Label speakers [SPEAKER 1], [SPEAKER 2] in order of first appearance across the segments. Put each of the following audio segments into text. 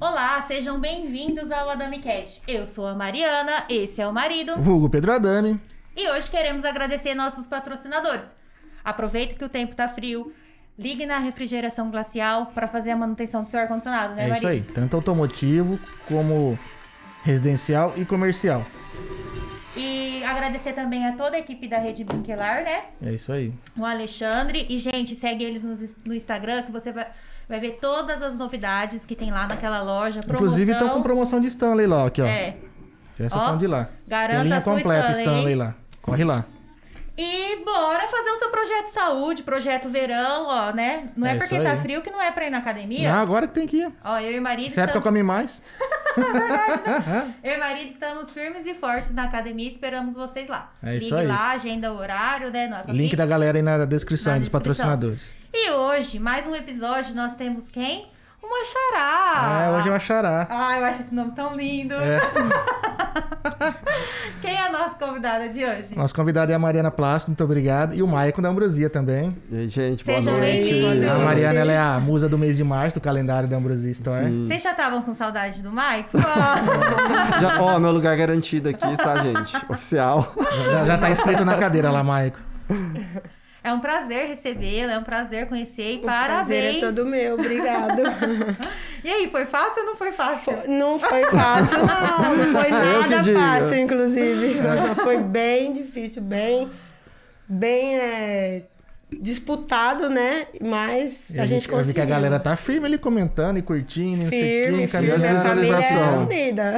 [SPEAKER 1] Olá, sejam bem-vindos ao Adami Cash. Eu sou a Mariana, esse é o marido.
[SPEAKER 2] Vulgo Pedro Adame.
[SPEAKER 1] E hoje queremos agradecer nossos patrocinadores. Aproveita que o tempo tá frio. Ligue na refrigeração glacial para fazer a manutenção do seu ar-condicionado, né,
[SPEAKER 2] É isso
[SPEAKER 1] marido?
[SPEAKER 2] aí, tanto automotivo como residencial e comercial.
[SPEAKER 1] E agradecer também a toda a equipe da Rede Brinquelar, né?
[SPEAKER 2] É isso aí.
[SPEAKER 1] O Alexandre. E, gente, segue eles nos- no, Instagram que você vai, vai ver todas as novidades que tem lá naquela loja. Promoção.
[SPEAKER 2] Inclusive, estão com promoção de Stanley lá, aqui, ó.
[SPEAKER 1] É.
[SPEAKER 2] Tem a sessão
[SPEAKER 1] Ó,
[SPEAKER 2] de lá.
[SPEAKER 1] garanta
[SPEAKER 2] Tem linha
[SPEAKER 1] a sua
[SPEAKER 2] completa
[SPEAKER 1] Stanley, hein?
[SPEAKER 2] lá. Corre lá.
[SPEAKER 1] E bora fazer o seu projeto de saúde, projeto verão, ó, né? Não é,
[SPEAKER 2] É
[SPEAKER 1] porque
[SPEAKER 2] isso
[SPEAKER 1] tá
[SPEAKER 2] aí.
[SPEAKER 1] frio que não é pra ir na academia.
[SPEAKER 2] Não, Ah, é agora que tem que ir.
[SPEAKER 1] Ó, eu e marido
[SPEAKER 2] Essa época
[SPEAKER 1] estamos,
[SPEAKER 2] come mais.
[SPEAKER 1] eu e marido estamos firmes e fortes na academia e esperamos vocês lá.
[SPEAKER 2] É isso
[SPEAKER 1] Ligue
[SPEAKER 2] aí.
[SPEAKER 1] lá, agenda o horário, né? No
[SPEAKER 2] Link da galera aí na descrição,
[SPEAKER 1] Na
[SPEAKER 2] aí dos
[SPEAKER 1] descrição.
[SPEAKER 2] patrocinadores.
[SPEAKER 1] E hoje, mais um episódio, nós temos quem? Uma
[SPEAKER 2] É,
[SPEAKER 1] xará!
[SPEAKER 2] hoje eu achará.
[SPEAKER 1] Ah, eu acho esse nome tão lindo!
[SPEAKER 2] É.
[SPEAKER 1] Quem é a nossa convidada de hoje?
[SPEAKER 2] Nosso convidado é a Mariana Plácido, muito obrigado. E o Maicon da Ambrosia também.
[SPEAKER 3] E aí, gente, boa
[SPEAKER 1] Sejam
[SPEAKER 3] noite.
[SPEAKER 1] bem-vindos.
[SPEAKER 2] A
[SPEAKER 1] Sim.
[SPEAKER 2] Mariana, ela é a musa do mês de março, do calendário da Ambrosia Store.
[SPEAKER 1] Vocês já estavam com saudade do Maicon? Ó,
[SPEAKER 3] Já- ó, meu lugar garantido aqui, tá, gente? Oficial.
[SPEAKER 2] Já, já tá escrito na cadeira lá, Maicon.
[SPEAKER 1] é um prazer recebê-la, é um prazer conhecer e
[SPEAKER 4] Prazer é
[SPEAKER 1] parabéns!
[SPEAKER 4] todo meu, obrigado.
[SPEAKER 1] E aí, foi fácil ou não foi fácil?
[SPEAKER 4] Foi- não foi fácil, não, não foi
[SPEAKER 3] Eu que
[SPEAKER 4] nada
[SPEAKER 3] digo.
[SPEAKER 4] fácil, inclusive. Foi bem difícil, bem, bem é, disputado, né? Mas
[SPEAKER 2] Eu
[SPEAKER 4] a
[SPEAKER 2] vi- Eu
[SPEAKER 4] gente
[SPEAKER 2] vi que
[SPEAKER 4] conseguiu.
[SPEAKER 2] a galera tá firme ali comentando e curtindo, e não sei o quê,
[SPEAKER 4] firme, firme,
[SPEAKER 2] encaminhando.
[SPEAKER 4] a família é
[SPEAKER 3] Visualização.
[SPEAKER 4] unida.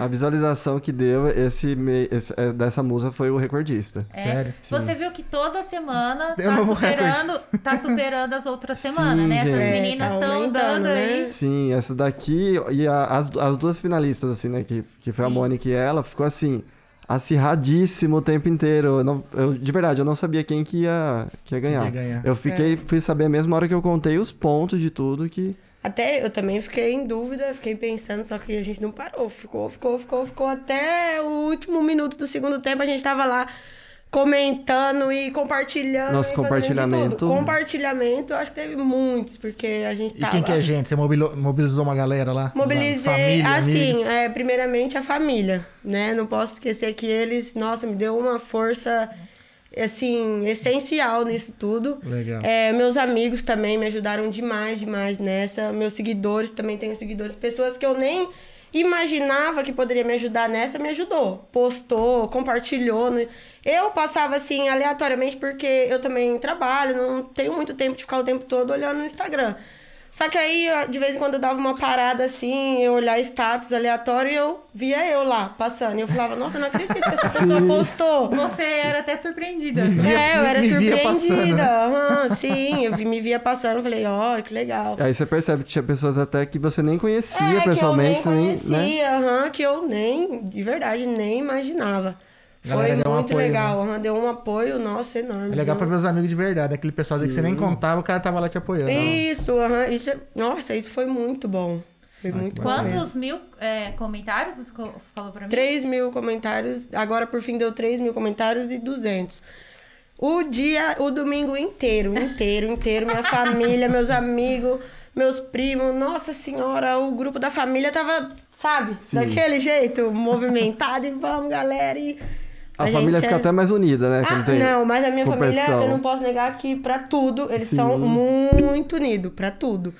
[SPEAKER 3] A visualização que deu esse, me- esse- é, dessa musa foi o recordista.
[SPEAKER 1] É.
[SPEAKER 2] Sério?
[SPEAKER 1] Você viu que toda semana
[SPEAKER 2] Deu
[SPEAKER 1] tá
[SPEAKER 2] novo
[SPEAKER 1] superando, tá superando as outras
[SPEAKER 3] Sim,
[SPEAKER 1] semanas, né? Essas
[SPEAKER 3] gente.
[SPEAKER 1] meninas
[SPEAKER 4] Tá
[SPEAKER 1] estão
[SPEAKER 4] aumentando,
[SPEAKER 1] dando aí.
[SPEAKER 4] né?
[SPEAKER 3] Sim, essa daqui e a- as, as duas finalistas, assim, né? Que, que foi a Mônica e ela, ficou assim, acirradíssimo o tempo inteiro. Eu não- eu- de verdade, eu não sabia quem que ia, que ia ganhar.
[SPEAKER 2] ia ganhar.
[SPEAKER 3] Eu fiquei, fui saber a mesma hora que eu contei os pontos de tudo que.
[SPEAKER 4] Até eu também fiquei em dúvida, fiquei pensando, só que a gente não parou. Ficou, ficou, ficou, ficou até o último minuto do segundo tempo. A gente tava lá comentando e compartilhando.
[SPEAKER 3] Nosso
[SPEAKER 4] e fazendo de
[SPEAKER 3] compartilhamento.
[SPEAKER 4] tudo. Compartilhamento, eu acho que teve muitos, porque a gente
[SPEAKER 2] E
[SPEAKER 4] tava...
[SPEAKER 2] quem que é gente? Você mobilou- mobilizou uma galera lá?
[SPEAKER 4] tá Mobilizei,
[SPEAKER 2] Família,
[SPEAKER 4] assim,
[SPEAKER 2] amigos?
[SPEAKER 4] é, primeiramente a família, né? Não posso esquecer que eles, nossa, me deu uma força, assim, essencial nisso tudo.
[SPEAKER 2] Legal.
[SPEAKER 4] É, meus amigos também me ajudaram demais, demais nessa. Meus seguidores também tenho seguidores. Pessoas que eu nem imaginava que poderia me ajudar nessa, me ajudou. Postou, compartilhou. né? Eu passava assim, aleatoriamente, porque eu também trabalho, não tenho muito tempo de ficar o tempo todo olhando no Instagram. Só que aí, eu, de vez em quando, eu dava uma parada assim, eu olhar status aleatório e eu via eu lá passando. E eu falava, nossa, eu não acredito que essa pessoa postou.
[SPEAKER 1] Você era até surpreendida.
[SPEAKER 4] É, eu era
[SPEAKER 2] Me via passando.
[SPEAKER 4] surpreendida. Aham, sim, eu vi- me via passando, eu falei, ó, que legal.
[SPEAKER 2] É,
[SPEAKER 3] Aí você percebe que tinha pessoas até que você nem conhecia
[SPEAKER 4] É,
[SPEAKER 3] pessoalmente,
[SPEAKER 4] que eu nem
[SPEAKER 3] né?
[SPEAKER 4] conhecia, aham, que eu nem, de verdade, nem imaginava. Foi
[SPEAKER 2] Galera, deu um
[SPEAKER 4] muito
[SPEAKER 2] apoio,
[SPEAKER 4] legal, aham, deu um apoio, nossa, enorme.
[SPEAKER 2] É legal pra ver os amigos de verdade, aquele pessoal que você nem contava, o cara tava lá te apoiando.
[SPEAKER 4] Isso, aham, isso, é- nossa, isso foi muito bom. Foi muito bom. mesmo.
[SPEAKER 1] Quantos mil é, comentários você co- falou pra mim?
[SPEAKER 4] 3 mil comentários. Agora, por fim, deu 3 mil comentários e 200. O dia, o domingo inteiro, inteiro, inteiro. Minha família, meus amigos, meus primos. Nossa senhora, o grupo da família tava, sabe? Daquele jeito, movimentado. E vamos, galera. E
[SPEAKER 3] A, família
[SPEAKER 4] gente
[SPEAKER 3] fica
[SPEAKER 4] é-
[SPEAKER 3] até mais unida, né?
[SPEAKER 4] ah,
[SPEAKER 3] quando tem
[SPEAKER 4] não, mas a minha
[SPEAKER 3] competição.
[SPEAKER 4] família, eu não posso negar que pra tudo, eles são muito unidos, pra tudo.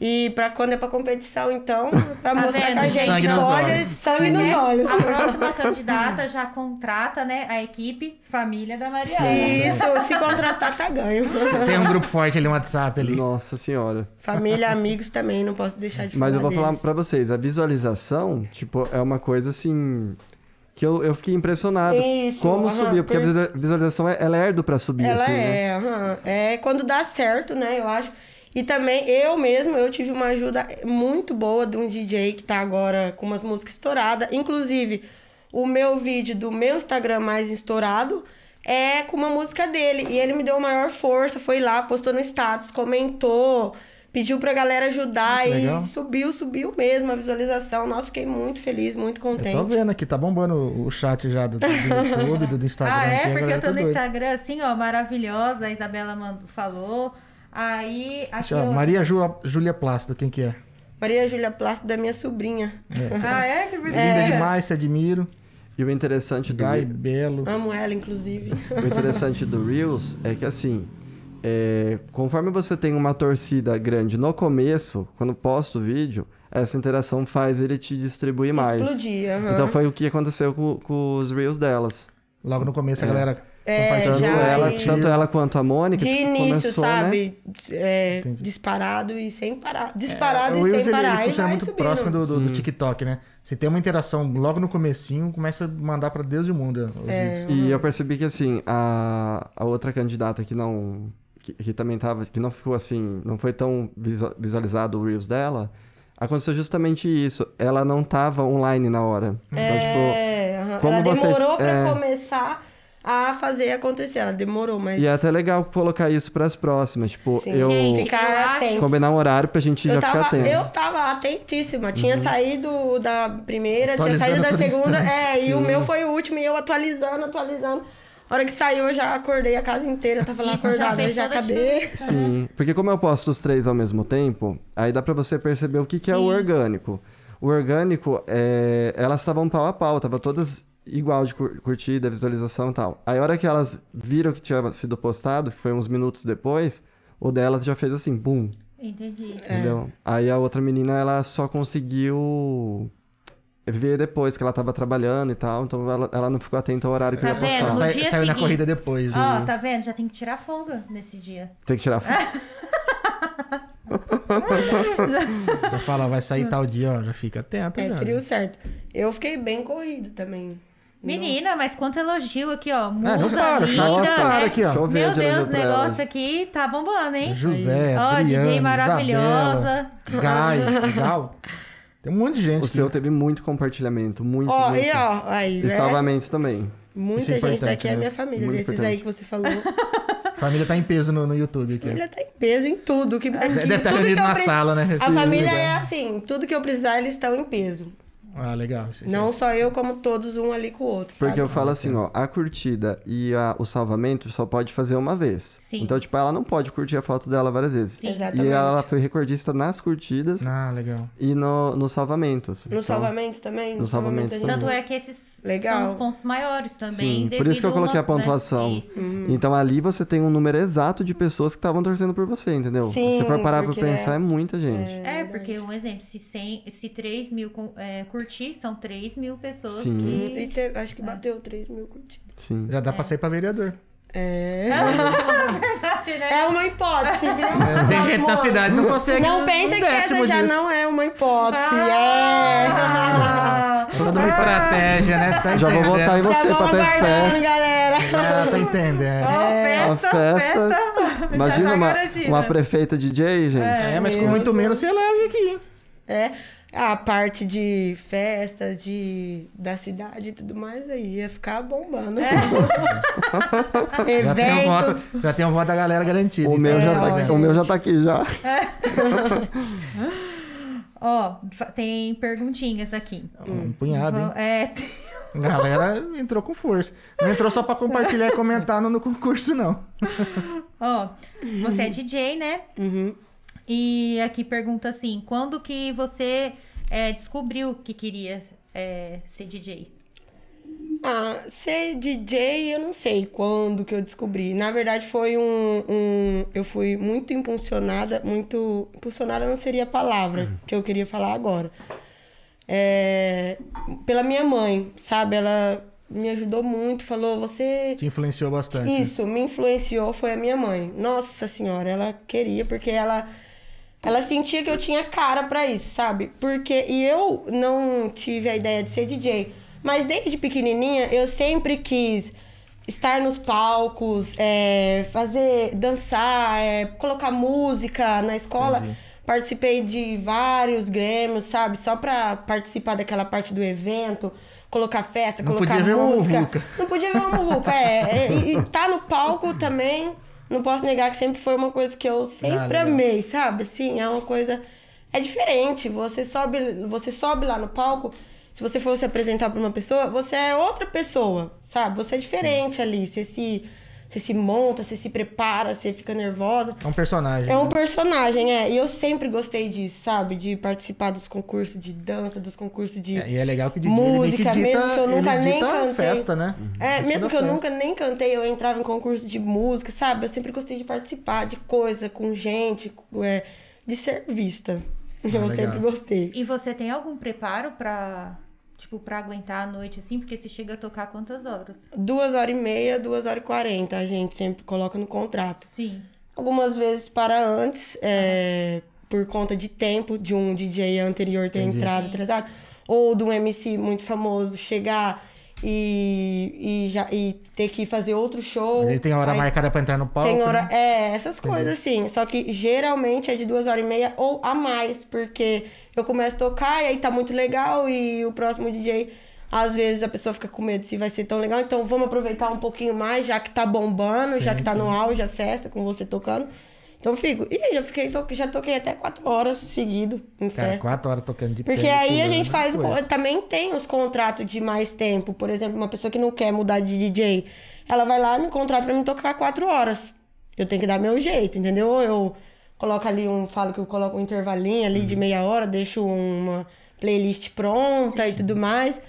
[SPEAKER 4] E pra quando é pra competição, então, pra
[SPEAKER 1] Tá
[SPEAKER 4] mostrar
[SPEAKER 1] vendo? Né?
[SPEAKER 4] que a gente
[SPEAKER 2] Sangue nos
[SPEAKER 4] olha,
[SPEAKER 2] olhos.
[SPEAKER 4] sangue nos olhos.
[SPEAKER 1] A próxima candidata já contrata, né, a equipe família da Mariana.
[SPEAKER 4] Isso, se contratar tá ganho.
[SPEAKER 2] Tem um grupo forte ali, um WhatsApp ali.
[SPEAKER 3] Nossa senhora.
[SPEAKER 4] Família, amigos também, não posso deixar de falar
[SPEAKER 3] Mas eu vou falar
[SPEAKER 4] deles.
[SPEAKER 3] pra vocês, a visualização, tipo, é uma coisa assim. Que eu, eu fiquei impressionado.
[SPEAKER 4] Isso,
[SPEAKER 3] como
[SPEAKER 4] aham,
[SPEAKER 3] subiu, porque a
[SPEAKER 4] por-
[SPEAKER 3] visual- visualização é, ela é herdo pra subir,
[SPEAKER 4] Ela
[SPEAKER 3] assim, né?
[SPEAKER 4] é, aham. é quando dá certo, né, eu acho. E também, eu mesmo, eu tive uma ajuda muito boa de um DJ que tá agora com umas músicas estouradas. Inclusive, o meu vídeo do meu Instagram mais estourado é com uma música dele. E ele me deu a maior força, foi lá, postou no status, comentou, pediu pra galera ajudar
[SPEAKER 2] Legal.
[SPEAKER 4] e subiu, subiu mesmo a visualização. Nossa, fiquei muito feliz, muito
[SPEAKER 2] Eu tô
[SPEAKER 4] contente.
[SPEAKER 2] vendo aqui, tá bombando o o chat já do, do YouTube, do, do Instagram.
[SPEAKER 1] Ah,
[SPEAKER 2] aqui, a
[SPEAKER 1] é? Porque eu tô
[SPEAKER 2] galera tá
[SPEAKER 1] no
[SPEAKER 2] doida.
[SPEAKER 1] Instagram, assim, ó, maravilhosa. A Isabela mandou, falou. Aí, aqui
[SPEAKER 2] Deixa eu-
[SPEAKER 1] eu-
[SPEAKER 2] Maria Ju, Júlia Plácido, quem que é?
[SPEAKER 4] Maria Júlia Plácido é minha sobrinha.
[SPEAKER 1] Ah, é? Que bonito.
[SPEAKER 2] Linda demais, te admiro.
[SPEAKER 3] E o interessante do
[SPEAKER 2] Gai, belo.
[SPEAKER 4] Amo ela, inclusive.
[SPEAKER 3] O interessante do Reels é que assim, é, conforme você tem uma torcida grande no começo, quando posta o vídeo, essa interação faz ele te distribuir mais.
[SPEAKER 4] Explodir, aham.
[SPEAKER 3] Então foi o que aconteceu com, com os Reels delas.
[SPEAKER 2] Logo no começo a galera
[SPEAKER 4] É,
[SPEAKER 3] Tanto,
[SPEAKER 2] compartilhando
[SPEAKER 4] já
[SPEAKER 3] ela,
[SPEAKER 4] e-
[SPEAKER 3] tanto ela quanto a Mônica.
[SPEAKER 4] De
[SPEAKER 3] tipo,
[SPEAKER 4] início,
[SPEAKER 3] começou, Né?
[SPEAKER 4] sabe? É,
[SPEAKER 2] Entendi.
[SPEAKER 4] disparado e sem parar. Disparado
[SPEAKER 2] O Reels
[SPEAKER 4] e sem
[SPEAKER 2] ele, ele
[SPEAKER 4] parar. e
[SPEAKER 2] funciona
[SPEAKER 4] vai
[SPEAKER 2] muito
[SPEAKER 4] subindo.
[SPEAKER 2] próximo do, do- do TikTok, né? Se tem uma interação logo no comecinho, começa a mandar pra Deus e o mundo. os
[SPEAKER 4] É.
[SPEAKER 2] vídeos.
[SPEAKER 3] E eu percebi que assim, a, a outra candidata que não. Que, que também tava. Que não ficou assim. Não foi tão visu- visualizado o Reels dela. Aconteceu justamente isso. Ela não tava online na hora. Então, tipo.
[SPEAKER 4] É, aham.
[SPEAKER 3] como
[SPEAKER 4] ela
[SPEAKER 3] vocês-
[SPEAKER 4] demorou pra
[SPEAKER 3] é.
[SPEAKER 4] começar a fazer acontecer. Ela demorou, mas.
[SPEAKER 3] E é até legal colocar isso pras próximas. Tipo,
[SPEAKER 4] Sim.
[SPEAKER 3] eu.
[SPEAKER 1] Gente,
[SPEAKER 4] Ficar
[SPEAKER 1] eu acho-
[SPEAKER 4] atento.
[SPEAKER 3] Combinar um horário pra gente
[SPEAKER 4] Eu
[SPEAKER 3] já ficar
[SPEAKER 4] tava,
[SPEAKER 3] atento.
[SPEAKER 4] eu tava atentíssima. Tinha saído da primeira, tinha
[SPEAKER 2] Atualizando
[SPEAKER 4] saído da
[SPEAKER 2] todo
[SPEAKER 4] segunda. É, e o
[SPEAKER 2] instante.
[SPEAKER 4] meu foi o último, e eu atualizando, atualizando. A hora que saiu, eu já acordei a casa inteira. Eu tava lá
[SPEAKER 1] Isso já
[SPEAKER 4] acordada,
[SPEAKER 1] fez
[SPEAKER 4] eu já
[SPEAKER 1] toda a
[SPEAKER 4] acabei.
[SPEAKER 1] diferença, né?
[SPEAKER 3] Sim, porque como eu posto os três ao mesmo tempo, aí dá pra você perceber o que, que é o
[SPEAKER 1] Sim.
[SPEAKER 3] orgânico. O orgânico, é, elas estavam pau a pau, tava todas igual de cur- curtida, visualização e tal. Aí a hora que elas viram que tinha sido postado, que foi uns minutos depois, o delas já fez assim, bum,
[SPEAKER 1] Entendi.
[SPEAKER 3] entendeu? Aí a outra menina, ela só conseguiu ver depois que ela tava trabalhando e tal, então ela, ela não ficou atenta ao horário que
[SPEAKER 1] Tá
[SPEAKER 3] ia
[SPEAKER 4] É,
[SPEAKER 1] vendo?
[SPEAKER 3] postar.
[SPEAKER 1] No
[SPEAKER 2] Sai-
[SPEAKER 1] dia
[SPEAKER 2] saiu na
[SPEAKER 1] seguinte.
[SPEAKER 2] corrida depois.
[SPEAKER 1] Ó, tá vendo? Já tem que tirar folga nesse dia.
[SPEAKER 3] Tem que tirar foto.
[SPEAKER 2] Já fala, vai sair tal dia, ó, já fica atento.
[SPEAKER 4] É,
[SPEAKER 2] já. né?
[SPEAKER 4] seria o certo. Eu fiquei bem corrida também.
[SPEAKER 1] Menina, mas quanto elogio aqui,
[SPEAKER 3] Ah,
[SPEAKER 1] ó. Musa,
[SPEAKER 2] não para,
[SPEAKER 1] linda.
[SPEAKER 2] nossa,
[SPEAKER 1] né?
[SPEAKER 2] para aqui, ó.
[SPEAKER 3] Deixa eu ver
[SPEAKER 1] Meu
[SPEAKER 3] de elogio
[SPEAKER 1] Deus, o
[SPEAKER 3] pra elas.
[SPEAKER 1] negócio aqui tá bombando, hein?
[SPEAKER 2] José,
[SPEAKER 1] Ó,
[SPEAKER 2] Adriane,
[SPEAKER 1] DJ maravilhosa.
[SPEAKER 2] maravilhosa. Gai, Gal. Tem um monte de gente.
[SPEAKER 3] O seu teve muito compartilhamento, muito.
[SPEAKER 4] Ó,
[SPEAKER 3] muito.
[SPEAKER 4] e ó, aí,
[SPEAKER 3] E
[SPEAKER 4] né?
[SPEAKER 3] salvamento também.
[SPEAKER 2] Isso é
[SPEAKER 4] Muita gente
[SPEAKER 2] importante,
[SPEAKER 4] daqui é
[SPEAKER 2] né?
[SPEAKER 4] minha família.
[SPEAKER 3] Muito
[SPEAKER 4] Desses
[SPEAKER 3] importante.
[SPEAKER 4] aí que você falou.
[SPEAKER 2] A família tá em peso no, no YouTube aqui.
[SPEAKER 4] Ele tá em peso em tudo. Que, aqui,
[SPEAKER 2] É. deve estar
[SPEAKER 4] tudo
[SPEAKER 2] reunido
[SPEAKER 4] que eu
[SPEAKER 2] na
[SPEAKER 4] pre-
[SPEAKER 2] sala, né?
[SPEAKER 4] A
[SPEAKER 2] Sim,
[SPEAKER 4] família
[SPEAKER 2] legal.
[SPEAKER 4] é assim, tudo que eu precisar, eles estão em peso.
[SPEAKER 2] Ah, legal. Isso- isso-
[SPEAKER 4] Não só eu, como todos, um ali com o outro.
[SPEAKER 3] Porque
[SPEAKER 4] sabe?
[SPEAKER 3] eu falo assim, ó, a curtida e a- o salvamento só pode fazer uma vez.
[SPEAKER 1] Sim.
[SPEAKER 3] Então, tipo, ela não pode curtir a foto dela várias vezes.
[SPEAKER 4] Exatamente.
[SPEAKER 3] E ela foi recordista nas curtidas
[SPEAKER 2] Ah, legal.
[SPEAKER 3] e no, assim. Então, nos salvamentos.
[SPEAKER 4] No salvamento também?
[SPEAKER 3] no salvamento
[SPEAKER 4] a gente-
[SPEAKER 1] Tanto é que esses
[SPEAKER 4] Legal.
[SPEAKER 1] são os pontos maiores também.
[SPEAKER 3] Sim, por
[SPEAKER 1] devido
[SPEAKER 3] isso que eu
[SPEAKER 1] ao
[SPEAKER 3] coloquei a
[SPEAKER 1] nome, né?
[SPEAKER 3] pontuação.
[SPEAKER 1] Isso.
[SPEAKER 3] Então ali você tem um número exato de pessoas que estavam torcendo por você, entendeu?
[SPEAKER 4] Sim,
[SPEAKER 3] Se você for parar pra
[SPEAKER 4] porque, né,
[SPEAKER 3] pensar, é muita gente.
[SPEAKER 1] É, porque um exemplo, se, 100, se 3 mil com- é, curtir, são 3 mil pessoas
[SPEAKER 3] Sim.
[SPEAKER 4] E
[SPEAKER 1] que.
[SPEAKER 4] te- acho é que bateu 3 mil curtidas.
[SPEAKER 3] Sim.
[SPEAKER 2] Já dá pra sair pra vereador.
[SPEAKER 4] É. É uma hipótese, viu?
[SPEAKER 2] Tem É, gente na
[SPEAKER 4] Amor,
[SPEAKER 2] cidade não consegue.
[SPEAKER 4] Não
[SPEAKER 2] um
[SPEAKER 4] pensa que essa
[SPEAKER 2] décimo
[SPEAKER 4] já
[SPEAKER 2] disso.
[SPEAKER 4] não é uma hipótese.
[SPEAKER 1] Ah!
[SPEAKER 2] É toda uma estratégia, né? Tá
[SPEAKER 3] Já vou votar em
[SPEAKER 4] É. Já
[SPEAKER 3] você pra
[SPEAKER 4] vamos
[SPEAKER 3] ter fé.
[SPEAKER 4] aguardando, galera.
[SPEAKER 2] Ah, tô entendendo.
[SPEAKER 1] Ó,
[SPEAKER 3] A
[SPEAKER 1] festa, festa. já
[SPEAKER 3] Imagina
[SPEAKER 1] tá
[SPEAKER 3] uma,
[SPEAKER 1] garantida.
[SPEAKER 3] uma prefeita DJ, gente.
[SPEAKER 2] É, mas com muito menos você elege aqui, hein?
[SPEAKER 4] É, a parte de festa, de, da cidade e tudo mais, aí ia ficar bombando.
[SPEAKER 2] Já tem, um
[SPEAKER 4] Eventos.
[SPEAKER 2] voto, já tem um voto da galera garantido.
[SPEAKER 3] O, meu
[SPEAKER 2] então,
[SPEAKER 3] já
[SPEAKER 2] tá
[SPEAKER 3] tá,
[SPEAKER 2] vendo?
[SPEAKER 3] o meu já tá aqui já.
[SPEAKER 1] Ó, fa- tem perguntinhas aqui.
[SPEAKER 2] Um punhado, hein?
[SPEAKER 1] É, tem-
[SPEAKER 2] A galera entrou com força. Não entrou só pra compartilhar e comentar no, no concurso, não.
[SPEAKER 1] ó, você é
[SPEAKER 4] Uhum.
[SPEAKER 1] DJ, né? E aqui pergunta assim: quando que você é, descobriu que queria é, ser DJ?
[SPEAKER 4] Ah, ser DJ, eu não sei quando que eu descobri. Na verdade, foi um, um- Eu fui muito impulsionada, muito. Impulsionada não seria a palavra que eu queria falar agora. É, pela minha mãe, sabe? Ela me ajudou muito, falou: você.
[SPEAKER 2] Te influenciou bastante.
[SPEAKER 4] Isso, me influenciou foi a minha mãe. Nossa senhora, ela queria, porque ela ela sentia que eu tinha cara pra isso, sabe? Porque e eu não tive a ideia de ser DJ, mas desde pequenininha eu sempre quis estar nos palcos, é, fazer dançar, é, colocar música na escola. Participei de vários grêmios, sabe? Só pra participar daquela parte do evento, colocar festa,
[SPEAKER 2] Não
[SPEAKER 4] colocar
[SPEAKER 2] podia ver uma
[SPEAKER 4] música.
[SPEAKER 2] muvuca.
[SPEAKER 4] Não podia ver uma muvuca, é. é, E, e tá no palco também. não posso negar que sempre foi uma coisa que eu
[SPEAKER 2] Ah,
[SPEAKER 4] sempre
[SPEAKER 2] legal.
[SPEAKER 4] amei, sabe? Assim, é uma coisa. É diferente. Você sobe, você sobe lá no palco. Se você for se apresentar pra uma pessoa, você é outra pessoa, sabe? Você é diferente ali. Você se, você se monta, você se prepara, você fica nervosa.
[SPEAKER 2] É um personagem.
[SPEAKER 4] É um
[SPEAKER 2] né?
[SPEAKER 4] personagem, é. E eu sempre gostei disso, sabe? De participar dos concursos de dança, dos concursos de.
[SPEAKER 2] É, E é legal que o DJ ele
[SPEAKER 4] música,
[SPEAKER 2] que dita,
[SPEAKER 4] mesmo que eu nunca
[SPEAKER 2] ele
[SPEAKER 4] nem
[SPEAKER 2] dita a
[SPEAKER 4] cantei.
[SPEAKER 2] festa, né?
[SPEAKER 4] É,
[SPEAKER 2] Ele
[SPEAKER 4] mesmo
[SPEAKER 2] dita
[SPEAKER 4] que eu
[SPEAKER 2] a festa.
[SPEAKER 4] nunca nem cantei, eu entrava em concurso de música, sabe? Eu sempre gostei de participar de coisa, com gente, com- é, de ser vista. eu
[SPEAKER 2] Ah, legal.
[SPEAKER 4] sempre gostei.
[SPEAKER 1] E você tem algum preparo pra, tipo, pra aguentar a noite, assim? Porque você chega a tocar quantas horas?
[SPEAKER 4] Duas horas e meia, duas horas e quarenta, a gente sempre coloca no contrato.
[SPEAKER 1] Sim.
[SPEAKER 4] Algumas vezes para antes, é, por conta de tempo de um DJ anterior ter entrado atrasado, ou de um MC muito famoso chegar e, e, já, e ter que fazer outro show.
[SPEAKER 2] Mas Ele tem hora
[SPEAKER 4] Aí
[SPEAKER 2] marcada pra entrar no palco.
[SPEAKER 4] Tem hora.
[SPEAKER 2] né?
[SPEAKER 4] É, essas coisas assim. Só que geralmente é de duas horas e meia ou a mais, porque eu começo a tocar e aí tá muito legal e o próximo DJ. Às vezes a pessoa fica com medo se vai ser tão legal, então vamos aproveitar um pouquinho mais, já que tá bombando, já
[SPEAKER 2] Sim,
[SPEAKER 4] que tá no
[SPEAKER 2] sim.
[SPEAKER 4] auge a festa com você tocando. Então fico. E já fiquei, to- já toquei até quatro horas seguido em
[SPEAKER 2] Cara,
[SPEAKER 4] festa.
[SPEAKER 2] quatro horas tocando de
[SPEAKER 4] Porque
[SPEAKER 2] pé,
[SPEAKER 4] aí a
[SPEAKER 2] tudo,
[SPEAKER 4] gente
[SPEAKER 2] né?
[SPEAKER 4] faz. o
[SPEAKER 2] Coisa.
[SPEAKER 4] con- Também tem os contratos de mais tempo. Por exemplo, uma pessoa que não quer mudar de DJ, ela vai lá e me contrata pra me tocar quatro horas. Eu tenho que dar meu jeito, entendeu? Ou Eu coloco ali um. Falo que eu coloco um intervalinho ali
[SPEAKER 2] Uhum.
[SPEAKER 4] de meia hora, deixo uma playlist pronta e tudo mais.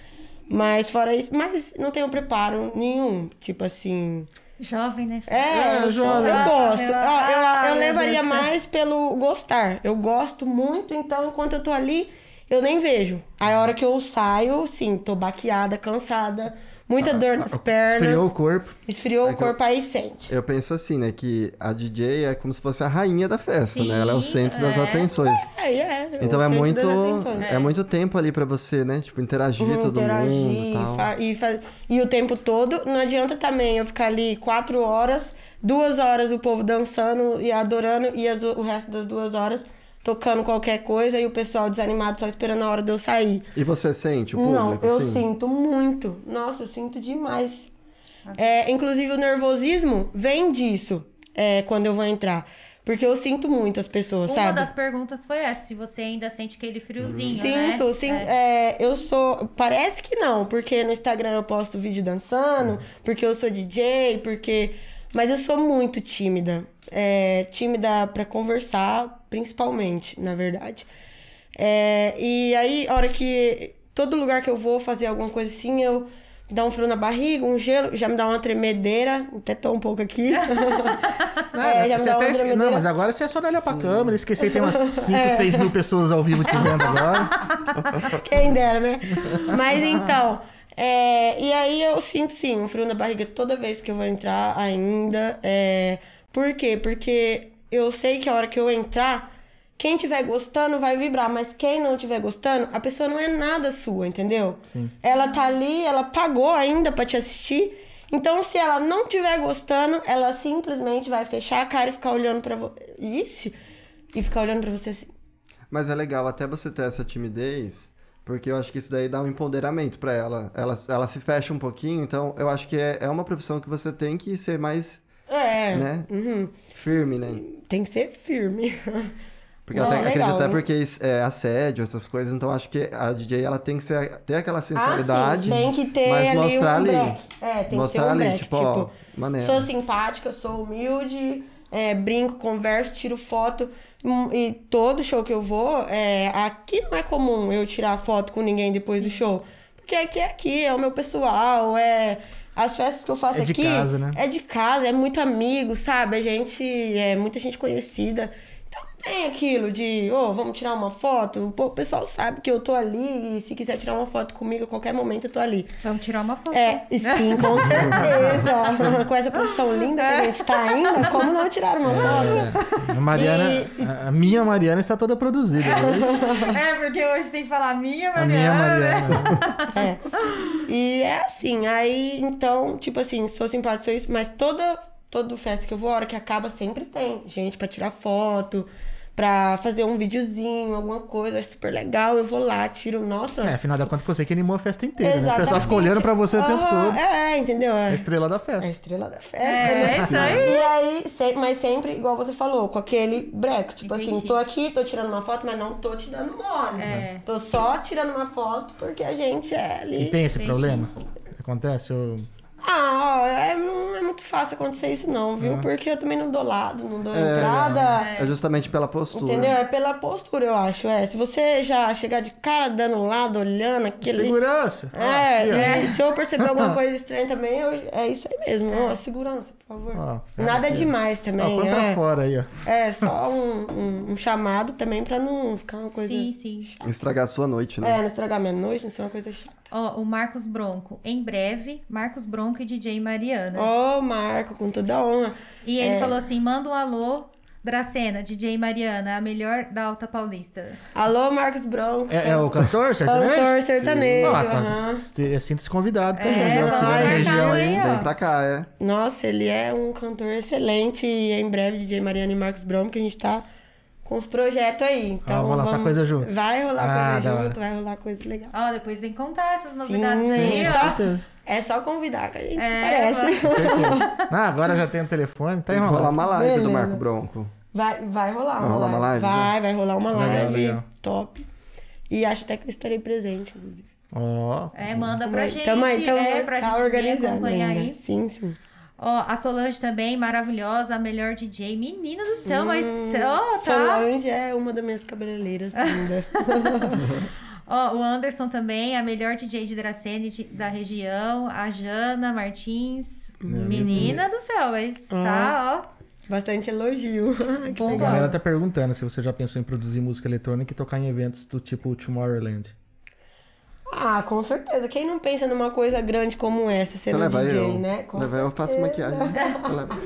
[SPEAKER 4] Mas fora isso. Mas não tenho preparo nenhum. Tipo assim.
[SPEAKER 1] Jovem, né?
[SPEAKER 4] É,
[SPEAKER 2] É,
[SPEAKER 4] eu, sou-
[SPEAKER 2] jovem.
[SPEAKER 4] eu gosto.
[SPEAKER 1] Ah,
[SPEAKER 4] Ó, eu,
[SPEAKER 1] ah,
[SPEAKER 4] eu
[SPEAKER 1] meu
[SPEAKER 4] levaria
[SPEAKER 1] Deus.
[SPEAKER 4] mais pelo gostar. Eu gosto muito, então enquanto eu tô ali, eu nem vejo. Aí a hora que eu saio, sim, tô baqueada, cansada,
[SPEAKER 3] Ah,
[SPEAKER 4] muita dor nas pernas.
[SPEAKER 2] Esfriou o corpo.
[SPEAKER 4] Esfriou
[SPEAKER 3] É
[SPEAKER 4] o
[SPEAKER 3] que eu-
[SPEAKER 4] corpo, aí sente.
[SPEAKER 3] Eu penso assim, né? Que a DJ é como se fosse a rainha da festa,
[SPEAKER 1] Sim,
[SPEAKER 3] né? Ela é o centro das
[SPEAKER 1] é.
[SPEAKER 3] atenções.
[SPEAKER 4] É, é. eu
[SPEAKER 3] Então é
[SPEAKER 4] sinto
[SPEAKER 3] muito,
[SPEAKER 4] dor nas atenções.
[SPEAKER 3] é muito tempo ali pra você, né? Tipo, interagir
[SPEAKER 4] Uhum,
[SPEAKER 3] todo mundo e tal.
[SPEAKER 4] fa- e, fa- e o tempo todo. Não adianta também eu ficar ali quatro horas, duas horas o povo dançando e adorando, e as- o resto das duas horas tocando qualquer coisa e o pessoal desanimado só esperando a hora de eu sair.
[SPEAKER 3] E você sente o
[SPEAKER 4] Não,
[SPEAKER 3] público,
[SPEAKER 4] eu
[SPEAKER 3] assim?
[SPEAKER 4] sinto muito. Nossa, eu sinto demais.
[SPEAKER 1] Ah.
[SPEAKER 4] É, inclusive, o nervosismo vem disso é, quando eu vou entrar. Porque eu sinto muito as pessoas,
[SPEAKER 1] Uma
[SPEAKER 4] sabe? Uhum.
[SPEAKER 1] das perguntas foi essa, se você ainda sente aquele friozinho, né?
[SPEAKER 4] Sinto, sim. é, eu sou. Parece que não, porque no Instagram eu posto vídeo dançando, porque eu sou DJ, porque. Mas eu sou muito tímida. É, tímida pra conversar, principalmente, na verdade. É, e aí, a hora que. Todo lugar que eu vou fazer alguma coisa assim, eu. Dá um frio na barriga, um gelo, já me dá uma tremedeira, até tô um pouco aqui.
[SPEAKER 2] Não, Né? você
[SPEAKER 4] É, já me
[SPEAKER 2] até
[SPEAKER 4] dá uma
[SPEAKER 2] esque-
[SPEAKER 4] tremedeira.
[SPEAKER 2] não, mas agora você é só não olhar pra câmera. Esqueci, tem
[SPEAKER 4] É.
[SPEAKER 2] umas 5, 6 mil pessoas ao vivo te vendo agora.
[SPEAKER 4] Quem dera, né? Mas então. é, e aí eu sinto sim um frio na barriga toda vez que eu vou entrar ainda. É, por quê? Porque eu sei que a hora que eu entrar, quem tiver gostando vai vibrar, mas quem não tiver gostando, a pessoa não é nada sua, entendeu?
[SPEAKER 2] Sim.
[SPEAKER 4] Ela tá ali, ela pagou ainda pra te assistir. Então, se ela não tiver gostando, ela simplesmente vai fechar a cara e ficar olhando pra você. Ixi! E ficar olhando pra você assim.
[SPEAKER 3] Mas é legal até você ter essa timidez, porque eu acho que isso daí dá um empoderamento pra ela. ela. Ela se fecha um pouquinho, então eu acho que é, é uma profissão que você tem que ser mais,
[SPEAKER 4] É.
[SPEAKER 3] né? Firme, né?
[SPEAKER 4] Tem que ser firme.
[SPEAKER 3] Porque
[SPEAKER 4] Não,
[SPEAKER 3] até,
[SPEAKER 4] legal,
[SPEAKER 3] acredito até
[SPEAKER 4] né?
[SPEAKER 3] porque isso é assédio, essas coisas, então acho que a DJ ela tem que ser, ter aquela sensualidade.
[SPEAKER 4] Ah, sim, tem que ter
[SPEAKER 3] mas
[SPEAKER 4] ali
[SPEAKER 3] mostrar
[SPEAKER 4] um
[SPEAKER 3] ali.
[SPEAKER 4] break. É, tem
[SPEAKER 3] mostrar
[SPEAKER 4] que ter um
[SPEAKER 3] ali,
[SPEAKER 4] break.
[SPEAKER 3] tipo, ó, maneira.
[SPEAKER 4] sou assim, simpática, sou humilde, é, brinco, converso, tiro foto. Hum, E todo show que eu vou, é, aqui não é comum eu tirar foto com ninguém depois do show. Porque aqui é aqui, é o meu pessoal, é... As festas que eu faço
[SPEAKER 2] É de
[SPEAKER 4] aqui...
[SPEAKER 2] casa, né?
[SPEAKER 4] É de casa, é muito amigo, sabe? A gente... É muita gente conhecida. Então não tem aquilo de... Ô, vamos tirar uma foto? Pô, o pessoal sabe que eu tô ali e se quiser tirar uma foto comigo, a qualquer momento eu tô ali.
[SPEAKER 1] Vamos tirar uma foto.
[SPEAKER 4] É, e sim, com certeza. com essa produção linda que a gente tá ainda, como não tirar uma foto?
[SPEAKER 2] É, a Mariana, a- a minha Mariana está toda produzida. né?
[SPEAKER 1] É, porque hoje tem que falar minha,
[SPEAKER 2] A minha
[SPEAKER 1] né?
[SPEAKER 2] Mariana.
[SPEAKER 4] É. E é assim, aí, então, tipo assim, sou simpática, sou isso, mas toda, toda festa que eu vou, a hora que acaba, sempre tem gente pra tirar foto, pra fazer um videozinho, alguma coisa, acho super legal, eu vou lá, tiro, nossa.
[SPEAKER 2] É, afinal da conta, foi você que animou a festa inteira, né? O
[SPEAKER 4] Exatamente.
[SPEAKER 2] pessoal ficou olhando pra você o tempo
[SPEAKER 4] Aham,
[SPEAKER 2] todo.
[SPEAKER 4] É, entendeu?
[SPEAKER 2] A
[SPEAKER 4] É.
[SPEAKER 2] estrela da
[SPEAKER 4] É a
[SPEAKER 2] festa.
[SPEAKER 4] estrela da festa.
[SPEAKER 1] É,
[SPEAKER 4] né?
[SPEAKER 1] isso aí.
[SPEAKER 4] E aí, se- mas sempre, igual você falou, com aquele breco. Tipo assim,
[SPEAKER 1] Entendi.
[SPEAKER 4] tô aqui, tô tirando uma foto, mas não tô tirando mole.
[SPEAKER 1] É.
[SPEAKER 4] Tô só tirando uma foto porque a gente é ali.
[SPEAKER 2] E tem esse problema? Acontece? Eu...
[SPEAKER 4] Ah, ó, é, não é muito fácil acontecer isso não,
[SPEAKER 2] É.
[SPEAKER 4] viu? Porque eu também não dou lado, não dou entrada.
[SPEAKER 3] É justamente pela postura.
[SPEAKER 4] Entendeu? É pela postura, eu acho. É, se você já chegar de cara dando um lado, olhando aquele...
[SPEAKER 2] Segurança! Ah,
[SPEAKER 4] É,
[SPEAKER 2] aqui, ó.
[SPEAKER 4] é, se eu perceber alguma coisa estranha também, eu- é isso aí mesmo. Ó, segurança, por favor.
[SPEAKER 2] Ó, cara,
[SPEAKER 4] Nada
[SPEAKER 2] aqui.
[SPEAKER 4] demais também.
[SPEAKER 2] Ó, põe pra
[SPEAKER 4] é.
[SPEAKER 2] fora aí, ó.
[SPEAKER 4] É, só um, um- um chamado também pra não ficar uma coisa.
[SPEAKER 1] Sim, sim.
[SPEAKER 3] Estragar a sua noite, né?
[SPEAKER 4] É, não estragar minha noite, não ser uma coisa chata.
[SPEAKER 1] Ó, o Marcos Bronco. Em breve, Marcos Bronco e DJ Mariana.
[SPEAKER 4] Ó, é. Marco, com toda a honra.
[SPEAKER 1] E ele falou assim: manda um alô, Dracena, DJ Mariana, a melhor da Alta Paulista.
[SPEAKER 4] Alô, Marcos Bronco.
[SPEAKER 2] É, é o cantor, certamente?
[SPEAKER 4] Cantor sertanejo.
[SPEAKER 2] Ah, tá.
[SPEAKER 4] aham.
[SPEAKER 2] Se- Sinta-se convidado também.
[SPEAKER 1] É,
[SPEAKER 2] É,
[SPEAKER 1] vamos
[SPEAKER 2] na
[SPEAKER 1] marcar
[SPEAKER 2] região aí.
[SPEAKER 1] aí, ó.
[SPEAKER 3] Vem pra cá, é.
[SPEAKER 4] Nossa, ele é um cantor excelente. E em breve, DJ Mariana e Marcos Bronco, que a gente tá com os projetos aí. Então,
[SPEAKER 2] Ah, vou lançar
[SPEAKER 4] vamos-
[SPEAKER 2] coisa junto.
[SPEAKER 4] Vai rolar
[SPEAKER 2] Ah, da
[SPEAKER 4] coisa
[SPEAKER 2] hora.
[SPEAKER 4] junto, vai rolar coisa legal.
[SPEAKER 1] Ó, depois vem contar essas
[SPEAKER 4] Sim,
[SPEAKER 1] novidades aí,
[SPEAKER 4] é
[SPEAKER 1] ó.
[SPEAKER 4] só, é só convidar que a gente aparece.
[SPEAKER 2] Ah, agora já tem o telefone, tá
[SPEAKER 3] Rolar
[SPEAKER 2] enrolado.
[SPEAKER 3] uma live
[SPEAKER 4] Beleza.
[SPEAKER 3] do Marco Bronco.
[SPEAKER 4] Vai, vai rolar
[SPEAKER 3] Vai
[SPEAKER 4] uma
[SPEAKER 3] rolar uma
[SPEAKER 4] live.
[SPEAKER 3] live, né?
[SPEAKER 4] Vai, vai rolar uma
[SPEAKER 2] Legal,
[SPEAKER 4] live.
[SPEAKER 2] legal.
[SPEAKER 4] Top. E acho até que eu estarei presente, inclusive.
[SPEAKER 2] Ó,
[SPEAKER 1] É, manda
[SPEAKER 4] Tamo
[SPEAKER 1] pra
[SPEAKER 4] aí,
[SPEAKER 1] gente.
[SPEAKER 4] tamo aí, tamo
[SPEAKER 1] é, pra
[SPEAKER 4] tá
[SPEAKER 1] gente vir
[SPEAKER 4] organizando
[SPEAKER 1] acompanhar
[SPEAKER 4] ainda.
[SPEAKER 1] aí.
[SPEAKER 4] Sim, sim.
[SPEAKER 1] Ó, a Solange também, maravilhosa, a melhor DJ. Menina do céu, mas. Ó, tá.
[SPEAKER 4] Solange Hum, é uma das minhas cabeleireiras ainda.
[SPEAKER 1] Ó, o Anderson também, a melhor DJ de Dracene de- da região. A Jana Martins. Menina do céu, mas tá, ó.
[SPEAKER 4] Bastante elogio.
[SPEAKER 2] a
[SPEAKER 1] Bomba.
[SPEAKER 2] galera tá perguntando se você já pensou em produzir música eletrônica e tocar em eventos do tipo Tomorrowland.
[SPEAKER 4] Ah, com certeza. Quem não pensa numa coisa grande como essa,
[SPEAKER 3] Você
[SPEAKER 4] sendo
[SPEAKER 3] leva
[SPEAKER 4] DJ,
[SPEAKER 3] eu.
[SPEAKER 4] né? Com
[SPEAKER 3] leva eu, eu faço maquiagem. Eu levo.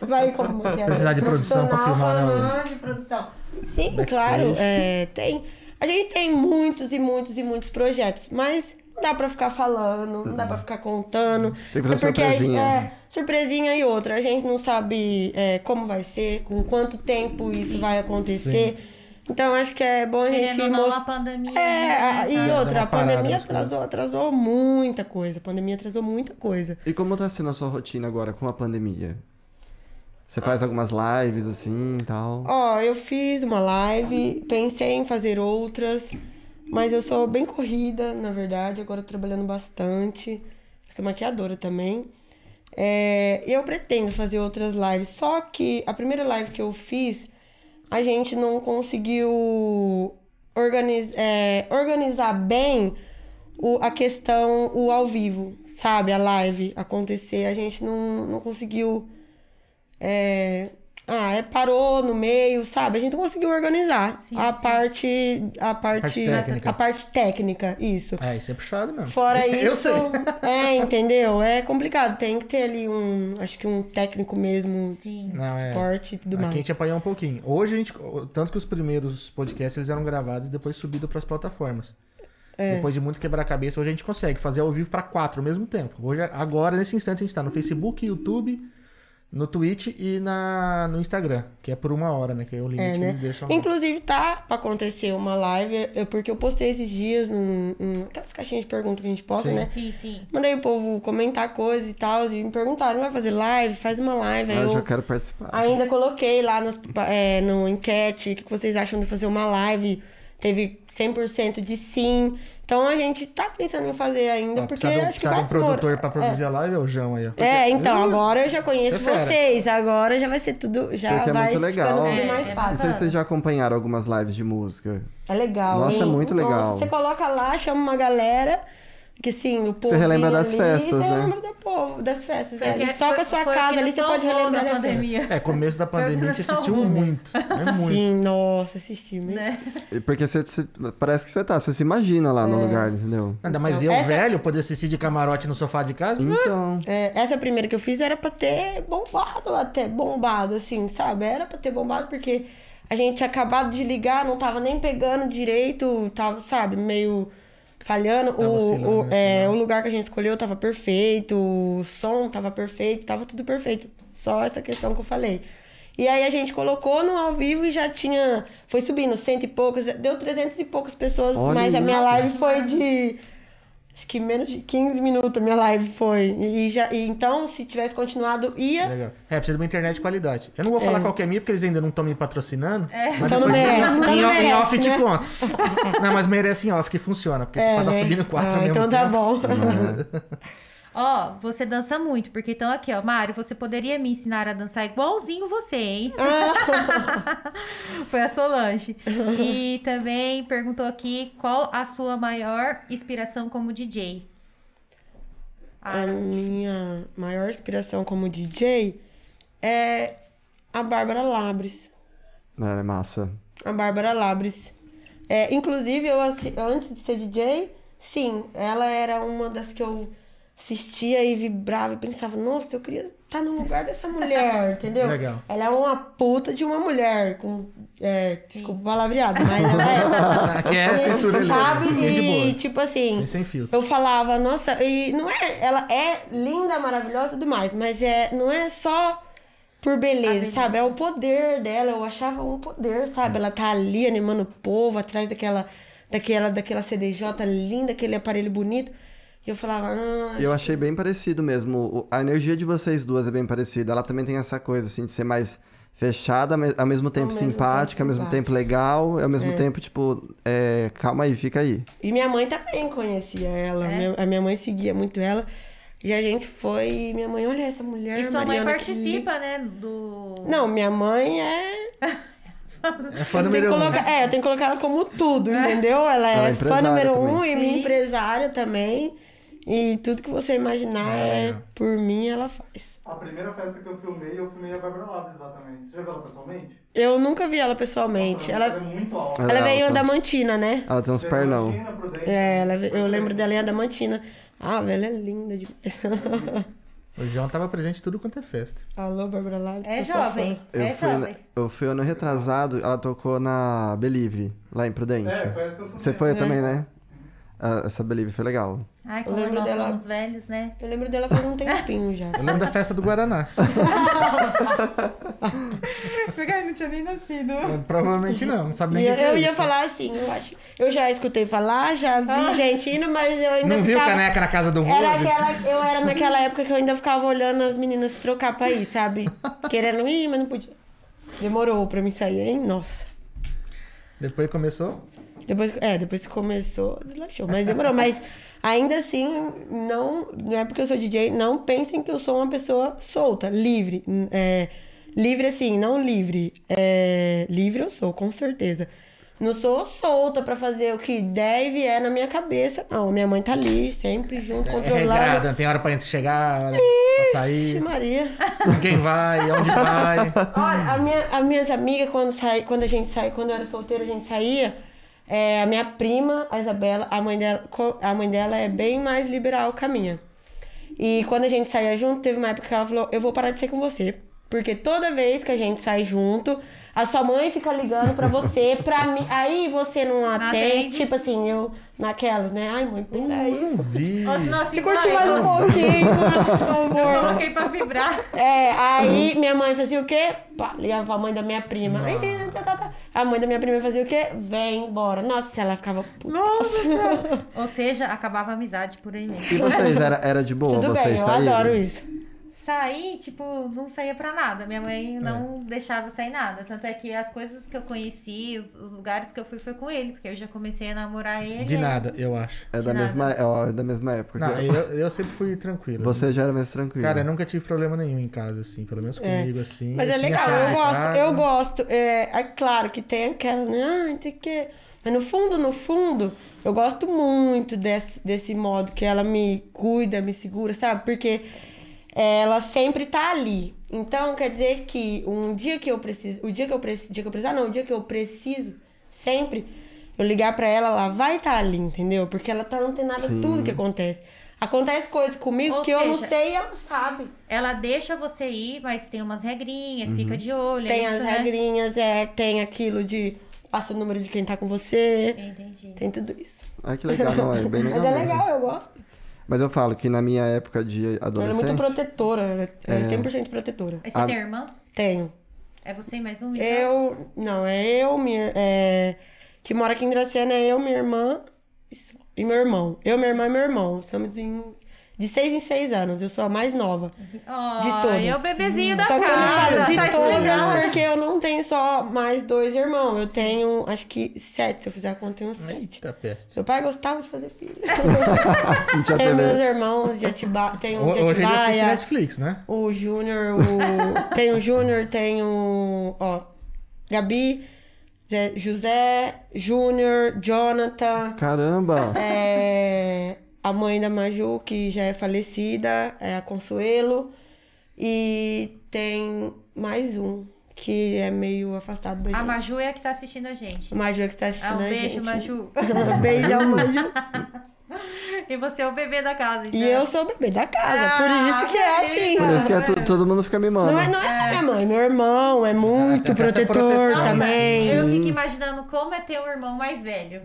[SPEAKER 4] Vai como que é?
[SPEAKER 2] Precisar de produção pra filmar, né?
[SPEAKER 4] Profissional de produção. Sim, claro. é, tem. A gente tem muitos e muitos e muitos projetos, mas não dá pra ficar falando, não dá
[SPEAKER 2] Uhum.
[SPEAKER 4] pra ficar contando.
[SPEAKER 3] Tem que fazer
[SPEAKER 4] Até porque a gente-
[SPEAKER 3] surpresinha.
[SPEAKER 4] É, surpresinha e outra. A gente não sabe é, como vai ser, com quanto tempo isso vai acontecer. Então acho que é bom a gente
[SPEAKER 1] tá Querendo ou não, a
[SPEAKER 4] mostrar.
[SPEAKER 1] pandemia.
[SPEAKER 4] É,
[SPEAKER 1] né,
[SPEAKER 4] e
[SPEAKER 1] tá?
[SPEAKER 4] outra,
[SPEAKER 2] uma
[SPEAKER 4] a
[SPEAKER 2] parada
[SPEAKER 4] pandemia
[SPEAKER 2] nas coisas.
[SPEAKER 4] atrasou, atrasou muita coisa. A pandemia atrasou muita coisa.
[SPEAKER 3] E como tá sendo a sua rotina agora com a pandemia? Você faz algumas lives assim e tal?
[SPEAKER 4] Ó, eu fiz uma live, pensei em fazer outras, mas eu sou bem corrida, na verdade, agora eu tô trabalhando bastante. Eu sou maquiadora também. É, e eu pretendo fazer outras lives, só que a primeira live que eu fiz, a gente não conseguiu organiz, é, organizar bem o, a questão, o ao vivo, sabe? A live acontecer, a gente não, não conseguiu é, ah, é, parou no meio, sabe? A gente não conseguiu organizar
[SPEAKER 1] Sim,
[SPEAKER 4] a
[SPEAKER 1] sim.
[SPEAKER 4] parte, a parte,
[SPEAKER 2] Parte técnica.
[SPEAKER 4] a parte técnica, isso.
[SPEAKER 2] É, isso é puxado mesmo.
[SPEAKER 4] Fora isso,
[SPEAKER 2] Eu sei.
[SPEAKER 4] é, entendeu? É complicado, tem que ter ali um, acho que um técnico mesmo,
[SPEAKER 1] Sim.
[SPEAKER 2] Não, é.
[SPEAKER 4] suporte e tudo
[SPEAKER 2] Aqui a
[SPEAKER 4] mais.
[SPEAKER 2] gente apanhou um pouquinho. Hoje a gente. Tanto que os primeiros podcasts eles eram gravados e depois subidos pras plataformas.
[SPEAKER 4] É.
[SPEAKER 2] Depois de muito quebrar-cabeça, hoje a gente consegue fazer ao vivo pra quatro ao mesmo tempo. Hoje, agora, nesse instante, a gente tá no Facebook, YouTube, no Twitch e na, no Instagram, que é por uma hora, né? Que é o limite
[SPEAKER 4] É,
[SPEAKER 2] que
[SPEAKER 4] né?
[SPEAKER 2] eles deixam. lá.
[SPEAKER 4] Inclusive, tá pra acontecer uma live, eu- porque eu postei esses dias num, num- aquelas caixinhas de perguntas que a gente posta,
[SPEAKER 2] Sim.
[SPEAKER 4] né?
[SPEAKER 1] Sim, sim.
[SPEAKER 4] Mandei o povo comentar coisas e tal, e me perguntaram, vai fazer live? Faz uma live.
[SPEAKER 3] Ah,
[SPEAKER 4] Aí
[SPEAKER 3] eu
[SPEAKER 4] eu
[SPEAKER 3] já quero participar.
[SPEAKER 4] Ainda coloquei lá nas, pa- é, no enquete o que que vocês acham de fazer uma live. Teve 100% de sim. Então a gente tá pensando em fazer ainda,
[SPEAKER 2] Ó,
[SPEAKER 4] porque
[SPEAKER 2] precisa de um-
[SPEAKER 4] acho que
[SPEAKER 2] precisa
[SPEAKER 4] vai
[SPEAKER 2] de um produtor
[SPEAKER 4] demorar.
[SPEAKER 2] pra produzir a live, é o João aí, ó.
[SPEAKER 4] É, então, agora eu já conheço
[SPEAKER 2] Você é fera.
[SPEAKER 4] vocês. Agora já vai ser tudo. Já
[SPEAKER 3] Porque é
[SPEAKER 4] vai
[SPEAKER 3] muito
[SPEAKER 4] ficando
[SPEAKER 3] legal.
[SPEAKER 4] tudo
[SPEAKER 1] É,
[SPEAKER 4] mais
[SPEAKER 1] é
[SPEAKER 3] Não sei se
[SPEAKER 4] fácil.
[SPEAKER 3] vocês já acompanharam algumas lives de música.
[SPEAKER 4] É legal.
[SPEAKER 3] Nossa,
[SPEAKER 4] hein?
[SPEAKER 3] é muito legal.
[SPEAKER 4] você coloca lá, chama uma galera. Que sim, o povo.
[SPEAKER 3] relembra das
[SPEAKER 4] ali,
[SPEAKER 3] festas,
[SPEAKER 4] você
[SPEAKER 3] né?
[SPEAKER 4] lembra do povo, das festas.
[SPEAKER 1] Foi
[SPEAKER 4] é.
[SPEAKER 1] que-
[SPEAKER 4] E só
[SPEAKER 1] foi-
[SPEAKER 4] com a sua
[SPEAKER 1] foi o que
[SPEAKER 4] casa
[SPEAKER 1] nos
[SPEAKER 4] ali você pode
[SPEAKER 1] salvou
[SPEAKER 4] relembrar
[SPEAKER 1] da
[SPEAKER 4] das festas.
[SPEAKER 1] pandemia.
[SPEAKER 2] É, começo da pandemia a gente assistiu muito. É muito.
[SPEAKER 4] Sim, nossa, assistimos. Né?
[SPEAKER 3] E Porque você, você- parece que você tá, você se imagina lá
[SPEAKER 4] É.
[SPEAKER 3] no lugar, entendeu?
[SPEAKER 2] Nada mais eu, velho, poder assistir de camarote no sofá de casa.
[SPEAKER 3] Então,
[SPEAKER 4] É, essa primeira que eu fiz era pra ter bombado, até bombado, assim, sabe? Era pra ter bombado porque a gente tinha acabado de ligar, não tava nem pegando direito, tava, sabe, meio falhando. O,
[SPEAKER 2] oscilando,
[SPEAKER 4] o,
[SPEAKER 2] né,
[SPEAKER 4] é, o lugar que a gente escolheu tava perfeito, o som tava perfeito, tava tudo perfeito. Só essa questão que eu falei. E aí a gente colocou no ao vivo e já tinha. Foi subindo cento e poucas, deu trezentas e poucas pessoas,
[SPEAKER 3] Olha
[SPEAKER 4] mas a minha
[SPEAKER 3] isso.
[SPEAKER 4] live foi de. Acho que menos de 15 minutos a minha live foi. E, já, e então, se tivesse continuado, ia.
[SPEAKER 2] Legal. É, precisa de uma internet de qualidade. Eu não vou falar qual que é a minha, porque eles ainda não estão me patrocinando. Mas
[SPEAKER 4] Então não
[SPEAKER 2] depois-
[SPEAKER 4] merece, então
[SPEAKER 2] em,
[SPEAKER 4] não
[SPEAKER 2] em off
[SPEAKER 4] merece,
[SPEAKER 2] te
[SPEAKER 4] né?
[SPEAKER 2] conto. não, mas merece em off, que funciona. Porque
[SPEAKER 4] É,
[SPEAKER 2] pra tá
[SPEAKER 4] né?
[SPEAKER 2] subindo quatro
[SPEAKER 4] Ah,
[SPEAKER 2] ao mesmo
[SPEAKER 4] Então tá
[SPEAKER 2] tempo.
[SPEAKER 4] bom.
[SPEAKER 1] Ó, você dança muito, porque então aqui, ó, Mário, você poderia me ensinar a dançar igualzinho você, hein? Ah. Foi a Solange. E também perguntou aqui qual a sua maior inspiração como DJ.
[SPEAKER 4] A
[SPEAKER 1] Ah,
[SPEAKER 4] minha maior inspiração como DJ é a Bárbara Labres.
[SPEAKER 3] É, massa.
[SPEAKER 4] A Bárbara Labres. É, inclusive, eu assi- antes de ser DJ, sim, ela era uma das que eu assistia e vibrava e pensava, nossa, eu queria estar no lugar dessa mulher, entendeu?
[SPEAKER 2] Legal.
[SPEAKER 4] Ela é uma puta de uma mulher, com. É, desculpa o palavreado, mas ela é.
[SPEAKER 2] Aqui é censura livre.
[SPEAKER 4] Sabe?
[SPEAKER 2] É de boa.
[SPEAKER 4] E tipo assim.
[SPEAKER 2] Tem sem filtro.
[SPEAKER 4] Eu falava, nossa, e não é. Ela é linda, maravilhosa e tudo mais, mas é, não é só por beleza, sabe? É o poder dela. Eu achava um poder, sabe? Ela tá ali animando o povo atrás daquela, daquela, daquela CDJ linda, aquele aparelho bonito. E eu falava, ah,
[SPEAKER 3] Eu achei bem parecido mesmo. O- A energia de vocês duas é bem parecida. Ela também tem essa coisa, assim, de ser mais fechada, me- ao mesmo tempo
[SPEAKER 4] mesmo
[SPEAKER 3] simpática,
[SPEAKER 4] tempo
[SPEAKER 3] ao mesmo
[SPEAKER 4] simpática.
[SPEAKER 3] tempo legal, ao mesmo tempo, tipo, é, calma aí, fica aí.
[SPEAKER 4] E minha mãe também conhecia ela.
[SPEAKER 1] É?
[SPEAKER 4] Minha- a minha mãe seguia muito ela. E a gente foi. e Minha mãe, olha essa mulher.
[SPEAKER 1] e sua mãe
[SPEAKER 4] Mariana, que
[SPEAKER 1] participa, né? Do.
[SPEAKER 4] linda." Não, minha mãe é.
[SPEAKER 2] É fã
[SPEAKER 4] Eu tenho que
[SPEAKER 2] número um.
[SPEAKER 4] colocar- É, eu tenho que colocar ela como tudo, entendeu? Ela é,
[SPEAKER 3] Ela é
[SPEAKER 4] fã
[SPEAKER 3] empresária
[SPEAKER 4] número um
[SPEAKER 3] também.
[SPEAKER 4] e minha
[SPEAKER 1] Sim.
[SPEAKER 4] empresária também. E tudo que você imaginar é,
[SPEAKER 2] É.
[SPEAKER 4] por mim, ela faz.
[SPEAKER 5] A primeira festa que eu filmei, eu filmei a Bárbara Labres lá também. Você já viu ela pessoalmente?
[SPEAKER 4] Eu nunca vi ela pessoalmente.
[SPEAKER 5] é
[SPEAKER 4] Ela,
[SPEAKER 5] muito alta.
[SPEAKER 4] ela
[SPEAKER 3] Ela é
[SPEAKER 4] veio em
[SPEAKER 3] alta.
[SPEAKER 4] Adamantina, né?
[SPEAKER 3] Ela tem uns pernão.
[SPEAKER 5] Imagina, Prudente.
[SPEAKER 4] É, ela, ve- eu lembro dela em Adamantina. Ah, velho, é linda demais.
[SPEAKER 2] O João tava presente em tudo quanto é festa.
[SPEAKER 4] Alô, Bárbara Laves.
[SPEAKER 1] É
[SPEAKER 4] sou sua
[SPEAKER 1] jovem.
[SPEAKER 4] fã.
[SPEAKER 3] Eu,
[SPEAKER 1] é
[SPEAKER 3] fui,
[SPEAKER 1] jovem.
[SPEAKER 3] eu fui ano retrasado, ela tocou na Believe, lá em Prudente.
[SPEAKER 5] É, foi essa que eu filmei.
[SPEAKER 3] Você foi também, né? Ah, Essa Believe foi legal.
[SPEAKER 1] Ai, como
[SPEAKER 4] lembro
[SPEAKER 1] nós
[SPEAKER 4] dela-
[SPEAKER 1] somos velhos, né?
[SPEAKER 4] Eu lembro dela faz um tempinho já.
[SPEAKER 2] Eu lembro da festa do Guaraná.
[SPEAKER 1] Porque eu não tinha nem nascido.
[SPEAKER 2] Provavelmente não, não sabe nem
[SPEAKER 4] E
[SPEAKER 2] o
[SPEAKER 4] eu,
[SPEAKER 2] que que é
[SPEAKER 4] eu ia
[SPEAKER 2] isso.
[SPEAKER 4] falar assim, eu acho. Eu já escutei falar, já vi
[SPEAKER 1] Ah.
[SPEAKER 4] gente indo, mas eu ainda
[SPEAKER 2] Não viu
[SPEAKER 4] ficava...
[SPEAKER 2] caneca na casa do
[SPEAKER 4] Era
[SPEAKER 2] Vôlei?
[SPEAKER 4] aquela, eu era naquela época que eu ainda ficava olhando as meninas se trocar pra ir, sabe? Querendo ir, mas não podia. Demorou pra mim sair, hein? Nossa.
[SPEAKER 2] Depois começou.
[SPEAKER 4] Depois, é, depois que começou, deslanchou. Mas demorou. Mas ainda assim, não, não é porque eu sou DJ, não pensem que eu sou uma pessoa solta, livre. É, livre assim, não livre. É, livre eu sou, com certeza. Não sou solta pra fazer o que deve é na minha cabeça, não. Minha mãe tá ali, sempre junto,
[SPEAKER 2] É
[SPEAKER 4] controlando.
[SPEAKER 2] regrada, tá tem hora pra gente chegar, hora pra
[SPEAKER 4] Ixi,
[SPEAKER 2] sair,
[SPEAKER 4] Maria.
[SPEAKER 2] com quem vai, onde vai.
[SPEAKER 4] Olha, a minha, as minhas amigas, quando, sai, quando a gente saía, quando eu era solteira, a gente saía. é, a minha prima, a Isabela, a mãe, dela, co- a mãe dela é bem mais liberal que a minha. E quando a gente saía junto, teve uma época que ela falou: Eu vou parar de ser com você. Porque toda vez que a gente sai junto, a sua mãe fica ligando pra você, pra mim. Aí você não atende.
[SPEAKER 1] atende.
[SPEAKER 4] Tipo assim, eu naquelas, né? Ai, mãe, peraí.
[SPEAKER 2] Não vi.
[SPEAKER 1] Nossa,
[SPEAKER 4] Você curte mais um pouquinho, por
[SPEAKER 1] Eu
[SPEAKER 4] favor.
[SPEAKER 1] coloquei pra vibrar.
[SPEAKER 4] É, aí minha mãe fazia o quê? Pá, ligava pra mãe da minha prima. Ih, tá, tá, tá. A mãe da minha prima fazia o quê? Vem embora. Nossa, ela ficava. puta.
[SPEAKER 1] Ou seja, acabava a amizade por aí mesmo.
[SPEAKER 3] E vocês, era, era de boa
[SPEAKER 4] Tudo
[SPEAKER 3] vocês
[SPEAKER 4] bem, eu
[SPEAKER 3] saírem?
[SPEAKER 4] adoro isso.
[SPEAKER 1] Sair, tipo, não saía pra nada. Minha mãe não deixava eu sair nada. Tanto é que as coisas que eu conheci, os, os lugares que eu fui foi com ele, porque eu já comecei a namorar ele.
[SPEAKER 2] De nada, eu acho.
[SPEAKER 3] É da,
[SPEAKER 1] nada.
[SPEAKER 3] mesma, é, ó, é da mesma época.
[SPEAKER 2] Não,
[SPEAKER 3] que eu-
[SPEAKER 2] eu, eu sempre fui tranquilo.
[SPEAKER 3] Você já era mais tranquilo.
[SPEAKER 2] Cara, eu nunca tive problema nenhum em casa, assim. Pelo menos comigo, assim.
[SPEAKER 4] Mas é
[SPEAKER 2] tinha
[SPEAKER 4] legal,
[SPEAKER 2] chá tá,
[SPEAKER 4] eu
[SPEAKER 2] em
[SPEAKER 4] gosto,
[SPEAKER 2] casa.
[SPEAKER 4] eu gosto. É, é claro que tem aquela, né? Ah, não sei o quê. Mas no fundo, no fundo, eu gosto muito desse, desse modo que ela me cuida, me segura, sabe? Porque ela sempre tá ali. Então, quer dizer que um dia que eu preciso. O dia que eu preciso. Dia que eu precisar, não, o dia que eu preciso, sempre, eu ligar pra ela, ela vai estar tá ali, entendeu? Porque ela tá antenada a tudo que acontece. Acontece coisa comigo
[SPEAKER 1] Ou
[SPEAKER 4] que eu não
[SPEAKER 1] seja,
[SPEAKER 4] sei e ela sabe.
[SPEAKER 1] Ela deixa você ir, mas tem umas regrinhas, fica de olho. é
[SPEAKER 4] Tem
[SPEAKER 1] isso,
[SPEAKER 4] as
[SPEAKER 1] né?
[SPEAKER 4] regrinhas, é, tem aquilo de passa o número de quem tá com você.
[SPEAKER 1] Entendi.
[SPEAKER 4] Tem tudo isso.
[SPEAKER 3] Ai, que legal, não, é bem legal.
[SPEAKER 4] Mas é
[SPEAKER 3] mesmo.
[SPEAKER 4] legal, eu gosto.
[SPEAKER 3] Mas eu falo que na minha época de
[SPEAKER 4] Ela é
[SPEAKER 3] adolescente... É.
[SPEAKER 4] muito protetora, ela é 100% protetora.
[SPEAKER 1] Aí você
[SPEAKER 3] A-
[SPEAKER 1] tem irmã?
[SPEAKER 4] Tenho.
[SPEAKER 1] É você e mais um? então?
[SPEAKER 4] Eu. Não, é eu, minha. É, que mora aqui em Dracena, é eu, minha irmã e meu irmão. Eu, minha irmã e meu irmão. Somos em- de seis em seis anos. Eu sou a mais nova.
[SPEAKER 1] Ó,
[SPEAKER 4] de todas.
[SPEAKER 1] É o bebezinho da
[SPEAKER 4] Hum, Só que eu não
[SPEAKER 1] casa.
[SPEAKER 4] falo de
[SPEAKER 1] tá
[SPEAKER 4] todas,
[SPEAKER 1] explicando.
[SPEAKER 4] porque eu não tenho só mais dois irmãos. Eu tenho, acho que sete. Se eu fizer a conta, eu tenho uns
[SPEAKER 2] Né?
[SPEAKER 4] sete.
[SPEAKER 2] Eita peste.
[SPEAKER 4] Meu pai gostava de fazer filho.
[SPEAKER 3] Não tinha
[SPEAKER 4] Tem
[SPEAKER 3] TV.
[SPEAKER 4] meus irmãos de Atiba... Tem um de
[SPEAKER 2] Ho- Hoje ele assiste
[SPEAKER 4] Atibaia,
[SPEAKER 2] Netflix, né?
[SPEAKER 4] o Júnior, o... tem o Júnior, tem o... Ó, Gabi, Zé- José, Júnior, Jonathan,
[SPEAKER 3] Caramba!
[SPEAKER 4] é, a mãe da Maju, que já é falecida, é a Consuelo, e tem mais um, que é meio afastado da
[SPEAKER 1] A
[SPEAKER 4] gente.
[SPEAKER 1] Maju é a que tá assistindo a gente.
[SPEAKER 4] A Maju é que está assistindo
[SPEAKER 1] Ah, um
[SPEAKER 4] a
[SPEAKER 1] beijo,
[SPEAKER 4] gente.
[SPEAKER 1] Maju.
[SPEAKER 4] Beijão, Maju.
[SPEAKER 1] E você é o bebê da casa, então.
[SPEAKER 4] E eu sou o bebê da casa, por isso que é
[SPEAKER 1] Ah,
[SPEAKER 4] assim.
[SPEAKER 3] Por isso que é tu- todo mundo fica mimando.
[SPEAKER 4] Não é, não é só minha mãe, meu irmão é muito
[SPEAKER 2] Ah, tem essa
[SPEAKER 4] protetor
[SPEAKER 2] proteção, né?
[SPEAKER 4] também.
[SPEAKER 1] Eu fico imaginando como é ter um irmão mais velho.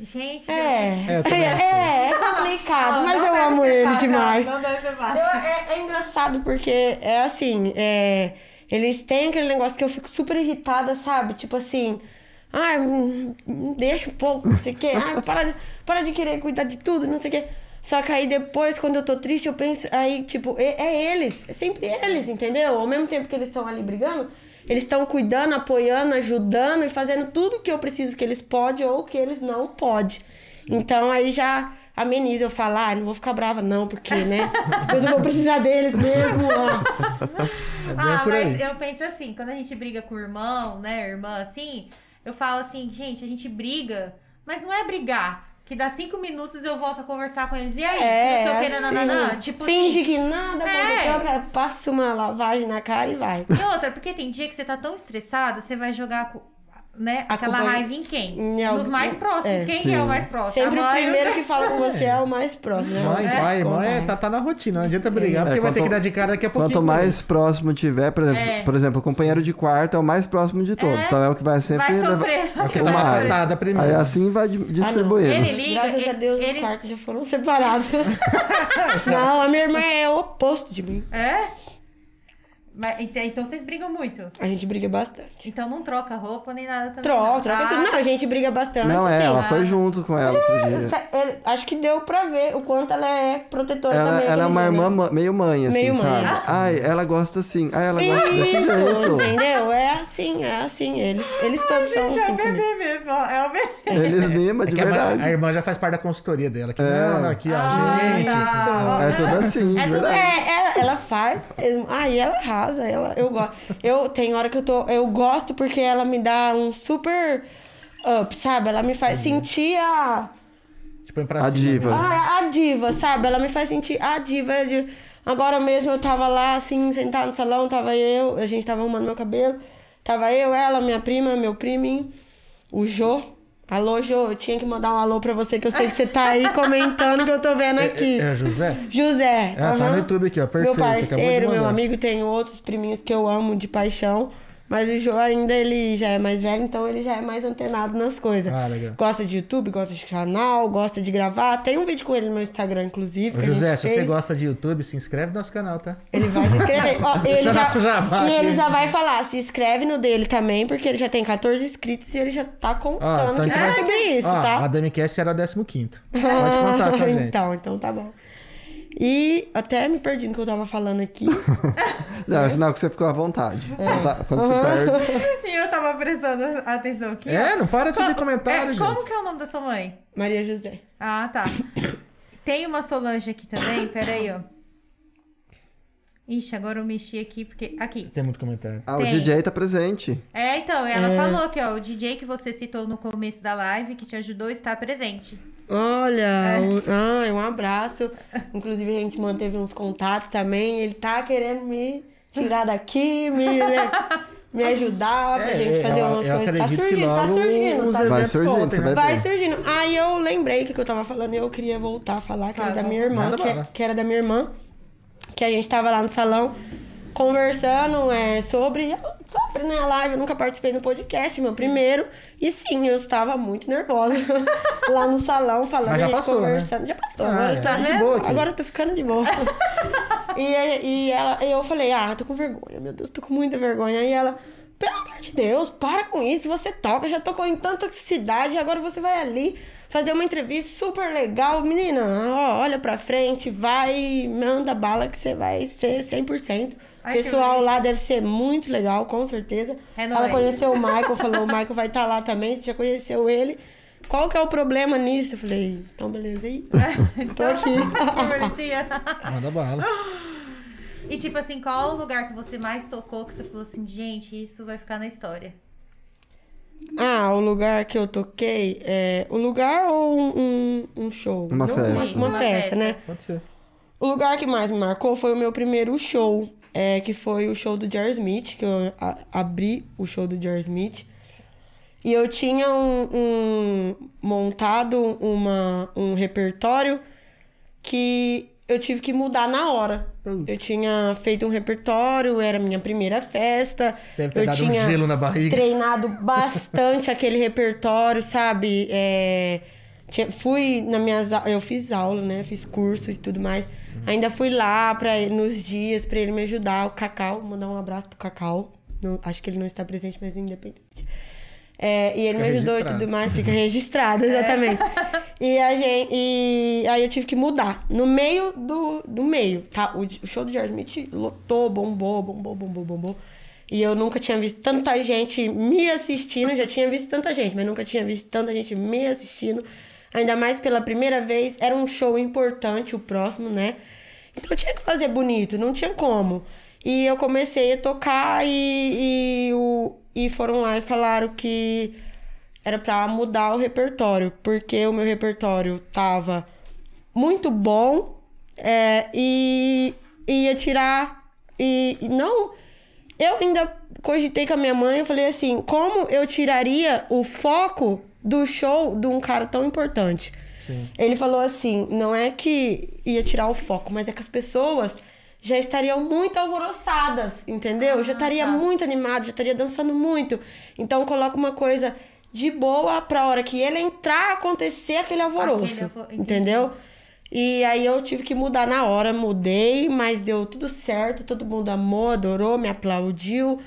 [SPEAKER 1] Gente,
[SPEAKER 4] É,
[SPEAKER 2] eu também acho.
[SPEAKER 4] é, é complicado, mas eu amo ele demais.
[SPEAKER 1] Não deve ser
[SPEAKER 4] Eu- é, é engraçado porque é assim, é, eles têm aquele negócio que eu fico super irritada, sabe? Tipo assim, ai, hum, hum, deixa um pouco, não sei o quê, ai, para, de- para de querer cuidar de tudo, não sei o quê. Só que aí depois, quando eu tô triste, eu penso, aí, tipo, é, é eles, é sempre eles, entendeu? Ao mesmo tempo que eles estão ali brigando, eles estão cuidando, apoiando, ajudando e fazendo tudo que eu preciso que eles podem ou que eles não podem. Então aí já ameniza eu falar, ah, não vou ficar brava não, porque, né? Depois eu vou precisar deles mesmo. ó.
[SPEAKER 2] É bem
[SPEAKER 1] Ah,
[SPEAKER 2] por aí.
[SPEAKER 1] mas eu penso assim, quando a gente briga com o irmão, né, irmã, assim, eu falo assim, gente, a gente briga, mas não é brigar. Que dá cinco minutos eu volto a conversar com eles. E aí? não sei o que, nananã.
[SPEAKER 4] É, assim,
[SPEAKER 1] Tipo,
[SPEAKER 4] finge
[SPEAKER 1] assim,
[SPEAKER 4] que nada
[SPEAKER 1] É.
[SPEAKER 4] aconteceu, que passa uma lavagem na cara e vai.
[SPEAKER 1] E outra, porque tem dia que você tá tão estressada, você vai jogar co- né,
[SPEAKER 4] A
[SPEAKER 1] aquela
[SPEAKER 4] culpa- é
[SPEAKER 1] raiva em quem?
[SPEAKER 4] Em alguém.
[SPEAKER 1] Nos mais próximos.
[SPEAKER 4] É.
[SPEAKER 1] Quem
[SPEAKER 3] Sim.
[SPEAKER 1] é o mais próximo?
[SPEAKER 4] Sempre
[SPEAKER 1] A
[SPEAKER 4] o
[SPEAKER 1] mãe,
[SPEAKER 4] primeiro que fala com você é o mais próximo. né?
[SPEAKER 2] Mãe,
[SPEAKER 4] É.
[SPEAKER 2] pai, mãe, é, tá, tá na rotina. Não adianta brigar, porque
[SPEAKER 3] É,
[SPEAKER 2] vai ter
[SPEAKER 3] quanto-
[SPEAKER 2] que dar de cara daqui a pouquinho.
[SPEAKER 3] Quanto mais próximo tiver, por exemplo,
[SPEAKER 1] É.
[SPEAKER 3] por exemplo, o companheiro de quarto é o mais próximo de todos.
[SPEAKER 1] É.
[SPEAKER 3] Então é o que vai
[SPEAKER 1] Vai
[SPEAKER 3] sempre. levar-
[SPEAKER 1] sofrer.
[SPEAKER 2] É o que tá uma
[SPEAKER 3] Uma-
[SPEAKER 2] patada primeiro.
[SPEAKER 3] Aí assim vai di- distribuindo.
[SPEAKER 1] Ele liga.
[SPEAKER 4] Graças a Deus,
[SPEAKER 1] ele...
[SPEAKER 4] os quartos já foram separados. não, a minha irmã é o oposto de mim.
[SPEAKER 1] É? Mas, ent- então vocês brigam muito.
[SPEAKER 4] A gente briga bastante.
[SPEAKER 1] Então não troca roupa nem nada também.
[SPEAKER 4] Troca,
[SPEAKER 1] não.
[SPEAKER 4] troca
[SPEAKER 1] Ah,
[SPEAKER 4] tudo. Não, a gente briga bastante.
[SPEAKER 3] Não, é,
[SPEAKER 4] assim.
[SPEAKER 3] ela foi junto com ela outro dia.
[SPEAKER 4] Sa- eu- Acho que deu pra ver o quanto ela é protetora
[SPEAKER 3] Ela,
[SPEAKER 4] também.
[SPEAKER 3] ela é
[SPEAKER 4] aquele
[SPEAKER 3] uma
[SPEAKER 4] dia, né?
[SPEAKER 3] irmã ma- meio mãe, assim,
[SPEAKER 4] Meio mãe. Ah.
[SPEAKER 3] sabe? Ai, ela gosta assim. Ai, ela gosta desse
[SPEAKER 4] Isso,
[SPEAKER 3] jeito.
[SPEAKER 4] entendeu? É assim, é assim. Eles, eles todos são
[SPEAKER 1] Gente, é
[SPEAKER 4] assim
[SPEAKER 1] o
[SPEAKER 4] comigo.
[SPEAKER 1] bebê mesmo, ó. É o bebê.
[SPEAKER 3] Eles mimam,
[SPEAKER 2] É
[SPEAKER 3] de
[SPEAKER 2] que a,
[SPEAKER 3] verdade.
[SPEAKER 2] a irmã já faz parte da consultoria dela. Que, Não, não, aqui, ó. gente,
[SPEAKER 4] tá.
[SPEAKER 1] Ah,
[SPEAKER 3] É tudo assim, de
[SPEAKER 1] tudo-
[SPEAKER 3] verdade.
[SPEAKER 4] É, ela, ela faz mesmo. Aí ela arrasa, ela, eu gosto. Eu, tem hora que eu tô. Eu gosto porque ela me dá um super up, sabe? Ela me
[SPEAKER 3] Uhum.
[SPEAKER 4] faz sentir a.
[SPEAKER 2] tipo, pra
[SPEAKER 3] A
[SPEAKER 2] cima.
[SPEAKER 3] diva.
[SPEAKER 4] Ah, a diva, sabe? Ela me faz sentir a diva. de- Agora mesmo eu tava lá, assim, sentada no salão, tava eu, a gente tava arrumando meu cabelo. Tava eu, ela, minha prima, meu priminho, o Jô. Alô, Jô, eu tinha que mandar um alô pra você, que eu sei que você tá aí comentando que eu tô vendo aqui.
[SPEAKER 2] É, é, José?
[SPEAKER 4] José.
[SPEAKER 2] Ah, tá
[SPEAKER 4] aham.
[SPEAKER 2] no YouTube aqui, ó, perfeito,
[SPEAKER 4] Meu
[SPEAKER 2] acabou de
[SPEAKER 4] parceiro, meu
[SPEAKER 2] mandar.
[SPEAKER 4] amigo, tenho outros priminhos que eu amo de paixão. Mas o Jô ainda, ele já é mais velho, então ele já é mais antenado nas coisas.
[SPEAKER 2] Ah, legal.
[SPEAKER 4] Gosta de YouTube, gosta de canal, gosta de gravar. Tem um vídeo com ele no meu Instagram, inclusive.
[SPEAKER 2] Ô,
[SPEAKER 4] que a
[SPEAKER 2] José,
[SPEAKER 4] gente
[SPEAKER 2] se você
[SPEAKER 4] fez.
[SPEAKER 2] gosta de YouTube, se inscreve no nosso canal, tá?
[SPEAKER 4] Ele vai se inscrever. Ó, ele
[SPEAKER 2] Já
[SPEAKER 4] já,
[SPEAKER 2] nasce o jabá
[SPEAKER 4] e ele
[SPEAKER 2] aqui.
[SPEAKER 4] já vai falar, se inscreve no dele também, porque ele já tem 14 inscritos e ele já tá contando
[SPEAKER 2] então a
[SPEAKER 4] que
[SPEAKER 2] gente
[SPEAKER 4] vai
[SPEAKER 2] vai-
[SPEAKER 4] subir isso,
[SPEAKER 2] ó,
[SPEAKER 4] tá?
[SPEAKER 2] A Dami Cass era o 15. Pode contar com a gente.
[SPEAKER 4] Então, então tá bom. E até me perdi no que eu tava falando aqui.
[SPEAKER 3] Não, é sinal que você ficou à
[SPEAKER 4] É.
[SPEAKER 3] vontade. Quando tá- Quando você perde.
[SPEAKER 1] E eu tava prestando atenção aqui. ó.
[SPEAKER 2] É, não para de subir comentário,
[SPEAKER 1] É,
[SPEAKER 2] gente.
[SPEAKER 1] Como que é o nome da sua mãe?
[SPEAKER 4] Maria José.
[SPEAKER 1] Ah, tá. Tem uma Solange aqui também, peraí, ó. Ixi, agora eu mexi aqui, porque... Aqui.
[SPEAKER 2] Tem muito comentário.
[SPEAKER 3] Ah, o
[SPEAKER 1] Tem.
[SPEAKER 3] DJ tá presente.
[SPEAKER 1] É, então, ela falou que ó, o DJ que você citou no começo da live, que te ajudou, está presente.
[SPEAKER 4] Olha, um, ai, um abraço. Inclusive, a gente manteve uns contatos também. Ele tá querendo me tirar daqui, me, né, me ajudar pra
[SPEAKER 2] É,
[SPEAKER 4] gente fazer
[SPEAKER 2] eu-
[SPEAKER 4] umas
[SPEAKER 2] eu
[SPEAKER 4] coisas. Tá
[SPEAKER 2] acredito que
[SPEAKER 4] surgindo, tá
[SPEAKER 2] logo
[SPEAKER 4] surgindo.
[SPEAKER 2] os
[SPEAKER 4] Tá...
[SPEAKER 3] Vai
[SPEAKER 2] eventos
[SPEAKER 3] surgindo,
[SPEAKER 2] voltem,
[SPEAKER 3] você
[SPEAKER 2] né?
[SPEAKER 3] vai
[SPEAKER 4] Vai surgindo. Aí eu lembrei que, que eu tava falando e eu queria voltar a falar, que era
[SPEAKER 1] Tá,
[SPEAKER 4] da minha irmã,
[SPEAKER 2] manda
[SPEAKER 4] que, é-
[SPEAKER 2] bala.
[SPEAKER 4] que era da minha irmã, que a gente tava lá no salão conversando é, sobre, sobre né, a live. Eu nunca participei no podcast, meu primeiro. E sim, eu estava muito nervosa lá no salão, falando,
[SPEAKER 2] Mas já
[SPEAKER 4] a gente
[SPEAKER 2] passou, né?
[SPEAKER 4] conversando. Já passou,
[SPEAKER 2] Ah,
[SPEAKER 4] agora
[SPEAKER 2] é.
[SPEAKER 4] tá
[SPEAKER 2] Tá de boa aqui.
[SPEAKER 4] Agora eu tô ficando de boa. E, e ela, e eu falei, ah, tô com vergonha, meu Deus, tô com muita vergonha. E ela, pelo amor de Deus, para com isso, você toca, já tocou em tanta cidade, agora você vai ali fazer uma entrevista super legal. Menina, ó, olha pra frente, vai, manda bala que você vai ser 100%. O
[SPEAKER 1] Ai, que
[SPEAKER 4] pessoal
[SPEAKER 1] legal.
[SPEAKER 4] lá deve ser muito legal, com certeza.
[SPEAKER 1] É
[SPEAKER 4] ela
[SPEAKER 1] nóis.
[SPEAKER 4] conheceu o Michael, falou, o Michael vai estar lá também, você já conheceu ele. Qual que é o problema nisso? Eu falei, então beleza aí. Tô aqui.
[SPEAKER 1] Que bonitinha.
[SPEAKER 2] Manda bala.
[SPEAKER 1] E tipo assim, qual o lugar que você mais tocou que você falou assim, gente, isso vai ficar na história?
[SPEAKER 4] Ah, o lugar que eu toquei é o lugar ou um, um- um show?
[SPEAKER 3] Uma festa.
[SPEAKER 4] Uma,
[SPEAKER 1] Uma
[SPEAKER 4] festa,
[SPEAKER 1] festa.
[SPEAKER 4] né?
[SPEAKER 2] Pode ser.
[SPEAKER 4] O lugar que mais me marcou foi o meu primeiro show, é, que foi o show do Jerry Smith, que eu a- abri o show do Jerry Smith. E eu tinha um, um- montado uma, um repertório que eu tive que mudar na hora.
[SPEAKER 2] Hum.
[SPEAKER 4] Eu tinha feito um repertório, era a minha primeira festa.
[SPEAKER 2] Deve ter
[SPEAKER 4] eu
[SPEAKER 2] dado um
[SPEAKER 4] tinha
[SPEAKER 2] gelo na barriga.
[SPEAKER 4] treinado bastante aquele repertório, sabe? É, tinha- fui na minhas au- eu fiz aula, né? Fiz curso e tudo mais. Ainda fui lá para nos dias para ele me ajudar, o Cacau, mandar um abraço pro Cacau. Não- acho que ele não está presente, mas independente. É, e ele
[SPEAKER 2] Fica
[SPEAKER 4] me ajudou e
[SPEAKER 2] registrado.
[SPEAKER 4] tudo mais, fica registrado, exatamente. E, a gente, e aí eu tive que mudar. No meio do, do meio, tá? O, di- o show do George Smith lotou, bombou, bombou, bombou, bombou. E eu nunca tinha visto tanta gente me assistindo. Já tinha visto tanta gente, mas nunca tinha visto tanta gente me assistindo. Ainda mais pela primeira vez. Era um show importante, o próximo, né? Então eu tinha que fazer bonito, não tinha como. E eu comecei a tocar e, e, o, e foram lá e falaram que era pra mudar o repertório, porque o meu repertório tava muito bom é, e e ia tirar. E e não. Eu ainda cogitei com a minha mãe, eu falei assim: como eu tiraria o foco do show de um cara tão importante?
[SPEAKER 2] Sim.
[SPEAKER 4] Ele falou assim: não é que ia tirar o foco, mas é que as pessoas já estariam muito alvoroçadas, entendeu? já estaria muito animado, já estaria dançando muito. Então coloca uma coisa de boa pra hora que ele entrar acontecer aquele
[SPEAKER 1] Aquele
[SPEAKER 4] alvoroço,
[SPEAKER 1] alvor- entendi.
[SPEAKER 4] entendeu? E aí eu tive que mudar na hora, mudei, mas deu tudo certo, todo mundo amou, adorou, me aplaudiu,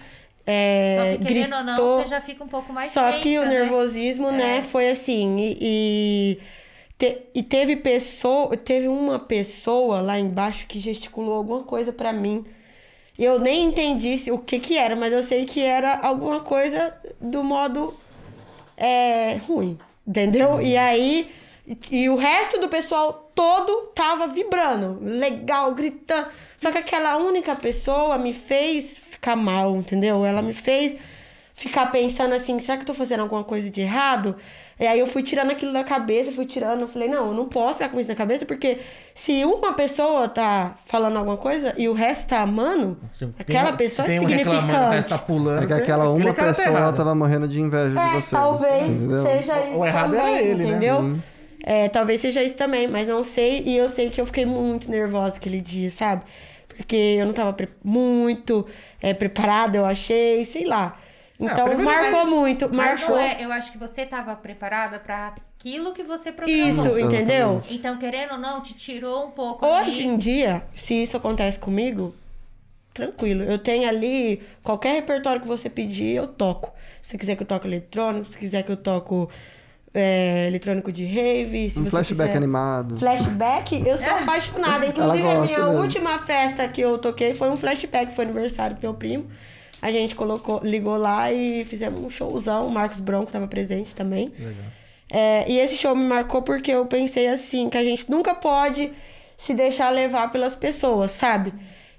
[SPEAKER 1] Só
[SPEAKER 4] é,
[SPEAKER 1] que querendo
[SPEAKER 4] gritou.
[SPEAKER 1] ou não, você já fica um pouco mais
[SPEAKER 4] Só que
[SPEAKER 1] tensa,
[SPEAKER 4] o
[SPEAKER 1] né? É.
[SPEAKER 4] nervosismo, né, foi assim. E, e, te- e teve pessoa, teve uma pessoa lá embaixo que gesticulou alguma coisa pra mim. E Eu nem entendi se- o que que era, mas eu sei que era alguma coisa do modo é, ruim, entendeu?
[SPEAKER 2] Uhum.
[SPEAKER 4] E aí, e o resto do pessoal todo tava vibrando, legal, gritando. Só que aquela única pessoa me fez ficar mal, entendeu? Ela me fez ficar pensando assim, será que eu tô fazendo alguma coisa de errado? E aí eu fui tirando aquilo da cabeça, fui tirando, eu falei, não, eu não posso ficar com isso na cabeça, porque se uma pessoa tá falando alguma coisa e o resto tá amando,
[SPEAKER 2] Se tem
[SPEAKER 4] aquela
[SPEAKER 2] um-
[SPEAKER 4] pessoa
[SPEAKER 2] se
[SPEAKER 4] é
[SPEAKER 2] tem um reclamando,
[SPEAKER 4] significante.
[SPEAKER 2] o resto tá pulando.
[SPEAKER 3] É que
[SPEAKER 2] tem-
[SPEAKER 3] aquela
[SPEAKER 2] aquele
[SPEAKER 3] uma
[SPEAKER 2] cara tá
[SPEAKER 3] pessoa
[SPEAKER 2] errado.
[SPEAKER 3] tava morrendo de inveja de
[SPEAKER 4] É,
[SPEAKER 3] você.
[SPEAKER 4] talvez
[SPEAKER 3] entendeu? Uhum.
[SPEAKER 4] seja isso.
[SPEAKER 2] o errado
[SPEAKER 4] também,
[SPEAKER 2] era ele, né?
[SPEAKER 4] entendeu? É, talvez seja isso também, mas não sei. E eu sei que eu fiquei muito nervosa aquele dia, sabe? Porque eu não tava pre- muito é, preparada, eu achei, sei lá. Então,
[SPEAKER 2] primeiro
[SPEAKER 4] marcou
[SPEAKER 2] mas-
[SPEAKER 4] muito,
[SPEAKER 1] Mas
[SPEAKER 4] marcou.
[SPEAKER 1] não é, eu acho que você tava preparada pra aquilo que você programou.
[SPEAKER 4] Isso,
[SPEAKER 3] Nossa,
[SPEAKER 4] entendeu?
[SPEAKER 1] Então, querendo ou não, te tirou um pouco
[SPEAKER 4] Hoje
[SPEAKER 1] ali.
[SPEAKER 4] em dia, se isso acontece comigo, tranquilo. Eu tenho ali qualquer repertório que você pedir, eu toco. Se você quiser que eu toque eletrônico, se quiser que eu toco é, eletrônico de rave, se
[SPEAKER 3] Um
[SPEAKER 4] você
[SPEAKER 3] flashback
[SPEAKER 4] quiser...
[SPEAKER 3] animado.
[SPEAKER 4] Flashback? Eu sou apaixonada. Inclusive,
[SPEAKER 3] Ela
[SPEAKER 4] a
[SPEAKER 3] gosta
[SPEAKER 4] minha
[SPEAKER 3] mesmo.
[SPEAKER 4] última festa que eu toquei foi um flashback, foi aniversário do meu primo. A gente colocou, ligou lá e fizemos um showzão. O Marcos Bronco tava presente também. É, e esse show me marcou porque eu pensei assim, que a gente nunca pode se deixar levar pelas pessoas, sabe?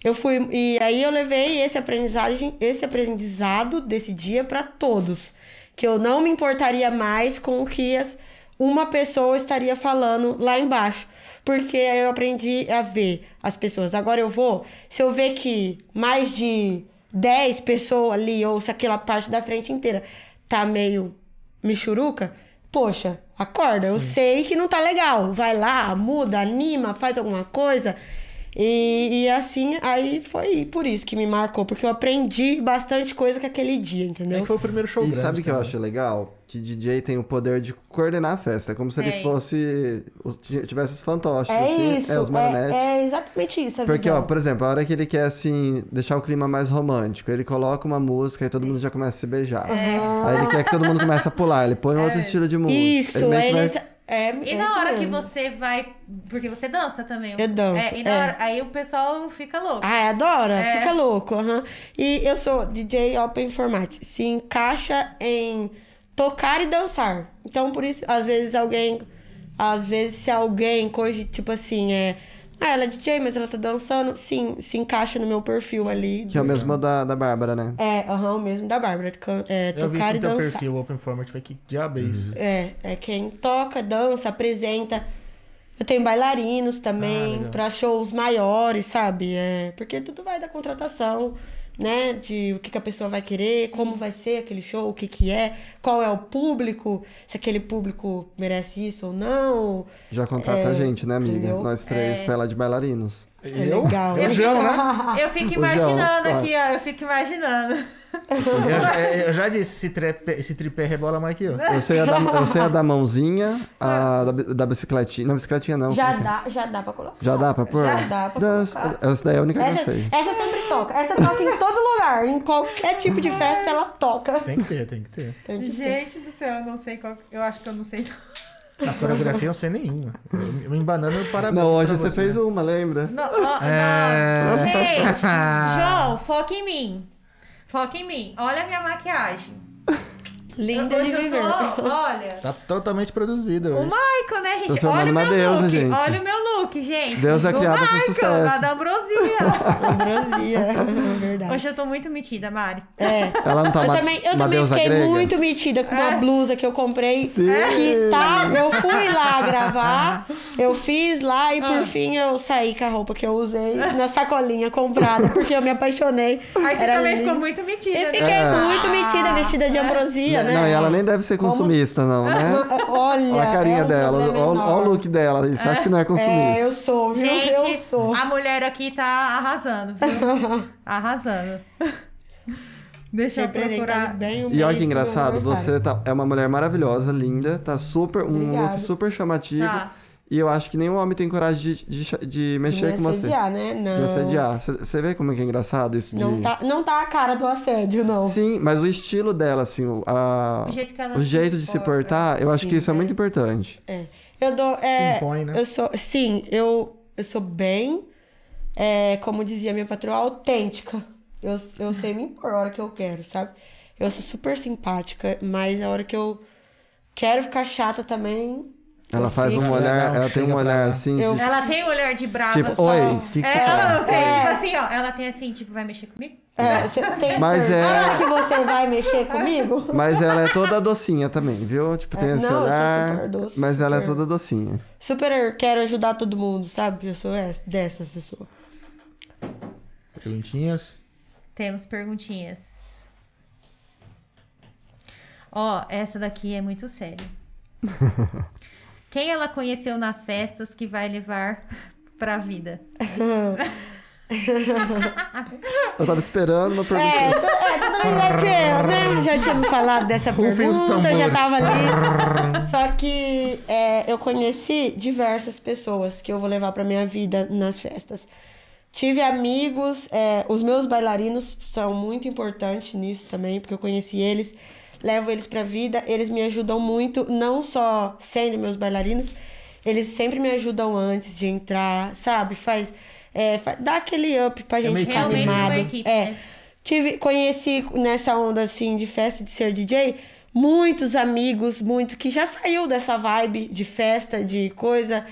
[SPEAKER 4] Eu fui e aí eu levei esse aprendizagem, esse aprendizado desse dia pra todos, que eu não me importaria mais com o que as- uma pessoa estaria falando lá embaixo, porque aí eu aprendi a ver as pessoas. Agora eu vou, se eu ver que mais de 10 pessoas ali ou se aquela parte da frente inteira tá meio michuruca, poxa, acorda, eu sei que não tá legal. Vai lá, muda, anima, faz alguma coisa. E, e assim, aí foi por isso que me marcou, porque eu aprendi bastante coisa com aquele dia,
[SPEAKER 2] É
[SPEAKER 4] entendeu?
[SPEAKER 2] que foi o primeiro show
[SPEAKER 3] E
[SPEAKER 2] grande né?
[SPEAKER 3] sabe o que eu
[SPEAKER 2] também.
[SPEAKER 3] acho legal? Que DJ tem o poder de coordenar a festa. É como se ele
[SPEAKER 1] Tem.
[SPEAKER 3] fosse. os- Tivesse os fantoches,
[SPEAKER 4] É
[SPEAKER 3] assim,
[SPEAKER 4] isso,
[SPEAKER 3] é, os marionetes.
[SPEAKER 4] é, é exatamente isso. A
[SPEAKER 3] Porque, ó,
[SPEAKER 4] visão.
[SPEAKER 3] por exemplo, a hora que ele quer, assim, deixar o clima mais romântico, ele coloca uma música e todo mundo já começa a se beijar.
[SPEAKER 4] É.
[SPEAKER 3] Aí ele quer que todo mundo comece a pular, ele põe um outro estilo de música.
[SPEAKER 4] Isso,
[SPEAKER 3] meio que
[SPEAKER 4] aí ele.
[SPEAKER 3] vai-
[SPEAKER 4] É,
[SPEAKER 1] E
[SPEAKER 4] é
[SPEAKER 1] na
[SPEAKER 4] isso
[SPEAKER 1] hora que
[SPEAKER 4] mesmo.
[SPEAKER 1] você vai. Porque você dança também.
[SPEAKER 4] Eu danço,
[SPEAKER 1] É, e na
[SPEAKER 4] é.
[SPEAKER 1] hora- aí o pessoal fica louco.
[SPEAKER 4] Ah, adora? Fica louco, aham. E eu sou DJ Open Format. Se encaixa em tocar e dançar. Então, por isso, às vezes alguém... Às vezes, se alguém, coisa tipo assim, é... Ah, ela é DJ, mas ela tá dançando. Sim, se encaixa no meu perfil ali.
[SPEAKER 3] Que é o mesmo da, da Bárbara, né?
[SPEAKER 4] É, aham, o mesmo da Bárbara. can- É,
[SPEAKER 2] Eu vi isso
[SPEAKER 4] tocar e
[SPEAKER 2] no teu
[SPEAKER 4] dançar.
[SPEAKER 2] perfil, Open Format, foi que diabo é isso?
[SPEAKER 4] É, é quem toca, dança, apresenta. Eu tenho bailarinos
[SPEAKER 2] Ah,
[SPEAKER 4] também,
[SPEAKER 2] legal.
[SPEAKER 4] pra shows maiores, sabe? É, porque tudo vai da contratação, né? De o que, que a pessoa vai querer, como vai ser aquele show, o que, que é, qual é o público, se aquele público merece isso ou não.
[SPEAKER 3] Já contrata a gente, né, amiga?
[SPEAKER 4] É, entendeu? É.
[SPEAKER 3] Nós três, pra ela de bailarinos.
[SPEAKER 2] Eu?
[SPEAKER 4] legal.
[SPEAKER 2] Eu, Jão, né?
[SPEAKER 1] Eu fico
[SPEAKER 3] O João,
[SPEAKER 1] imaginando
[SPEAKER 3] só.
[SPEAKER 1] aqui, ó. Eu fico imaginando.
[SPEAKER 2] Eu, já- é, eu já disse, esse, tripé- esse tripé rebola mais que eu.
[SPEAKER 3] Eu sei a da, eu sei a da mãozinha, a da, bi- da bicicletinha. Não, bicicletinha não.
[SPEAKER 4] Já
[SPEAKER 3] como que é?
[SPEAKER 4] dá, já dá pra colocar.
[SPEAKER 3] Já dá pra pôr?
[SPEAKER 4] Já dá pra
[SPEAKER 3] Dança-
[SPEAKER 4] colocar.
[SPEAKER 3] Essa daí é a única que eu
[SPEAKER 4] Essa,
[SPEAKER 3] sei.
[SPEAKER 4] essa sempre toca. Essa toca em todo lugar. Em qualquer tipo de festa, ela toca.
[SPEAKER 2] Tem que ter, tem que ter.
[SPEAKER 4] Tem que ter.
[SPEAKER 1] Gente do céu, eu não sei qual. Eu acho que eu não sei.
[SPEAKER 2] A coreografia eu não sei nenhuma. Eu me embanando, eu
[SPEAKER 4] é
[SPEAKER 2] parabéns.
[SPEAKER 3] Não, hoje
[SPEAKER 2] pra
[SPEAKER 3] você fez uma, lembra?
[SPEAKER 1] Não, ó,
[SPEAKER 3] É.
[SPEAKER 1] não. Gente, João, foca em mim. Foca em mim. Olha a minha maquiagem.
[SPEAKER 4] Linda de
[SPEAKER 1] Hoje eu
[SPEAKER 4] viver.
[SPEAKER 1] tô, olha.
[SPEAKER 2] Tá totalmente produzida
[SPEAKER 1] O
[SPEAKER 2] hoje.
[SPEAKER 1] Michael, né, gente?
[SPEAKER 3] transformando
[SPEAKER 1] Olha o
[SPEAKER 3] uma
[SPEAKER 1] meu
[SPEAKER 3] deusa,
[SPEAKER 1] look.
[SPEAKER 3] gente.
[SPEAKER 1] Olha o meu look, gente.
[SPEAKER 3] Deus é
[SPEAKER 1] Do
[SPEAKER 3] criada pro
[SPEAKER 1] Michael,
[SPEAKER 3] sucesso.
[SPEAKER 1] Da Ambrosia.
[SPEAKER 4] Ambrosia, é verdade.
[SPEAKER 1] Hoje eu tô muito metida, Mari.
[SPEAKER 4] É.
[SPEAKER 3] Ela não tá
[SPEAKER 4] eu
[SPEAKER 3] uma,
[SPEAKER 4] também, eu
[SPEAKER 3] uma
[SPEAKER 4] também
[SPEAKER 3] deusa
[SPEAKER 4] fiquei
[SPEAKER 3] grega?
[SPEAKER 4] muito metida com
[SPEAKER 1] É.
[SPEAKER 4] uma blusa que eu comprei.
[SPEAKER 3] Sim.
[SPEAKER 4] Que tá. Eu fui lá gravar, eu fiz lá e
[SPEAKER 1] Ah.
[SPEAKER 4] por fim eu saí com a roupa que eu usei na sacolinha comprada, porque eu me apaixonei.
[SPEAKER 1] Aí você
[SPEAKER 4] Era
[SPEAKER 1] também
[SPEAKER 4] lindo.
[SPEAKER 1] ficou muito metida.
[SPEAKER 4] Eu
[SPEAKER 1] né?
[SPEAKER 4] fiquei
[SPEAKER 3] É.
[SPEAKER 4] muito metida, vestida de ambrosia, né?
[SPEAKER 3] Não, e ela nem deve ser
[SPEAKER 4] Como-
[SPEAKER 3] consumista, não, né?
[SPEAKER 4] Olha.
[SPEAKER 3] Olha a carinha
[SPEAKER 4] é um
[SPEAKER 3] dela, olha,
[SPEAKER 4] problema
[SPEAKER 3] olha o
[SPEAKER 4] enorme.
[SPEAKER 3] look dela. Você acha que não é consumista?
[SPEAKER 4] É, eu sou, viu?
[SPEAKER 1] Gente,
[SPEAKER 4] eu sou.
[SPEAKER 1] a mulher aqui tá arrasando, viu? arrasando. Deixa eu procurar.
[SPEAKER 4] Representando bem o né,
[SPEAKER 3] E olha
[SPEAKER 4] país
[SPEAKER 3] que
[SPEAKER 4] do
[SPEAKER 3] engraçado,
[SPEAKER 4] aniversário.
[SPEAKER 3] você tá- é uma mulher maravilhosa, linda, tá super, um
[SPEAKER 4] Obrigada.
[SPEAKER 3] look super chamativo.
[SPEAKER 1] Tá.
[SPEAKER 3] E eu acho que nenhum homem tem coragem de, de cha- de mexer
[SPEAKER 4] Não é
[SPEAKER 3] com você.
[SPEAKER 4] assediar, né? Não.
[SPEAKER 3] De assediar. Você vê como é que é engraçado isso de...
[SPEAKER 4] Não tá, não tá a cara do assédio, não.
[SPEAKER 3] Sim, mas o estilo dela, assim, o, a-
[SPEAKER 1] O jeito que ela
[SPEAKER 3] o
[SPEAKER 1] se
[SPEAKER 3] jeito de se
[SPEAKER 1] porta.
[SPEAKER 3] portar, eu acho que
[SPEAKER 4] né?
[SPEAKER 3] isso é muito importante.
[SPEAKER 4] É. Eu dou. É,
[SPEAKER 2] Se impõe, né?
[SPEAKER 4] Eu sou, sim, eu, eu sou bem, é, como dizia minha patroa, autêntica. Eu, eu sei me impor a hora que eu quero, sabe? Eu sou super simpática, mas a hora que eu quero ficar chata também.
[SPEAKER 3] Ela
[SPEAKER 4] eu
[SPEAKER 3] faz
[SPEAKER 4] fico.
[SPEAKER 3] um
[SPEAKER 2] Ela dá
[SPEAKER 3] olhar,
[SPEAKER 2] um
[SPEAKER 3] ela tem
[SPEAKER 2] chega
[SPEAKER 3] um
[SPEAKER 2] pra
[SPEAKER 3] olhar
[SPEAKER 2] lá.
[SPEAKER 3] assim,
[SPEAKER 4] Eu-
[SPEAKER 3] de-
[SPEAKER 1] Ela tem o olhar de brava
[SPEAKER 3] tipo,
[SPEAKER 1] só.
[SPEAKER 3] oi, o que que
[SPEAKER 1] é,
[SPEAKER 3] você
[SPEAKER 1] ela
[SPEAKER 3] quer?
[SPEAKER 1] não tem, tipo assim, ó. Ela tem assim, tipo, vai mexer comigo?
[SPEAKER 4] É, você tem
[SPEAKER 3] Mas é-
[SPEAKER 4] certeza que você vai mexer comigo?
[SPEAKER 3] Mas ela é toda docinha também, viu? Tipo, tem
[SPEAKER 4] É,
[SPEAKER 3] esse
[SPEAKER 4] não, eu sou
[SPEAKER 3] olhar.
[SPEAKER 4] super doce,
[SPEAKER 3] mas ela é
[SPEAKER 4] super-
[SPEAKER 3] toda docinha.
[SPEAKER 4] Super quero ajudar todo mundo, sabe? Eu sou essa, dessas pessoas.
[SPEAKER 2] Perguntinhas.
[SPEAKER 1] Temos perguntinhas. Ó, essa daqui é muito séria. Quem ela conheceu nas festas que vai levar pra vida?
[SPEAKER 3] Eu tava esperando uma pergunta.
[SPEAKER 4] É, to- é, todo mundo sabe que eu, né? Já tinha me falado dessa
[SPEAKER 2] Rufem os
[SPEAKER 4] pergunta, eu já
[SPEAKER 2] tambores.
[SPEAKER 4] tava ali. Só que é, eu conheci diversas pessoas que eu vou levar pra minha vida nas festas. Tive amigos, é, os meus bailarinos são muito importantes nisso também, porque eu conheci eles, levo eles pra vida, eles me ajudam muito, não só sendo meus bailarinos, eles sempre me ajudam antes de entrar, sabe? Faz, é, fa- dá aquele up pra gente
[SPEAKER 2] meio
[SPEAKER 4] ficar
[SPEAKER 2] que- Realmente uma
[SPEAKER 4] animado.
[SPEAKER 1] equipe,
[SPEAKER 4] é.
[SPEAKER 1] né?
[SPEAKER 4] Tive, conheci nessa onda assim de festa de ser DJ muitos amigos, muito que já saiu dessa vibe de festa, de coisa.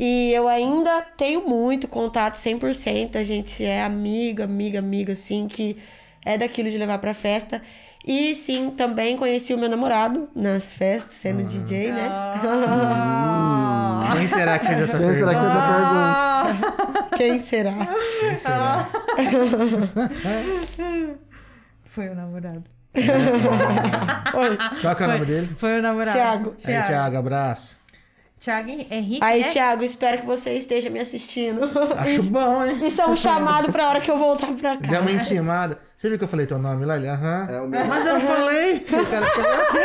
[SPEAKER 4] E eu ainda tenho muito contato 100%, a gente é amiga, amiga, amiga assim que é daquilo de levar pra festa. E sim, também conheci o meu namorado nas festas, sendo DJ, né?
[SPEAKER 1] Ah.
[SPEAKER 2] Quem será que fez essa
[SPEAKER 3] Quem
[SPEAKER 2] pergunta?
[SPEAKER 3] será que fez a pergunta?
[SPEAKER 4] Quem será?
[SPEAKER 2] Quem será?
[SPEAKER 1] Foi o namorado.
[SPEAKER 4] Oi,
[SPEAKER 2] Qual que é o nome dele?
[SPEAKER 1] Foi o namorado.
[SPEAKER 4] Thiago.
[SPEAKER 2] Aí, Thiago, abraço.
[SPEAKER 1] Thiago Henrique,
[SPEAKER 4] Aí,
[SPEAKER 1] né?
[SPEAKER 4] Thiago, espero que você esteja me assistindo.
[SPEAKER 2] Acho bom, hein?
[SPEAKER 4] Isso é um chamado pra hora que eu voltar pra cá.
[SPEAKER 2] Deu uma intimada. Você viu que eu falei teu nome lá? Ele, aham.
[SPEAKER 3] É o meu.
[SPEAKER 2] Mas eu não falei. O cara fica, "Ah, quê?"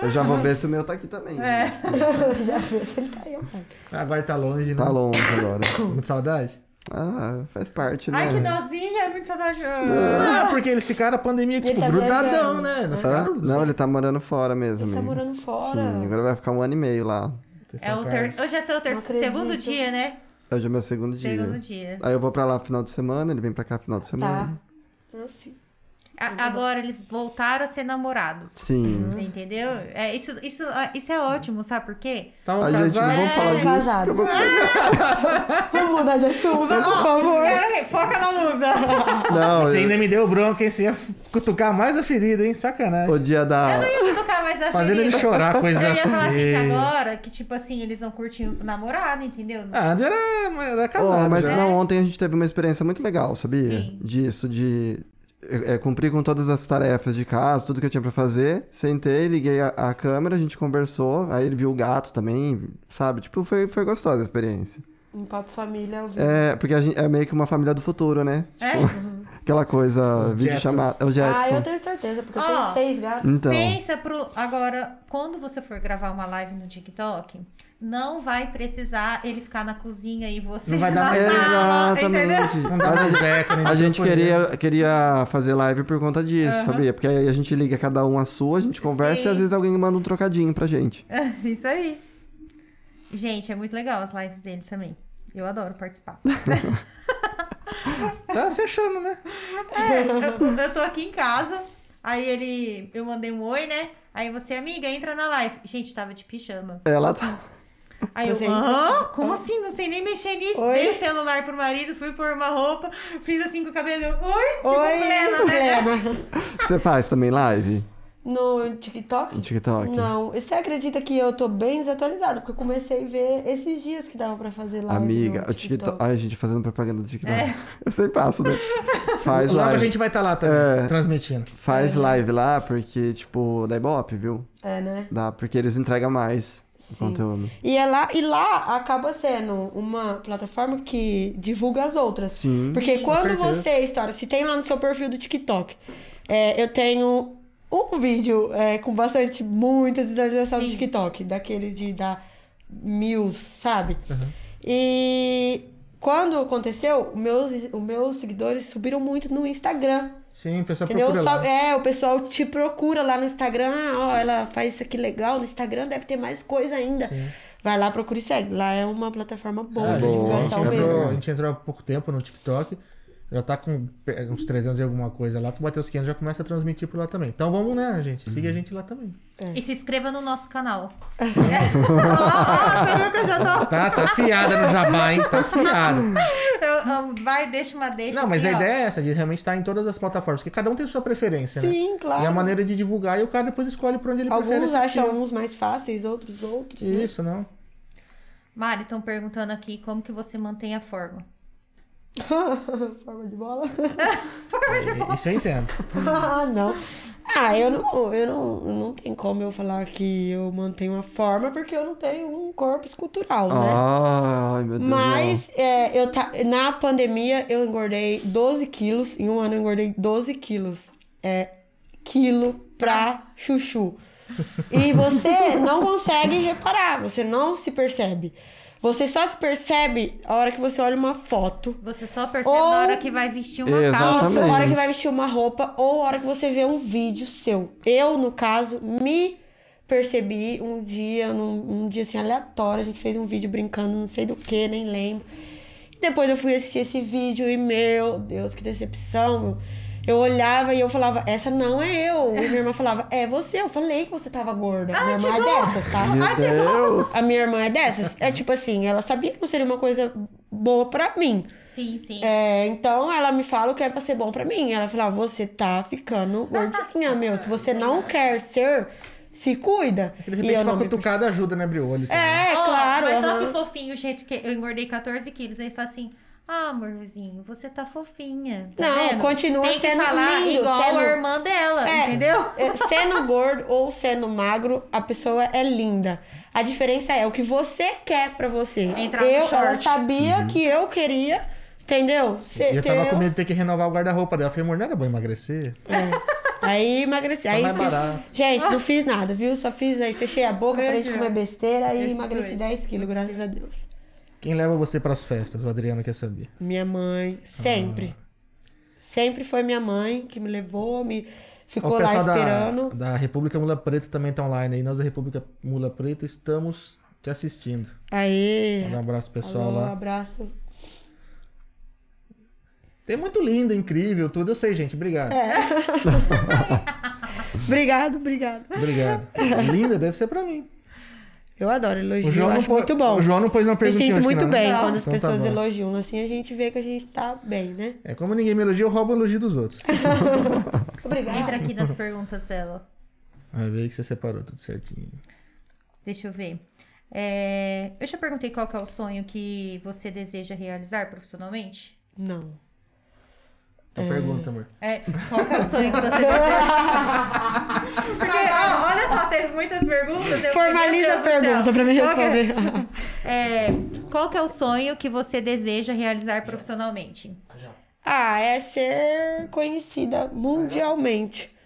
[SPEAKER 3] Eu já vou ver se o meu tá aqui também.
[SPEAKER 4] Já vê se ele tá aí. mano.
[SPEAKER 2] Agora tá longe, né?
[SPEAKER 3] Tá longe agora.
[SPEAKER 2] Muito saudade?
[SPEAKER 3] Ah, faz parte, né?
[SPEAKER 1] Ai, que dozinha, é muito saudájoso.
[SPEAKER 2] Ah, porque eles ficaram a pandemia, tipo,
[SPEAKER 4] tá
[SPEAKER 2] grudadão,
[SPEAKER 4] viajando.
[SPEAKER 2] né? Não
[SPEAKER 3] Tá?
[SPEAKER 2] ficaram...
[SPEAKER 3] Não, ele tá morando fora mesmo.
[SPEAKER 4] Ele tá
[SPEAKER 3] amigo.
[SPEAKER 4] morando fora.
[SPEAKER 3] Sim, agora vai ficar um ano e meio lá.
[SPEAKER 1] É o ter... Hoje é seu ter...
[SPEAKER 4] Não acredito.
[SPEAKER 1] segundo dia, né?
[SPEAKER 3] Hoje é meu segundo dia.
[SPEAKER 1] Segundo dia.
[SPEAKER 3] Aí eu vou pra lá final de semana, ele vem pra cá final de semana.
[SPEAKER 4] Tá. Nossa.
[SPEAKER 1] A- agora eles voltaram a ser namorados.
[SPEAKER 3] Sim.
[SPEAKER 1] Entendeu? É, isso, isso, isso é ótimo, sabe por quê?
[SPEAKER 2] Então,
[SPEAKER 3] A gente não vamos falar
[SPEAKER 4] É,
[SPEAKER 3] disso.
[SPEAKER 4] casados. Vamos mudar de assunto, por favor.
[SPEAKER 1] Quero- Foca na lusa.
[SPEAKER 3] Não,
[SPEAKER 2] Você
[SPEAKER 3] eu-
[SPEAKER 2] ainda me deu bronca, hein? Você ia f- cutucar mais a ferida, hein? Sacanagem.
[SPEAKER 3] o dia da.
[SPEAKER 1] Eu ia tocar mais na
[SPEAKER 2] Fazendo ele
[SPEAKER 1] ferida.
[SPEAKER 2] chorar, coisa
[SPEAKER 1] Eu ia falar assim que
[SPEAKER 4] "Tá
[SPEAKER 2] feia.
[SPEAKER 1] agora, que tipo assim, eles vão curtir o namorado, entendeu?
[SPEAKER 2] Ah, antes era, era
[SPEAKER 3] Oh,
[SPEAKER 2] casado. né?
[SPEAKER 3] mas
[SPEAKER 2] já.
[SPEAKER 3] não, ontem a gente teve uma experiência muito legal, sabia?
[SPEAKER 1] Sim.
[SPEAKER 3] Disso, de é, é, cumprir com todas as tarefas de casa, tudo que eu tinha pra fazer. Sentei, liguei a, a câmera, a gente conversou, aí ele viu o gato também, sabe? Tipo, foi, foi gostosa a experiência.
[SPEAKER 4] Um papo família ao vivo.
[SPEAKER 3] É, porque a gente é meio que uma família do futuro, né?
[SPEAKER 1] É.
[SPEAKER 3] Aquela coisa,
[SPEAKER 2] Os
[SPEAKER 3] vídeo chamada. Os
[SPEAKER 4] Ah, eu
[SPEAKER 3] Jetsons.
[SPEAKER 4] tenho certeza, porque eu
[SPEAKER 1] Ó.
[SPEAKER 4] tenho seis gatos.
[SPEAKER 3] Então,
[SPEAKER 1] Pensa pro. Agora, quando você for gravar uma live no TikTok, não vai precisar ele ficar na cozinha e você
[SPEAKER 2] Não vai
[SPEAKER 1] na
[SPEAKER 2] dar mais-
[SPEAKER 1] sala, entendeu?
[SPEAKER 3] É, exatamente.
[SPEAKER 2] Não dá mais eco, nem
[SPEAKER 3] A gente
[SPEAKER 2] microfone.
[SPEAKER 3] queria, queria fazer live por conta disso, sabia? Porque aí a gente liga cada um a sua, a gente conversa
[SPEAKER 1] Sim.
[SPEAKER 3] e às vezes alguém manda um trocadinho pra gente.
[SPEAKER 1] Isso aí. Gente, é muito legal as lives dele também. Eu adoro participar.
[SPEAKER 2] Tá se achando, né?
[SPEAKER 1] É, eu, eu tô aqui em casa, aí ele. Eu mandei um oi, né? Aí você, amiga, entra na live. Gente, tava de pijama.
[SPEAKER 3] Ela tá.
[SPEAKER 1] Aí
[SPEAKER 4] Você
[SPEAKER 1] eu,
[SPEAKER 4] entrou?
[SPEAKER 1] hã? Como assim? Não sei nem mexer nisso.
[SPEAKER 4] Oi?
[SPEAKER 1] Dei o celular pro marido, fui pôr uma roupa, fiz assim com o cabelo. eu, Oi? Tipo,
[SPEAKER 4] Oi,
[SPEAKER 1] plena, né?
[SPEAKER 4] plena.
[SPEAKER 3] Você faz também live?
[SPEAKER 4] No TikTok?
[SPEAKER 3] No TikTok?
[SPEAKER 4] Não. E você acredita que eu tô bem desatualizada? Porque eu comecei a ver esses dias que dava pra fazer live
[SPEAKER 3] Amiga,
[SPEAKER 4] no É.
[SPEAKER 3] o TikTok. Ai, gente, fazendo propaganda do TikTok. Eu sempre passo, né? Faz
[SPEAKER 2] Logo a
[SPEAKER 3] live. É.
[SPEAKER 2] gente vai estar lá também, transmitindo.
[SPEAKER 3] Faz né? live lá, porque, tipo, dá ibope, viu?
[SPEAKER 4] É, né?
[SPEAKER 3] Dá, porque eles entregam mais o conteúdo.
[SPEAKER 4] E, é lá, e lá acaba sendo uma plataforma que divulga as outras.
[SPEAKER 3] Sim.
[SPEAKER 4] Porque quando
[SPEAKER 2] certeza.
[SPEAKER 4] você estoura, se tem lá no seu perfil do TikTok, é, eu tenho um vídeo é, com bastante, muita visualização no
[SPEAKER 1] Sim.
[SPEAKER 4] TikTok, daquele de dar mil, sabe? E quando aconteceu, meus, os meus seguidores subiram muito no Instagram.
[SPEAKER 2] Sim, o pessoal
[SPEAKER 4] Entendeu?
[SPEAKER 2] procura
[SPEAKER 4] Só-
[SPEAKER 2] lá.
[SPEAKER 4] é, o pessoal te procura lá no Instagram, ó, ela faz isso aqui legal, no Instagram deve ter mais coisa ainda. Vai lá, procura e segue. Lá é uma plataforma boa
[SPEAKER 2] Ah,
[SPEAKER 4] de
[SPEAKER 2] a gente-
[SPEAKER 3] boa,
[SPEAKER 2] a,
[SPEAKER 4] divulgação
[SPEAKER 2] gente
[SPEAKER 3] Salve.
[SPEAKER 4] mesmo.
[SPEAKER 2] entrou, a gente entrou há pouco tempo no TikTok. Já tá com pe- uns 300 e alguma coisa lá. Que bateu os 500 já começa a transmitir por lá também. Então vamos, né, gente? Siga a gente lá também.
[SPEAKER 1] E se inscreva no nosso canal. Nossa, viu que eu já tô.
[SPEAKER 2] Tá, tá fiada no jabá, hein? Tá fiada.
[SPEAKER 1] Eu, eu- vai, deixa uma deixa.
[SPEAKER 2] Não, mas a
[SPEAKER 1] assim, ó.
[SPEAKER 2] ideia é essa, de realmente estar em todas as plataformas. Porque cada um tem sua preferência, né?
[SPEAKER 4] Sim, claro.
[SPEAKER 2] E a maneira de divulgar, e o cara depois escolhe por onde ele prefere
[SPEAKER 4] Alguns
[SPEAKER 2] assistir. né?
[SPEAKER 4] acham uns mais fáceis, outros outros. né?
[SPEAKER 2] Isso, não.
[SPEAKER 1] Mari, estão perguntando aqui como que você mantém a forma.
[SPEAKER 4] Forma de bola.
[SPEAKER 2] E- Isso eu entendo.
[SPEAKER 4] ah, não. Ah, eu não, eu não, não tem como eu falar que eu mantenho a forma porque eu não tenho um corpo escultural,
[SPEAKER 2] Ah,
[SPEAKER 4] né?
[SPEAKER 3] Ai, meu Deus.
[SPEAKER 4] Mas é, eu ta... na pandemia eu engordei 12 quilos. Em um ano eu engordei 12 quilos. É quilo pra chuchu. E você não consegue reparar, você não se percebe. Você só se percebe a hora que você olha uma foto.
[SPEAKER 1] Você só percebe
[SPEAKER 4] Ou-
[SPEAKER 1] na hora que vai vestir uma
[SPEAKER 3] Exatamente.
[SPEAKER 1] calça.
[SPEAKER 4] Isso, a
[SPEAKER 3] Também.
[SPEAKER 4] hora que vai vestir uma roupa ou a hora que você vê um vídeo seu. Eu, no caso, me percebi um dia, num um dia assim aleatório, a gente fez um vídeo brincando, não sei do que, nem lembro. E depois eu fui assistir esse vídeo e, meu Deus, que decepção, meu. Eu olhava e eu falava, essa não é eu. E minha irmã falava, é você. Eu falei que você tava gorda. minha irmã é dessas, tá?
[SPEAKER 3] Meu Deus.
[SPEAKER 4] A minha irmã é dessas. É tipo assim, ela sabia que não seria uma coisa boa pra mim.
[SPEAKER 1] Sim, sim.
[SPEAKER 4] É, então ela me fala o que é pra ser bom pra mim. Ela fala: "Ah, você tá ficando gordinha, meu. Se você não quer ser, se cuida.
[SPEAKER 2] É De
[SPEAKER 4] E
[SPEAKER 2] repente,
[SPEAKER 4] eu não
[SPEAKER 2] uma
[SPEAKER 4] me-
[SPEAKER 2] cutucada ajuda, né, abrir o olho. também.
[SPEAKER 4] É,
[SPEAKER 1] Ó,
[SPEAKER 4] claro.
[SPEAKER 1] Mas olha
[SPEAKER 4] aham.
[SPEAKER 1] que fofinho o jeito que eu engordei 14 quilos. Aí ele fala assim: Ah, amorzinho, você tá fofinha. tá
[SPEAKER 4] Não,
[SPEAKER 1] vendo?
[SPEAKER 4] continua
[SPEAKER 1] Tem que
[SPEAKER 4] sendo
[SPEAKER 1] falar
[SPEAKER 4] lindo,
[SPEAKER 1] igual
[SPEAKER 4] sendo-
[SPEAKER 1] a irmã dela,
[SPEAKER 4] É,
[SPEAKER 1] entendeu?
[SPEAKER 4] é, Sendo gordo ou sendo magro, a pessoa é linda. A diferença é o que você quer pra você.
[SPEAKER 1] Entrar no
[SPEAKER 4] eu,
[SPEAKER 1] short.
[SPEAKER 4] ela sabia que eu queria, entendeu? Cê,
[SPEAKER 2] Uhum. E eu tava
[SPEAKER 4] entendeu?
[SPEAKER 2] com medo de ter que renovar o guarda-roupa dela. Eu falei, amor, não era bom emagrecer?
[SPEAKER 4] É. Aí emagreci. aí
[SPEAKER 2] mais
[SPEAKER 4] fiz-
[SPEAKER 2] barato.
[SPEAKER 4] Gente, não fiz nada, viu? Só fiz aí, fechei a boca, parei de
[SPEAKER 1] Deus.
[SPEAKER 4] comer besteira e
[SPEAKER 1] Eu
[SPEAKER 4] emagreci
[SPEAKER 1] fui.
[SPEAKER 4] 10 quilos, graças a Deus.
[SPEAKER 2] Quem leva você pras festas? O Adriano quer saber.
[SPEAKER 4] Minha mãe, sempre.
[SPEAKER 2] Ah.
[SPEAKER 4] Sempre foi minha mãe que me levou, me ficou
[SPEAKER 2] o
[SPEAKER 4] lá
[SPEAKER 2] pessoal
[SPEAKER 4] esperando.
[SPEAKER 2] Da, da República Mula Preta também tá online aí. Nós da República Mula Preta estamos te assistindo.
[SPEAKER 4] Aí.
[SPEAKER 2] Mandar um abraço pro pessoal
[SPEAKER 4] Alô,
[SPEAKER 2] lá.
[SPEAKER 4] abraço.
[SPEAKER 2] Tem muito lindo, incrível, tudo. Eu sei, gente. Obrigado.
[SPEAKER 4] É. Obrigado, obrigado.
[SPEAKER 2] Obrigado. linda deve ser pra mim.
[SPEAKER 4] Eu adoro elogio, eu acho
[SPEAKER 2] pô-
[SPEAKER 4] muito bom.
[SPEAKER 2] O João não pôs uma
[SPEAKER 4] Me
[SPEAKER 2] perguntinha.
[SPEAKER 4] sinto
[SPEAKER 2] acho que
[SPEAKER 4] muito
[SPEAKER 2] não, né?
[SPEAKER 4] bem quando as
[SPEAKER 2] Então tá
[SPEAKER 4] pessoas
[SPEAKER 2] bom.
[SPEAKER 4] elogiam. Assim a gente vê que a gente tá bem, né?
[SPEAKER 2] É, como ninguém me elogia, eu roubo o elogio dos outros.
[SPEAKER 4] Obrigada.
[SPEAKER 1] Entra aqui nas perguntas dela.
[SPEAKER 2] Vai ver que você separou tudo certinho.
[SPEAKER 1] Deixa eu ver. É, Eu já perguntei qual que é o sonho que você deseja realizar profissionalmente?
[SPEAKER 4] Não.
[SPEAKER 2] Então pergunta, amor.
[SPEAKER 1] É, qual que é o sonho que você deseja? Porque, ó, olha só, teve muitas perguntas. eu-
[SPEAKER 4] Formaliza a
[SPEAKER 1] Meu Deus do céu.
[SPEAKER 4] pergunta pra me
[SPEAKER 1] Qual que é-
[SPEAKER 4] responder.
[SPEAKER 1] é, qual que é o sonho que você deseja realizar profissionalmente?
[SPEAKER 4] Ah, é ser conhecida mundialmente.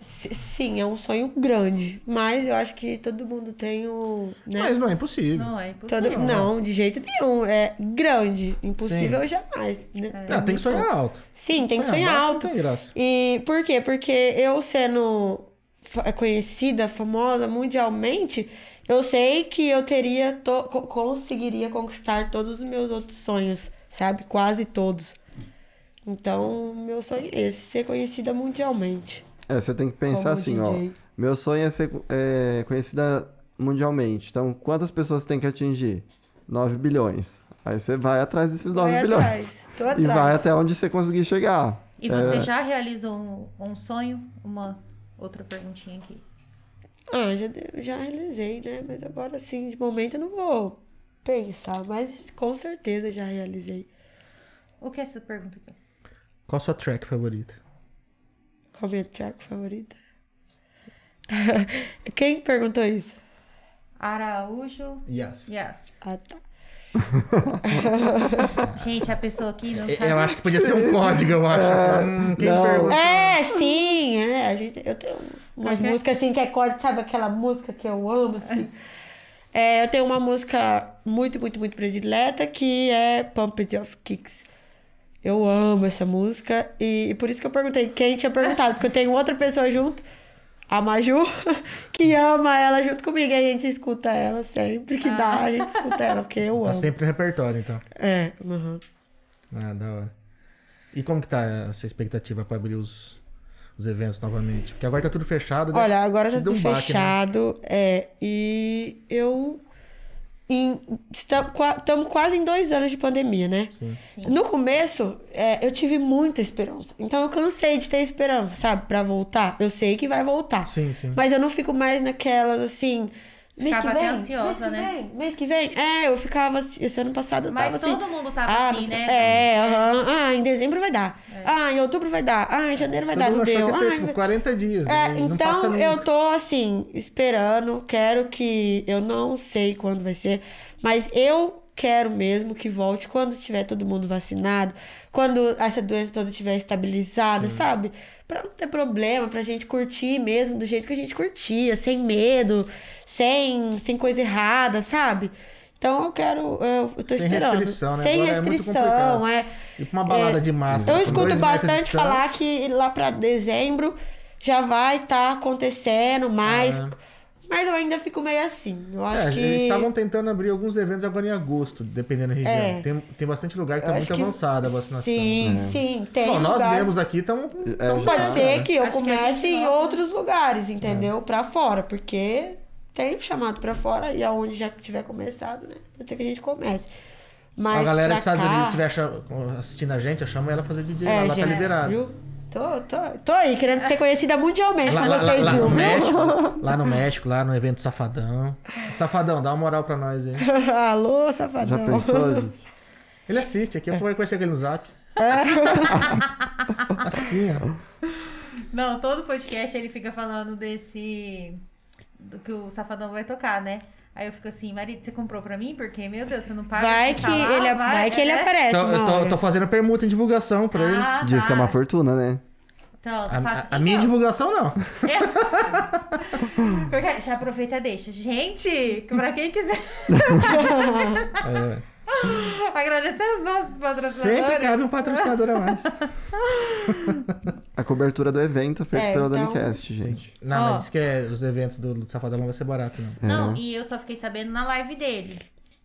[SPEAKER 4] S- Sim, é um sonho grande, mas eu acho que todo mundo tem o. Né?
[SPEAKER 2] Mas não é impossível.
[SPEAKER 1] Não é impossível.
[SPEAKER 4] Todo... Não, de jeito nenhum. É grande. Impossível jamais. Né?
[SPEAKER 2] Ah, tem que sonhar alto.
[SPEAKER 4] Sim, tem que
[SPEAKER 2] Sonhar
[SPEAKER 4] sonhar
[SPEAKER 2] baixo
[SPEAKER 4] alto.
[SPEAKER 2] Não tem graça.
[SPEAKER 4] E por quê? Porque eu sendo fa- conhecida, famosa mundialmente, eu sei que eu teria to- co- conseguiria conquistar todos os meus outros sonhos, sabe? Quase todos. Então, meu sonho é esse, ser conhecida mundialmente.
[SPEAKER 3] É, você tem que pensar
[SPEAKER 4] Como
[SPEAKER 3] assim,
[SPEAKER 4] DJ.
[SPEAKER 3] ó. Meu sonho é ser é, conhecida mundialmente. Então, quantas pessoas tem que atingir? 9 bilhões. Aí você vai atrás desses 9
[SPEAKER 4] Vai
[SPEAKER 3] bilhões.
[SPEAKER 4] atrás, tô
[SPEAKER 3] E
[SPEAKER 4] atrás.
[SPEAKER 3] vai até onde você conseguir chegar.
[SPEAKER 1] E você
[SPEAKER 2] Ah.
[SPEAKER 1] já realizou um, um sonho? Uma outra perguntinha aqui.
[SPEAKER 4] Ah, já, de- já realizei, né? Mas agora sim, de momento eu não vou pensar, mas com certeza já realizei.
[SPEAKER 1] O que é essa pergunta aqui?
[SPEAKER 2] Qual a sua track favorita?
[SPEAKER 4] Qual é a minha track favorita? Quem perguntou isso?
[SPEAKER 1] Araújo.
[SPEAKER 2] Yes.
[SPEAKER 1] Yes.
[SPEAKER 4] Ah, tá.
[SPEAKER 1] Gente, a pessoa aqui não sabe.
[SPEAKER 2] Eu acho que podia ser um código, eu acho. Hum, quem
[SPEAKER 3] não.
[SPEAKER 2] pergunta?
[SPEAKER 4] É, sim, é. A gente, eu tenho umas
[SPEAKER 1] Ok.
[SPEAKER 4] músicas assim que é corte, sabe aquela música que eu amo, assim? É, eu tenho uma música muito, muito, muito predileta que é Pump It Off Kicks. Eu amo essa música e, e por isso que eu perguntei quem tinha perguntado, porque eu tenho outra pessoa junto, a Maju, que ama ela junto comigo. E a gente escuta ela sempre que dá, a gente escuta ela, porque eu
[SPEAKER 2] Tá
[SPEAKER 4] amo.
[SPEAKER 2] sempre no repertório, então.
[SPEAKER 4] É, uhum.
[SPEAKER 2] Ah, da hora. E como que tá essa expectativa pra abrir os, os eventos novamente? Porque agora tá tudo fechado. deve
[SPEAKER 4] Olha, agora
[SPEAKER 2] ter
[SPEAKER 4] tá
[SPEAKER 2] sido
[SPEAKER 4] tudo
[SPEAKER 2] um baque, né?
[SPEAKER 4] fechado. É, e eu. Estamos quase em dois anos de pandemia, né?
[SPEAKER 2] Sim.
[SPEAKER 4] No começo, é, eu tive muita esperança. Então eu cansei de ter esperança, sabe? Pra voltar. Eu sei que vai voltar.
[SPEAKER 2] Sim, sim.
[SPEAKER 4] Mas eu não fico mais naquelas assim. Mês
[SPEAKER 1] Ficava
[SPEAKER 4] que vem,
[SPEAKER 1] até ansiosa,
[SPEAKER 4] mês que
[SPEAKER 1] né?
[SPEAKER 4] Vem, mês que vem. É, eu ficava. assim, Esse ano passado eu
[SPEAKER 1] Mas
[SPEAKER 4] tava assim.
[SPEAKER 1] todo mundo tava assim,
[SPEAKER 4] não-
[SPEAKER 1] né? É.
[SPEAKER 4] É, aham. ah, em dezembro vai dar. Ah, em outubro vai dar. Ah, em janeiro vai
[SPEAKER 2] Todo
[SPEAKER 4] dar.
[SPEAKER 2] mundo
[SPEAKER 4] Não
[SPEAKER 2] achou
[SPEAKER 4] deu.
[SPEAKER 2] que ia ser,
[SPEAKER 4] Ah,
[SPEAKER 2] tipo,
[SPEAKER 4] vai-
[SPEAKER 2] 40 dias,
[SPEAKER 4] é,
[SPEAKER 2] né? E não passa
[SPEAKER 4] então
[SPEAKER 2] nunca.
[SPEAKER 4] eu tô assim, esperando, quero que. Eu não sei quando vai ser, mas eu quero mesmo que volte quando estiver todo mundo vacinado, quando essa doença toda estiver estabilizada, sabe? Pra não ter problema, pra gente curtir mesmo do jeito que a gente curtia, sem medo, sem, sem coisa errada, sabe? Então eu quero. Eu, eu tô
[SPEAKER 2] Sem
[SPEAKER 4] esperando.
[SPEAKER 2] restrição, né?
[SPEAKER 4] Sem
[SPEAKER 2] Agora é muito
[SPEAKER 4] restrição,
[SPEAKER 2] complicado.
[SPEAKER 4] é.
[SPEAKER 2] E pra uma balada
[SPEAKER 4] é,
[SPEAKER 2] de massa.
[SPEAKER 4] eu escuto bastante falar que lá pra dezembro já vai estar acontecendo mais. Mas eu ainda fico meio assim. Eu acho
[SPEAKER 2] Ah. É,
[SPEAKER 4] que.
[SPEAKER 2] eles estavam tentando abrir alguns eventos agora em agosto, dependendo da região.
[SPEAKER 4] É.
[SPEAKER 2] Tem, tem bastante lugar que
[SPEAKER 4] eu
[SPEAKER 2] tá
[SPEAKER 4] acho
[SPEAKER 2] muito
[SPEAKER 4] que-
[SPEAKER 2] avançada a vacinação. né?
[SPEAKER 4] Sim, sim. Tem
[SPEAKER 2] Bom, nós
[SPEAKER 4] lugares-
[SPEAKER 2] mesmos né, tá, aqui estamos.
[SPEAKER 3] É, já-
[SPEAKER 4] Pode
[SPEAKER 2] né?
[SPEAKER 4] ser que eu
[SPEAKER 1] Acho que a
[SPEAKER 4] comece
[SPEAKER 1] gente
[SPEAKER 4] em
[SPEAKER 1] volta.
[SPEAKER 4] outros lugares,
[SPEAKER 2] É.
[SPEAKER 4] entendeu? Pra fora, porque tem chamado pra fora e aonde já tiver começado, né? Pode ser que a gente comece. Mas
[SPEAKER 2] a galera
[SPEAKER 4] pra
[SPEAKER 2] dos Estados
[SPEAKER 4] cá-
[SPEAKER 2] Unidos, se estiver acha- assistindo a gente, eu chamo ela pra fazer DJ.
[SPEAKER 4] É,
[SPEAKER 2] lá, lá
[SPEAKER 4] gente,
[SPEAKER 2] tá liberado.
[SPEAKER 4] viu? Tô, tô, tô aí, querendo ser conhecida mundialmente,
[SPEAKER 2] Lá,
[SPEAKER 4] mas
[SPEAKER 2] lá-
[SPEAKER 4] não
[SPEAKER 2] lá-
[SPEAKER 4] vocês
[SPEAKER 2] lá
[SPEAKER 4] viu,
[SPEAKER 2] no
[SPEAKER 4] viu?
[SPEAKER 2] México, lá no México, lá no evento Safadão. Safadão, dá uma moral pra nós aí.
[SPEAKER 4] Alô,
[SPEAKER 3] Já
[SPEAKER 4] safadão.
[SPEAKER 3] pensou? gente?
[SPEAKER 2] Ele assiste aqui, eu vou conhecer aquele no zap.
[SPEAKER 4] É.
[SPEAKER 2] assim, ó.
[SPEAKER 1] Não, todo podcast ele fica falando desse. do que o Safadão vai tocar, né? Aí eu fico assim, marido, você comprou pra mim? Porque, meu Deus, você não paga.
[SPEAKER 4] Vai
[SPEAKER 1] de
[SPEAKER 4] que,
[SPEAKER 1] falar,
[SPEAKER 4] ele, vai que ele
[SPEAKER 1] é.
[SPEAKER 4] aparece.
[SPEAKER 2] Então, eu
[SPEAKER 4] uma
[SPEAKER 2] tô,
[SPEAKER 4] hora.
[SPEAKER 2] tô fazendo permuta em divulgação pra ele.
[SPEAKER 1] Ah,
[SPEAKER 3] Diz que é uma
[SPEAKER 1] tá.
[SPEAKER 3] fortuna, né?
[SPEAKER 1] Então, eu
[SPEAKER 2] A,
[SPEAKER 1] faço-
[SPEAKER 2] a- a minha
[SPEAKER 1] Então,
[SPEAKER 2] divulgação, não.
[SPEAKER 1] porque- já aproveita e deixa. Gente, pra quem quiser
[SPEAKER 2] É,
[SPEAKER 1] agradecer os nossos patrocinadores.
[SPEAKER 2] sempre cabe um patrocinador a mais.
[SPEAKER 3] A cobertura do evento é feita
[SPEAKER 4] É,
[SPEAKER 3] pelo
[SPEAKER 4] então-
[SPEAKER 3] Damicast, gente.
[SPEAKER 2] Não,
[SPEAKER 1] Ó.
[SPEAKER 2] mas diz que é- os eventos do, do Safadão não vai ser barato, não.
[SPEAKER 4] É.
[SPEAKER 1] Não, e eu só fiquei sabendo na live dele.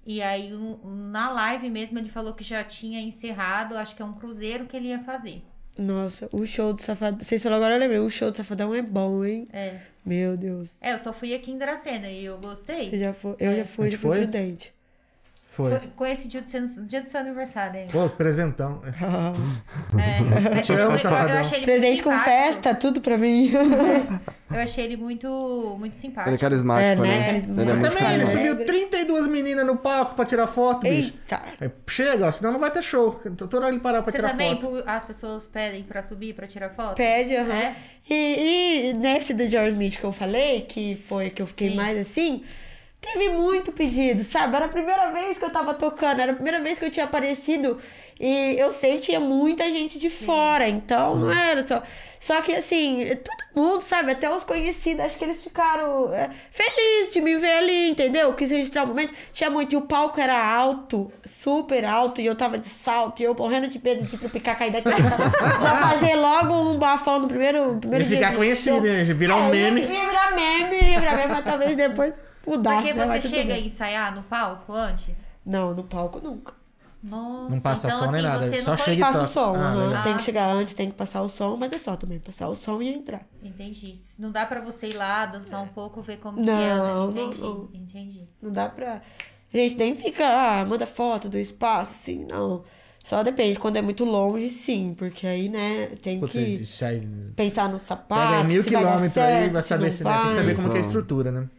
[SPEAKER 1] E aí, um- na live mesmo, ele falou que já tinha encerrado, acho que é um cruzeiro que ele ia fazer.
[SPEAKER 4] Nossa, o show do Safadão. Vocês falaram agora, eu lembrei. O show do Safadão é bom, hein?
[SPEAKER 1] É.
[SPEAKER 4] Meu Deus.
[SPEAKER 1] É, eu só fui aqui em Dracena e eu gostei.
[SPEAKER 4] Você já foi, eu já fui,
[SPEAKER 2] A
[SPEAKER 4] já
[SPEAKER 2] gente
[SPEAKER 4] fui
[SPEAKER 2] foi?
[SPEAKER 4] prudente.
[SPEAKER 2] Foi.
[SPEAKER 1] Foi- Coincidiu de ser no dia do seu aniversário, né? hein?
[SPEAKER 2] Pô, presentão.
[SPEAKER 1] É, mas eu,
[SPEAKER 2] Amo,
[SPEAKER 1] eu
[SPEAKER 2] Safadão.
[SPEAKER 1] achei ele
[SPEAKER 4] Presente
[SPEAKER 1] muito
[SPEAKER 4] com
[SPEAKER 1] simpático.
[SPEAKER 4] festa, tudo pra mim.
[SPEAKER 1] Eu achei ele muito, muito
[SPEAKER 3] Ele é
[SPEAKER 1] simpático.
[SPEAKER 3] carismático,
[SPEAKER 4] É, né?
[SPEAKER 3] né?
[SPEAKER 4] Carismático.
[SPEAKER 3] Ele é muito
[SPEAKER 2] Também, ele
[SPEAKER 4] caro,
[SPEAKER 3] carismático.
[SPEAKER 4] né?
[SPEAKER 2] subiu 32 meninas no palco pra tirar foto, bicho.
[SPEAKER 4] Eita.
[SPEAKER 2] É, Chega, ó, senão não vai ter show. Toda hora ele parar pra
[SPEAKER 1] Você
[SPEAKER 4] tá
[SPEAKER 2] tirar
[SPEAKER 1] também,
[SPEAKER 2] foto.
[SPEAKER 1] pu- as pessoas pedem pra subir, pra tirar foto?
[SPEAKER 4] Pede, aham.
[SPEAKER 1] É.
[SPEAKER 4] E, e nesse do George Smith que eu falei, que foi que eu fiquei
[SPEAKER 1] Sim.
[SPEAKER 4] mais assim, teve muito pedido, sabe? Era a primeira vez que eu tava tocando, era a primeira vez que eu tinha aparecido. E eu sei que tinha muita gente de fora, então não era só. Só que assim, todo mundo, sabe? Até os conhecidos, acho que eles ficaram é, felizes de me ver ali, entendeu? Quis registrar o momento. Tinha muito, e o palco era alto, super alto, e eu tava de salto, e eu morrendo de medo de tropicar, cair daqui. Já fazer logo um bafão no primeiro, no primeiro
[SPEAKER 2] Ele
[SPEAKER 4] dia
[SPEAKER 2] ficar
[SPEAKER 4] de
[SPEAKER 2] conhecido,
[SPEAKER 4] show.
[SPEAKER 2] né? Virar um
[SPEAKER 4] É,
[SPEAKER 2] meme.
[SPEAKER 4] Ia, ia virar meme, ia virar meme, mas talvez depois mudasse.
[SPEAKER 1] Porque
[SPEAKER 4] né?
[SPEAKER 1] você
[SPEAKER 4] Mas tudo
[SPEAKER 1] chega a
[SPEAKER 4] bem.
[SPEAKER 1] ensaiar no palco antes?
[SPEAKER 4] Não, no palco nunca.
[SPEAKER 1] Nossa,
[SPEAKER 2] Não passa
[SPEAKER 1] então,
[SPEAKER 2] som nem
[SPEAKER 1] assim,
[SPEAKER 2] nada,
[SPEAKER 1] você
[SPEAKER 2] só
[SPEAKER 1] não pode-
[SPEAKER 2] chega E
[SPEAKER 4] Passa o
[SPEAKER 2] toca.
[SPEAKER 4] som,
[SPEAKER 2] Ah,
[SPEAKER 4] aham.
[SPEAKER 2] legal.
[SPEAKER 4] tem que chegar antes, tem que passar o som, mas é só também passar o som e entrar.
[SPEAKER 1] Entendi. Não dá pra você ir lá, dançar um pouco, ver como que é, né?
[SPEAKER 4] Não,
[SPEAKER 1] Entendi,
[SPEAKER 4] não, não.
[SPEAKER 1] entendi.
[SPEAKER 4] Não dá pra. A gente nem fica, ah, manda foto do espaço, assim, não. Só depende, quando é muito longe, sim, porque aí, né, tem
[SPEAKER 2] Putz,
[SPEAKER 4] que
[SPEAKER 2] isso aí, né?
[SPEAKER 4] pensar no sapato.
[SPEAKER 2] Pega aí mil
[SPEAKER 4] se vai dar
[SPEAKER 2] quilômetros
[SPEAKER 4] certo,
[SPEAKER 2] aí, vai saber
[SPEAKER 4] se
[SPEAKER 2] se
[SPEAKER 4] não
[SPEAKER 2] né? Tem que
[SPEAKER 4] vai.
[SPEAKER 2] saber como que é a
[SPEAKER 3] Só.
[SPEAKER 2] estrutura, né?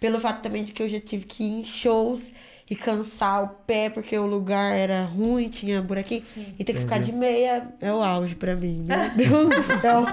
[SPEAKER 4] Pelo fato também de que eu já tive que ir em shows e cansar o pé, porque o lugar era ruim, tinha buraquinho. E ter que ficar de meia é o auge pra mim. Meu Deus do céu.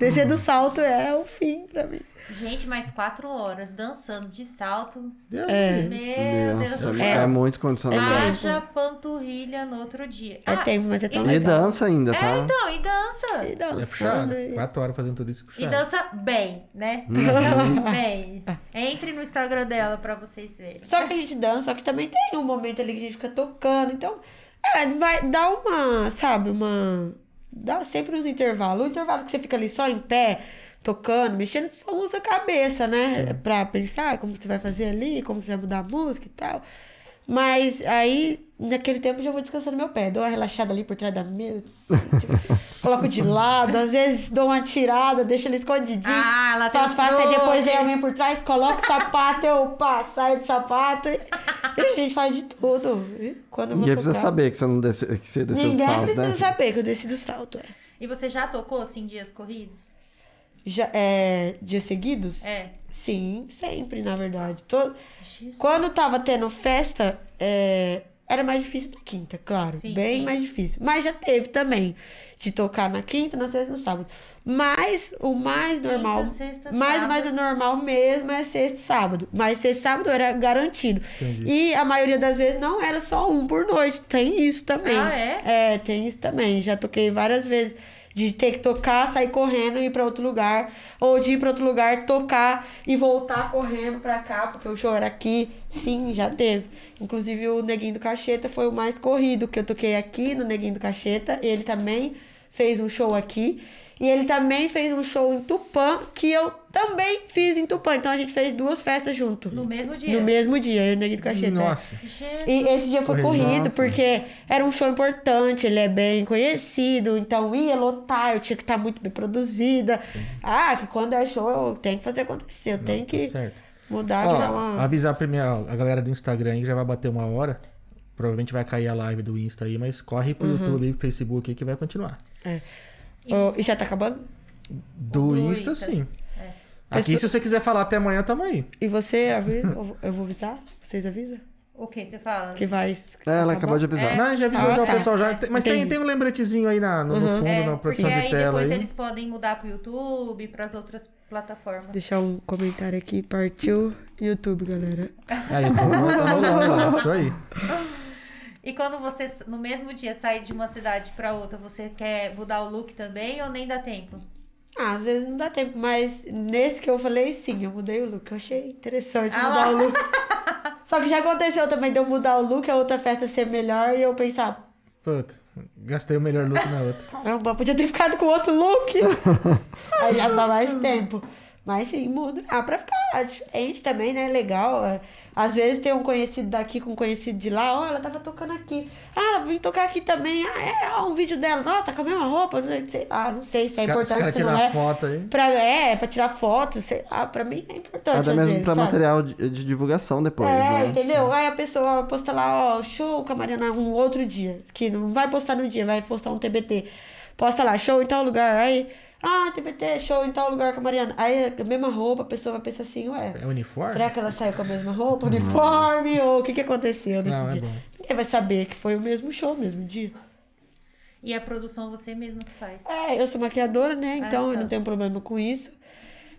[SPEAKER 4] Descer do salto é o fim pra mim.
[SPEAKER 1] Gente, mais quatro horas dançando de salto.
[SPEAKER 2] Deus
[SPEAKER 4] É.
[SPEAKER 1] Meu Deus
[SPEAKER 3] Nossa,
[SPEAKER 1] do
[SPEAKER 3] é,
[SPEAKER 1] céu.
[SPEAKER 3] muito condicionamento.
[SPEAKER 1] Haja panturrilha no outro dia.
[SPEAKER 4] É
[SPEAKER 1] Ah,
[SPEAKER 4] tempo, mas é tão
[SPEAKER 3] E
[SPEAKER 4] legal.
[SPEAKER 3] dança ainda, tá?
[SPEAKER 1] é, então, e dança.
[SPEAKER 4] E
[SPEAKER 2] É
[SPEAKER 4] dançando.
[SPEAKER 2] puxado.
[SPEAKER 4] e-
[SPEAKER 2] Quatro horas fazendo tudo isso é
[SPEAKER 1] E
[SPEAKER 2] puxado.
[SPEAKER 1] dança bem, né?
[SPEAKER 4] Uhum.
[SPEAKER 1] Dança bem. Entre no Instagram dela pra vocês verem.
[SPEAKER 4] Só que a gente dança, só que também tem um momento ali que a gente fica tocando. Então, é, vai dar uma, sabe, uma. Dá sempre uns intervalos. O intervalo que você fica ali só em pé, tocando, mexendo, você só usa a cabeça, né? Pra pensar como você vai fazer ali, como você vai mudar a música e tal. Mas aí, naquele tempo, eu já vou descansando meu pé. Dou uma relaxada ali por trás da mesa. assim, tipo, coloco de lado, às vezes dou uma tirada, deixo ele escondidinho.
[SPEAKER 1] Ah, ela tem
[SPEAKER 4] Faço,
[SPEAKER 1] um
[SPEAKER 4] faço, aí depois
[SPEAKER 1] truque.
[SPEAKER 4] vem alguém por trás, coloca o sapato, eu passo, saio de sapato. E a gente faz de tudo. E quando eu vou
[SPEAKER 3] Ninguém precisa
[SPEAKER 4] tocar-
[SPEAKER 3] saber que você não desceu, que você desceu do
[SPEAKER 4] Ninguém
[SPEAKER 3] salto,
[SPEAKER 4] precisa
[SPEAKER 3] né?
[SPEAKER 4] saber que eu desci do salto. É.
[SPEAKER 1] E você já tocou, assim, dias corridos?
[SPEAKER 4] Já, é, dias seguidos?
[SPEAKER 1] É.
[SPEAKER 4] Sim, sempre, na verdade. Todo...
[SPEAKER 1] Jesus.
[SPEAKER 4] Quando tava tendo festa, é, era mais difícil na quinta, claro.
[SPEAKER 1] Sim,
[SPEAKER 4] bem
[SPEAKER 1] sim.
[SPEAKER 4] mais difícil. Mas já teve também. De tocar na quinta, na sexta e no sábado. Mas o mais normal.
[SPEAKER 1] sexta,
[SPEAKER 4] mas,
[SPEAKER 1] sábado.
[SPEAKER 4] mas o normal mesmo é sexta e sábado. Mas sexta e sábado era garantido.
[SPEAKER 2] Entendi.
[SPEAKER 4] E a maioria das vezes não era só um por noite. Tem isso também.
[SPEAKER 1] Ah, é?
[SPEAKER 4] É, tem isso também. Já toquei várias vezes. De ter que tocar, sair correndo e ir pra outro lugar. Ou de ir pra outro lugar, tocar e voltar correndo pra cá, porque o show era aqui. Sim, já teve. Inclusive o Neguinho do Cacheta foi o mais corrido, que eu toquei aqui no Neguinho do Cacheta. Ele também fez um show aqui. E ele também fez um show em Tupã, que eu também fiz em Tupã. Então a gente fez duas festas junto.
[SPEAKER 1] No mesmo dia?
[SPEAKER 4] No mesmo dia, eu e o Neguinho do Cacheta.
[SPEAKER 2] Nossa.
[SPEAKER 1] Jesus.
[SPEAKER 4] E esse dia foi
[SPEAKER 2] Corrido,
[SPEAKER 4] corrido,
[SPEAKER 2] nossa.
[SPEAKER 4] porque era um show importante, ele é bem conhecido, então ia lotar, eu tinha que estar muito bem produzida. Ah, que quando é show eu tenho que fazer acontecer, eu tenho que
[SPEAKER 2] tá certo.
[SPEAKER 4] mudar,
[SPEAKER 2] Ó,
[SPEAKER 4] virar uma...
[SPEAKER 2] avisar primeiro a galera do Instagram aí que já vai bater uma hora. Provavelmente vai cair a live do Insta aí, mas corre pro YouTube e pro Facebook aí que vai continuar.
[SPEAKER 4] Oh, e já tá acabando?
[SPEAKER 2] Do,
[SPEAKER 1] Do
[SPEAKER 2] Insta,
[SPEAKER 1] Insta.
[SPEAKER 2] sim. Aqui, se você quiser falar até amanhã, tamo aí.
[SPEAKER 4] E você avisa? Eu vou- eu vou avisar? Vocês avisam?
[SPEAKER 1] O que você fala?
[SPEAKER 4] Que vai.
[SPEAKER 3] É, ela acabou de
[SPEAKER 1] É.
[SPEAKER 3] avisar.
[SPEAKER 2] Não, já avisou
[SPEAKER 4] Ah,
[SPEAKER 2] já o
[SPEAKER 4] tá.
[SPEAKER 2] pessoal já. Tem- Mas tem,
[SPEAKER 4] Entendi.
[SPEAKER 2] tem um lembretezinho aí na, no, no
[SPEAKER 4] Uhum.
[SPEAKER 2] fundo,
[SPEAKER 3] né,
[SPEAKER 1] É,
[SPEAKER 2] na
[SPEAKER 1] porque
[SPEAKER 2] produção
[SPEAKER 1] aí
[SPEAKER 2] de tela
[SPEAKER 1] depois
[SPEAKER 2] aí.
[SPEAKER 1] eles podem mudar pro YouTube, pras outras plataformas.
[SPEAKER 4] Deixar um comentário aqui. Partiu YouTube, galera.
[SPEAKER 2] Aí, rolou, tá rolando lá. Isso aí.
[SPEAKER 1] E quando você, no mesmo dia, sai de uma cidade pra outra, você quer mudar o look também ou nem dá tempo?
[SPEAKER 4] Ah, às vezes não dá tempo, mas nesse que eu falei, sim, eu mudei o look. Eu achei interessante
[SPEAKER 1] Ah
[SPEAKER 4] mudar
[SPEAKER 1] lá.
[SPEAKER 4] o look. Só que já aconteceu também de eu mudar o look, a outra festa ser melhor e eu pensar,
[SPEAKER 2] Puta, gastei o melhor look na outra.
[SPEAKER 4] caramba, podia ter ficado com outro look. Aí já dá mais tempo. Mas sim, muda. Ah, pra ficar diferente também, né? Legal. É, Às vezes tem um conhecido daqui com um conhecido de lá. Ó, ela tava tocando aqui. Ah, ela vim tocar aqui também. Ah, é, ó, um vídeo dela. Nossa, tá com a mesma roupa. Não sei, ah, não sei se é
[SPEAKER 2] Os ca- os
[SPEAKER 4] importante,
[SPEAKER 2] caras
[SPEAKER 4] se não
[SPEAKER 2] tiram
[SPEAKER 4] é.
[SPEAKER 2] foto aí.
[SPEAKER 4] Pra, é, pra tirar foto, sei lá, pra mim é importante.
[SPEAKER 3] Até
[SPEAKER 4] às
[SPEAKER 3] mesmo
[SPEAKER 4] vezes,
[SPEAKER 3] pra
[SPEAKER 4] sabe?
[SPEAKER 3] material de, de divulgação depois,
[SPEAKER 4] É,
[SPEAKER 3] né?
[SPEAKER 4] entendeu? Aí a pessoa posta lá, ó, show com a Mariana um outro dia. Que não vai postar no dia, vai postar um TBT. Posta lá, show em tal lugar. Aí, ah, TBT, show em tal lugar com a Mariana. Aí a mesma roupa, a pessoa vai pensar assim, ué.
[SPEAKER 2] É uniforme?
[SPEAKER 4] Será que ela saiu com a mesma roupa, uniforme? Ou o que, que aconteceu nesse
[SPEAKER 2] Não, é
[SPEAKER 4] dia?
[SPEAKER 2] bom.
[SPEAKER 4] Ninguém vai saber que foi o mesmo show, o mesmo dia.
[SPEAKER 1] E a produção você mesmo que faz.
[SPEAKER 4] É, eu sou maquiadora, né? Então eu
[SPEAKER 1] tá.
[SPEAKER 4] não tenho problema com isso.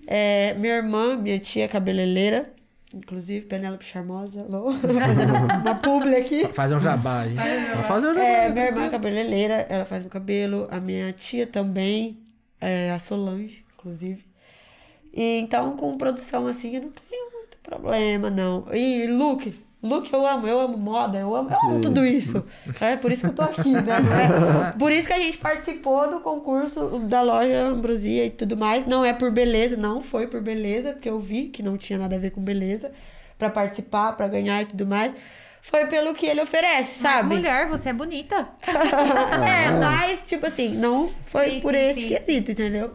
[SPEAKER 4] É, minha irmã, minha tia cabeleireira, inclusive Penélope Charmosa, alô, fazendo uma publi aqui.
[SPEAKER 2] Fazer um jabá aí. Vai fazer um jabá.
[SPEAKER 4] É,
[SPEAKER 2] aí.
[SPEAKER 4] minha irmã é cabeleireira, ela faz meu cabelo. A minha tia também, é, a Solange, inclusive. E, então, com produção assim, eu não tenho muito problema, não. E look, look eu amo, eu amo moda, eu amo, eu amo tudo isso. É por isso que eu tô aqui, né? Não é- Por isso que a gente participou do concurso da loja Ambrosia e tudo mais. Não é por beleza, não foi por beleza, porque eu vi que não tinha nada a ver com beleza. Pra participar, pra ganhar e tudo mais. Foi pelo que ele oferece, sabe?
[SPEAKER 1] Mulher, você é bonita.
[SPEAKER 3] Ah.
[SPEAKER 4] é, mas, tipo assim, não foi
[SPEAKER 1] Sim,
[SPEAKER 4] por
[SPEAKER 1] sim,
[SPEAKER 4] esse
[SPEAKER 1] sim.
[SPEAKER 4] quesito, entendeu?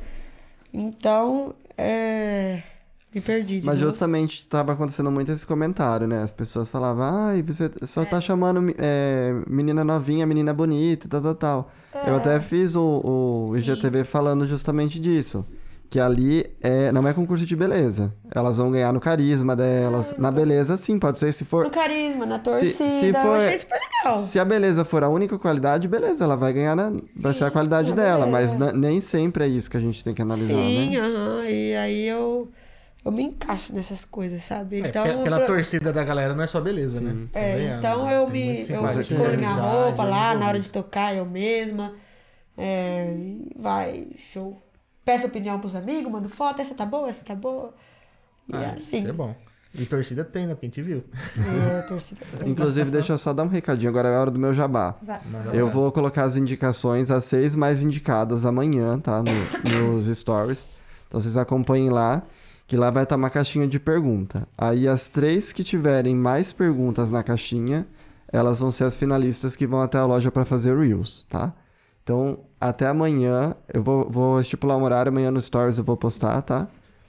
[SPEAKER 4] Então, é. Me perdi. de
[SPEAKER 3] Mas
[SPEAKER 4] novo.
[SPEAKER 3] justamente tava acontecendo muito esse comentário, né? As pessoas falavam, ai, você só tá chamando é, menina novinha, menina bonita, e tal, tal, tal.
[SPEAKER 4] É.
[SPEAKER 3] Eu até fiz o, o IGTV falando justamente disso. Que ali é, não é concurso de beleza. Elas vão ganhar no carisma delas. na beleza, sim, pode ser. Se
[SPEAKER 4] No
[SPEAKER 3] for.
[SPEAKER 4] carisma, na torcida.
[SPEAKER 3] Se- se
[SPEAKER 4] Eu
[SPEAKER 3] for-
[SPEAKER 4] achei super legal.
[SPEAKER 3] Se a beleza for a única qualidade, beleza, ela vai ganhar, na, vai ser a qualidade
[SPEAKER 4] sim, a
[SPEAKER 3] dela. Mas
[SPEAKER 4] beleza.
[SPEAKER 3] na- nem sempre é isso que a gente tem que analisar,
[SPEAKER 4] Sim,
[SPEAKER 3] né?
[SPEAKER 4] aham. E aí eu. Eu me encaixo nessas coisas, sabe?
[SPEAKER 2] É,
[SPEAKER 4] Então,
[SPEAKER 2] pe- pela
[SPEAKER 4] pro-
[SPEAKER 2] torcida da galera não é só beleza, né? Também
[SPEAKER 4] É,
[SPEAKER 2] é,
[SPEAKER 4] então
[SPEAKER 2] né?
[SPEAKER 4] eu
[SPEAKER 2] Tem
[SPEAKER 4] me
[SPEAKER 2] muita
[SPEAKER 4] eu
[SPEAKER 2] simpatia,
[SPEAKER 4] escolho minha
[SPEAKER 2] amizade,
[SPEAKER 4] roupa lá
[SPEAKER 2] muito
[SPEAKER 4] na
[SPEAKER 2] bom.
[SPEAKER 4] hora de tocar eu mesma. É, e vai, show. Peço opinião pros amigos, mando foto, essa tá boa, essa tá boa. E
[SPEAKER 2] Ah,
[SPEAKER 4] assim.
[SPEAKER 2] Isso é bom. E torcida tem, né? Porque a gente viu.
[SPEAKER 4] É, torcida.
[SPEAKER 3] Inclusive, deixa eu só dar um recadinho. Agora é a hora do meu jabá.
[SPEAKER 1] Vai.
[SPEAKER 2] Manda
[SPEAKER 3] Eu
[SPEAKER 2] lá.
[SPEAKER 3] vou colocar as indicações, as seis mais indicadas amanhã, tá? No- nos stories. Então vocês acompanhem lá, que lá vai estar uma caixinha de pergunta. Aí as três que tiverem mais perguntas na caixinha, elas vão ser as finalistas que vão até a loja para fazer Reels, tá? Então, até amanhã, eu vou, vou estipular um horário, amanhã nos stories eu vou postar, tá?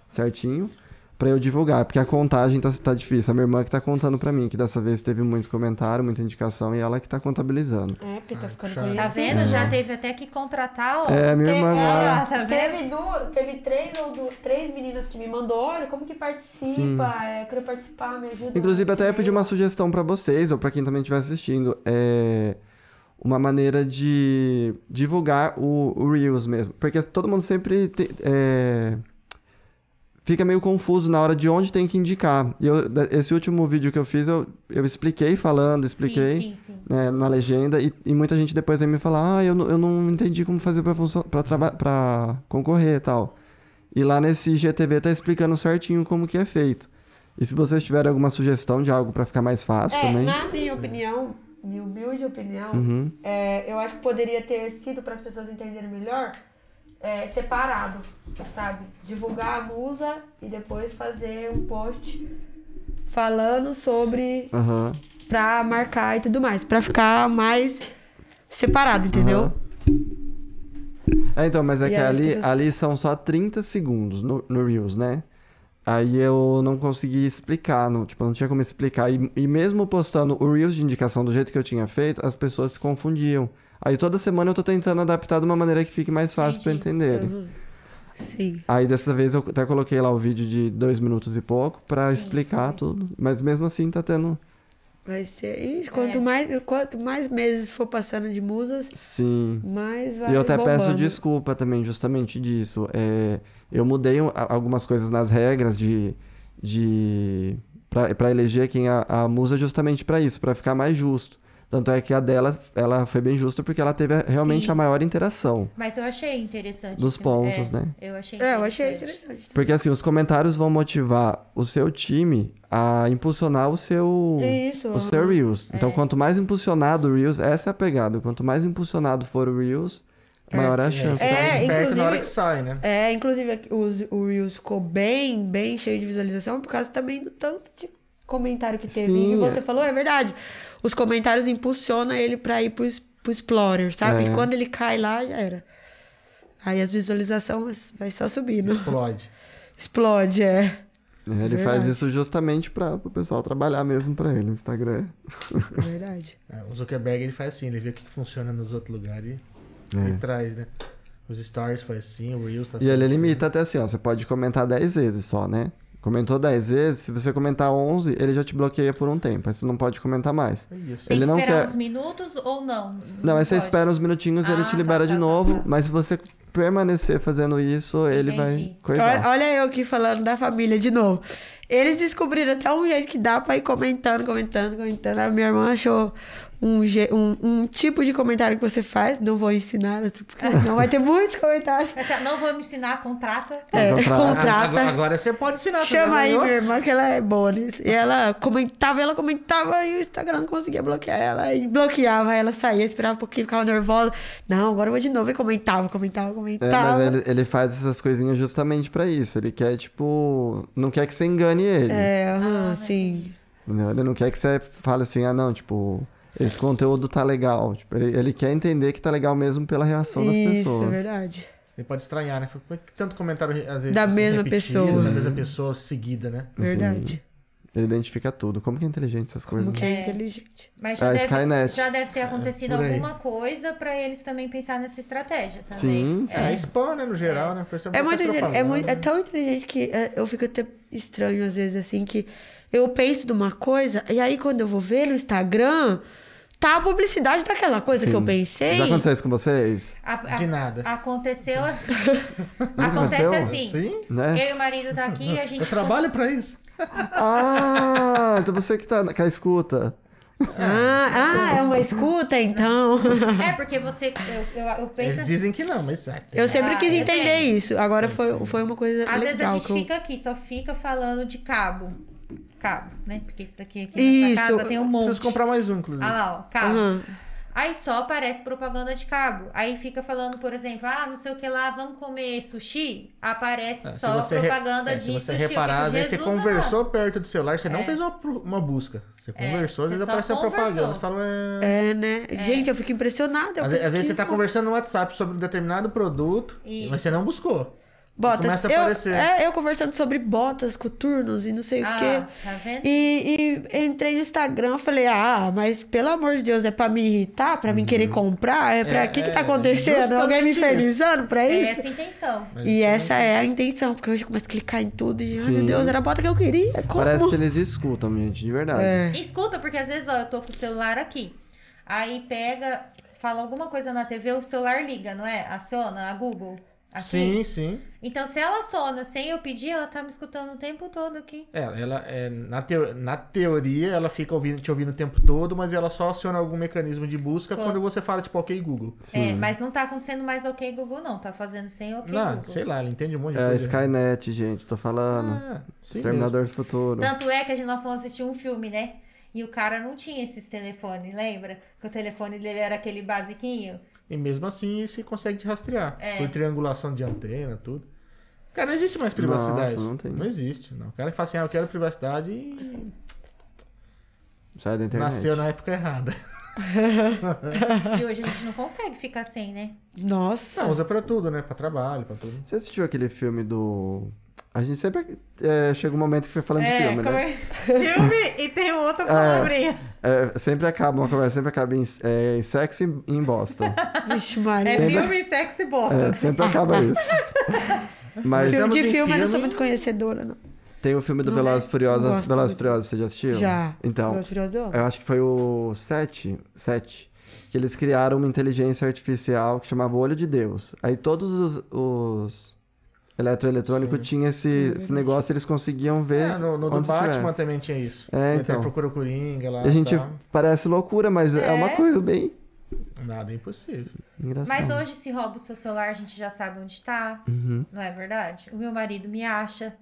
[SPEAKER 3] Certinho. Pra eu divulgar, porque a contagem tá, tá difícil. A minha irmã que tá contando pra mim, que dessa vez teve muito comentário, muita indicação, e ela que tá contabilizando.
[SPEAKER 4] É, porque tá ficando
[SPEAKER 2] chato.
[SPEAKER 4] conhecido.
[SPEAKER 1] Tá vendo? Já teve até que contratar, ó.
[SPEAKER 3] Uhum. É, minha
[SPEAKER 4] Teve,
[SPEAKER 3] irmã
[SPEAKER 4] é,
[SPEAKER 3] lá.
[SPEAKER 1] Ah, tá vendo?
[SPEAKER 4] teve, duas, teve três ou du- três meninas que me mandou, olha, como que participa? É, eu queria participar, me ajuda.
[SPEAKER 3] Inclusive,
[SPEAKER 4] não
[SPEAKER 3] até
[SPEAKER 4] sei.
[SPEAKER 3] ia pedir uma sugestão pra vocês, ou pra quem também estiver assistindo, é uma maneira de divulgar o, o Reels mesmo. Porque todo mundo sempre te- é, fica meio confuso na hora de onde tem que indicar. E eu- da- esse último vídeo que eu fiz, eu, eu expliquei falando, expliquei.
[SPEAKER 1] Sim, sim, sim.
[SPEAKER 3] né, na legenda e, e muita gente depois aí me fala, ah, eu, não- eu não entendi como fazer pra, funcio- pra, traba- pra concorrer e tal. E lá nesse GTV tá explicando certinho como que é feito. E se vocês tiverem alguma sugestão de algo pra ficar mais fácil
[SPEAKER 4] É,
[SPEAKER 3] também...
[SPEAKER 4] na minha opinião, minha humilde opinião,
[SPEAKER 3] Uhum.
[SPEAKER 4] é, eu acho que poderia ter sido, para as pessoas entenderem melhor, é, separado, sabe? Divulgar a musa e depois fazer um post falando sobre
[SPEAKER 3] Aham.
[SPEAKER 4] pra marcar e tudo mais, pra ficar mais separado, entendeu?
[SPEAKER 3] Aham. É, então, mas é
[SPEAKER 4] E
[SPEAKER 3] que
[SPEAKER 4] aí as
[SPEAKER 3] ali,
[SPEAKER 4] pessoas-
[SPEAKER 3] ali são só 30 segundos no, no Reels, né? Aí eu não consegui explicar, não, tipo, não tinha como explicar. E, e mesmo postando o Reels de indicação do jeito que eu tinha feito, as pessoas se confundiam. Aí toda semana eu tô tentando adaptar de uma maneira que fique mais fácil pra entenderem.
[SPEAKER 4] Uhum. Sim.
[SPEAKER 3] Aí dessa vez eu até coloquei lá o vídeo de dois minutos e pouco pra explicar tudo. Mas mesmo assim tá tendo
[SPEAKER 4] Vai ser. Ih, quanto, mais, quanto mais meses for passando de musas,
[SPEAKER 3] Sim.
[SPEAKER 4] mais vai.
[SPEAKER 3] E eu até peço
[SPEAKER 4] bombando.
[SPEAKER 3] desculpa também, justamente disso. É, eu mudei um- a- algumas coisas nas regras de. de pra, pra eleger quem é a, a musa, justamente pra isso, pra ficar mais justo. Tanto é que a dela, ela foi bem justa porque ela teve a- realmente
[SPEAKER 1] Sim.
[SPEAKER 3] a maior interação.
[SPEAKER 1] Mas eu achei interessante.
[SPEAKER 3] Dos
[SPEAKER 1] esse-
[SPEAKER 3] pontos,
[SPEAKER 1] é,
[SPEAKER 3] né?
[SPEAKER 1] Eu achei
[SPEAKER 6] É, eu achei interessante.
[SPEAKER 3] Porque assim, os comentários vão motivar o seu time a impulsionar o seu.
[SPEAKER 6] Isso.
[SPEAKER 3] O seu Reels. Então, quanto mais impulsionado o Reels, essa é a pegada. Quanto mais impulsionado for o Reels, maior a chance.
[SPEAKER 2] você tá
[SPEAKER 6] É,
[SPEAKER 2] esperto na hora
[SPEAKER 6] inclusive-
[SPEAKER 2] que sai, né?
[SPEAKER 4] É, inclusive aqui, os- o Reels ficou bem, bem cheio de visualização por causa também do tanto de comentário que teve.
[SPEAKER 3] Sim,
[SPEAKER 4] e
[SPEAKER 3] é.
[SPEAKER 4] você falou, é verdade. Os comentários impulsionam ele pra ir pro, es- pro Explorer, sabe?
[SPEAKER 3] É.
[SPEAKER 4] E quando ele cai lá, já era. Aí as visualizações vai só subindo.
[SPEAKER 2] Explode.
[SPEAKER 4] Explode, é.
[SPEAKER 3] É, ele faz isso justamente para o pessoal trabalhar mesmo para ele. O Instagram
[SPEAKER 4] É Verdade.
[SPEAKER 2] É, o Zuckerberg ele faz assim, ele vê o que que funciona nos outros lugares e, e traz, né? Os Stars foi assim, o Reels tá
[SPEAKER 3] É. E ele
[SPEAKER 2] assim.
[SPEAKER 3] limita até assim, ó. Você pode comentar 10 vezes só, né? Comentou 10 vezes, se você comentar 11, ele já te bloqueia por um tempo. Aí você não pode comentar mais.
[SPEAKER 2] É isso.
[SPEAKER 1] Tem
[SPEAKER 3] Ele
[SPEAKER 1] que
[SPEAKER 3] não
[SPEAKER 1] esperar
[SPEAKER 3] quer-
[SPEAKER 1] uns minutos ou não?
[SPEAKER 3] Não, aí você
[SPEAKER 1] pode.
[SPEAKER 3] espera uns minutinhos e ele
[SPEAKER 1] Ah,
[SPEAKER 3] te
[SPEAKER 1] tá,
[SPEAKER 3] libera
[SPEAKER 1] tá,
[SPEAKER 3] de
[SPEAKER 1] tá,
[SPEAKER 3] novo.
[SPEAKER 1] tá.
[SPEAKER 3] Mas se você permanecer fazendo isso, ele vai
[SPEAKER 1] Entendi.
[SPEAKER 3] coisar.
[SPEAKER 4] Olha, olha eu aqui falando da família de novo. Eles descobriram até um jeito que dá pra ir comentando, comentando, comentando. A minha irmã achou um, je- um, um tipo de comentário que você faz. Não vou ensinar, né, porque não vai ter muitos comentários.
[SPEAKER 3] É,
[SPEAKER 1] Essa- Não vou me ensinar, contrata.
[SPEAKER 3] Contra-
[SPEAKER 4] É,
[SPEAKER 2] Ah, agora,
[SPEAKER 4] contrata.
[SPEAKER 2] agora você pode ensinar. você
[SPEAKER 4] Chama
[SPEAKER 2] já
[SPEAKER 4] aí
[SPEAKER 2] ganhou?
[SPEAKER 4] minha irmã, que ela é boa nisso. E ela comentava, ela comentava, e o Instagram não conseguia bloquear ela. E bloqueava, ela saía, esperava um pouquinho, ficava nervosa. Não, agora eu vou de novo. E comentava, comentava,
[SPEAKER 1] tá.
[SPEAKER 3] É,
[SPEAKER 4] comentava.
[SPEAKER 3] mas ele, ele faz essas coisinhas justamente pra isso. Ele quer, tipo. Não quer que você engane ele.
[SPEAKER 4] É,
[SPEAKER 2] Ah,
[SPEAKER 4] aham, sim.
[SPEAKER 3] Entendeu? Ele não quer que você fale assim, ah, não, tipo, esse conteúdo tá legal. Tipo, ele, ele quer entender que tá legal mesmo pela reação das
[SPEAKER 4] Isso, é
[SPEAKER 3] pessoas.
[SPEAKER 4] verdade.
[SPEAKER 2] Ele pode estranhar, né? Fala, "Por que Tanto comentário às vezes
[SPEAKER 4] Da
[SPEAKER 2] assim,
[SPEAKER 4] mesma
[SPEAKER 2] repetido,
[SPEAKER 4] pessoa.
[SPEAKER 2] Da mesma pessoa seguida, né?
[SPEAKER 4] Verdade.
[SPEAKER 3] Ele identifica tudo. Como que é inteligente essas coisas?
[SPEAKER 4] Como que
[SPEAKER 3] né?
[SPEAKER 4] é, inteligente.
[SPEAKER 1] Mas já,
[SPEAKER 3] Ah,
[SPEAKER 1] deve,
[SPEAKER 3] Skynet.
[SPEAKER 1] já deve ter acontecido
[SPEAKER 2] por aí.
[SPEAKER 1] alguma coisa pra eles também pensar nessa estratégia também.
[SPEAKER 3] Sim, sim.
[SPEAKER 2] É, spam, né? No geral, né? Porque você
[SPEAKER 4] É
[SPEAKER 2] faz
[SPEAKER 4] muito, inte- é
[SPEAKER 2] propaganda.
[SPEAKER 4] muito- é tão inteligente que é, eu fico até estranho às vezes assim que eu penso de uma coisa e aí quando eu vou ver no Instagram tá a publicidade daquela coisa que eu pensei.
[SPEAKER 3] Já aconteceu isso com vocês?
[SPEAKER 1] A- a-
[SPEAKER 2] De nada.
[SPEAKER 1] ah. Aconteceu.
[SPEAKER 3] aconteceu?
[SPEAKER 1] Acontece assim.
[SPEAKER 2] Sim?
[SPEAKER 3] Né?
[SPEAKER 1] Eu e o marido tá aqui e a gente.
[SPEAKER 2] Eu trabalho pra isso.
[SPEAKER 3] Ah, então você que tá na- com a escuta.
[SPEAKER 4] Ah, ah, é uma escuta então.
[SPEAKER 1] É, porque você. Eu, eu, eu penso
[SPEAKER 2] Eles
[SPEAKER 1] assim.
[SPEAKER 2] dizem que não, mas é, tem-
[SPEAKER 4] Eu sempre
[SPEAKER 1] Ah,
[SPEAKER 4] quis
[SPEAKER 1] é
[SPEAKER 4] entender
[SPEAKER 1] bem.
[SPEAKER 4] isso. Agora
[SPEAKER 2] É,
[SPEAKER 4] foi, foi uma coisa
[SPEAKER 1] Às vezes a
[SPEAKER 4] legal
[SPEAKER 1] gente
[SPEAKER 4] que eu-
[SPEAKER 1] fica aqui, só fica falando de cabo. Cabo, né? Porque isso daqui aqui
[SPEAKER 4] Isso.
[SPEAKER 1] nessa casa tem um monte.
[SPEAKER 2] Preciso comprar mais um, inclusive.
[SPEAKER 1] Ah lá, ó, cabo.
[SPEAKER 4] Aham.
[SPEAKER 1] Aí só aparece propaganda de cabo. Aí fica falando, por exemplo, ah, não sei o que lá, vamos comer sushi. Aparece
[SPEAKER 2] É, se
[SPEAKER 1] só
[SPEAKER 2] você re-
[SPEAKER 1] propaganda
[SPEAKER 2] é,
[SPEAKER 1] de
[SPEAKER 2] Se você
[SPEAKER 1] sushi. Eu
[SPEAKER 2] reparar,
[SPEAKER 1] fico,
[SPEAKER 2] às vezes você
[SPEAKER 1] Jesus amado. É.
[SPEAKER 2] conversou perto do celular, você não fez uma, pro- uma busca. Você conversou, às
[SPEAKER 1] você
[SPEAKER 2] vezes
[SPEAKER 1] só
[SPEAKER 2] aparece a propaganda.
[SPEAKER 1] conversou.
[SPEAKER 2] Você fala, é...
[SPEAKER 4] É, né? Gente, eu fico impressionada. eu
[SPEAKER 2] Às, ve- às vezes você
[SPEAKER 4] pesquiso.
[SPEAKER 2] tá conversando no WhatsApp sobre um determinado produto,
[SPEAKER 1] Isso.
[SPEAKER 2] mas você não buscou.
[SPEAKER 4] Botas.
[SPEAKER 2] Começa a
[SPEAKER 4] eu,
[SPEAKER 2] aparecer.
[SPEAKER 4] É, eu conversando sobre botas, coturnos e não sei
[SPEAKER 1] Ah,
[SPEAKER 4] o quê.
[SPEAKER 1] tá vendo?
[SPEAKER 4] E, e entrei no Instagram, falei, ah, mas pelo amor de Deus, é pra me irritar, pra me querer comprar? É pra
[SPEAKER 2] É,
[SPEAKER 4] o que que
[SPEAKER 2] é,
[SPEAKER 4] tá acontecendo?
[SPEAKER 2] justamente
[SPEAKER 4] Alguém me
[SPEAKER 2] isso. então
[SPEAKER 4] infernizando pra
[SPEAKER 1] É
[SPEAKER 4] isso?
[SPEAKER 1] essa a intenção.
[SPEAKER 4] E essa é a intenção, porque hoje eu começo a clicar em tudo e, ai
[SPEAKER 3] Sim.
[SPEAKER 4] meu Deus, era a bota que eu queria. Como?
[SPEAKER 3] Parece que eles escutam, gente, de verdade.
[SPEAKER 4] É.
[SPEAKER 1] Escuta, porque às vezes, ó, eu tô com o celular aqui. Aí pega, fala alguma coisa na TV, o celular liga, não é? Aciona a Google. Aqui.
[SPEAKER 2] Sim, sim.
[SPEAKER 1] Então, se ela aciona sem eu pedir, ela tá me escutando o tempo todo aqui.
[SPEAKER 2] É, ela, é, na, teo- na teoria, ela fica ouvindo, te ouvindo o tempo todo, mas ela só aciona algum mecanismo de busca
[SPEAKER 1] Quando-
[SPEAKER 2] quando você fala, tipo, ok, Google.
[SPEAKER 1] É, mas não tá acontecendo mais ok Google, não. Tá fazendo sem ok
[SPEAKER 2] não,
[SPEAKER 1] Google.
[SPEAKER 2] sei lá, ela entende um monte de
[SPEAKER 3] É a
[SPEAKER 2] coisa.
[SPEAKER 3] Skynet, gente, tô falando.
[SPEAKER 2] Ah, sim mesmo.
[SPEAKER 3] Exterminador do Futuro.
[SPEAKER 1] Tanto é que a gente, nós fomos assistir um filme, né? E o cara não tinha esses telefones, lembra? Que o telefone dele era aquele basiquinho.
[SPEAKER 2] E mesmo assim, se consegue te rastrear. Por triangulação de antena, tudo. Cara, não existe mais privacidade.
[SPEAKER 3] Nossa, não tem.
[SPEAKER 2] existe, não. O cara fala assim, ah, eu quero privacidade e
[SPEAKER 3] Sai da internet.
[SPEAKER 2] nasceu né? na época errada.
[SPEAKER 1] E hoje a gente não consegue ficar sem, né?
[SPEAKER 4] Nossa.
[SPEAKER 2] Não, usa pra tudo, né? Pra trabalho, pra tudo.
[SPEAKER 3] Você assistiu aquele filme do. A gente sempre é, chega um momento que foi falando de
[SPEAKER 1] é
[SPEAKER 3] filme, né?
[SPEAKER 1] filme e tem um outra palavrinha.
[SPEAKER 3] É, sempre acaba uma conversa, sempre acaba em, é, em sexo e em- em bosta.
[SPEAKER 4] Vixe, Maria.
[SPEAKER 3] Sempre-
[SPEAKER 1] É filme, sexo e bosta.
[SPEAKER 3] É, sempre acaba isso. Mas
[SPEAKER 4] Filme
[SPEAKER 2] Precisamos
[SPEAKER 4] de
[SPEAKER 2] de
[SPEAKER 4] filme, eu não sou
[SPEAKER 2] filme.
[SPEAKER 4] muito conhecedora, não.
[SPEAKER 3] Tem o filme do Velozes e
[SPEAKER 7] não
[SPEAKER 3] Furiosos.
[SPEAKER 7] gosto
[SPEAKER 3] Velozes e
[SPEAKER 7] muito.
[SPEAKER 3] Furiosos, você já assistiu?
[SPEAKER 7] Já.
[SPEAKER 3] Então,
[SPEAKER 7] Velozes e Furiosos eu amo.
[SPEAKER 3] eu acho que foi o 7, 7, que eles criaram uma inteligência artificial que chamava Olho de Deus. Aí todos os, os eletroeletrônicos tinham esse, esse negócio, eles conseguiam ver
[SPEAKER 2] É, no, no do
[SPEAKER 3] onde se
[SPEAKER 2] Batman
[SPEAKER 3] tivesse.
[SPEAKER 2] também tinha isso.
[SPEAKER 3] É,
[SPEAKER 2] Até
[SPEAKER 3] então.
[SPEAKER 2] procura o Coringa lá.
[SPEAKER 3] E a gente
[SPEAKER 2] tá.
[SPEAKER 3] parece loucura, mas é, uma
[SPEAKER 1] É.
[SPEAKER 3] coisa bem
[SPEAKER 2] Nada é impossível.
[SPEAKER 3] engraçada.
[SPEAKER 1] Mas hoje, se rouba o seu celular, a gente já sabe onde tá.
[SPEAKER 3] Uhum.
[SPEAKER 1] Não é verdade? O meu marido me acha.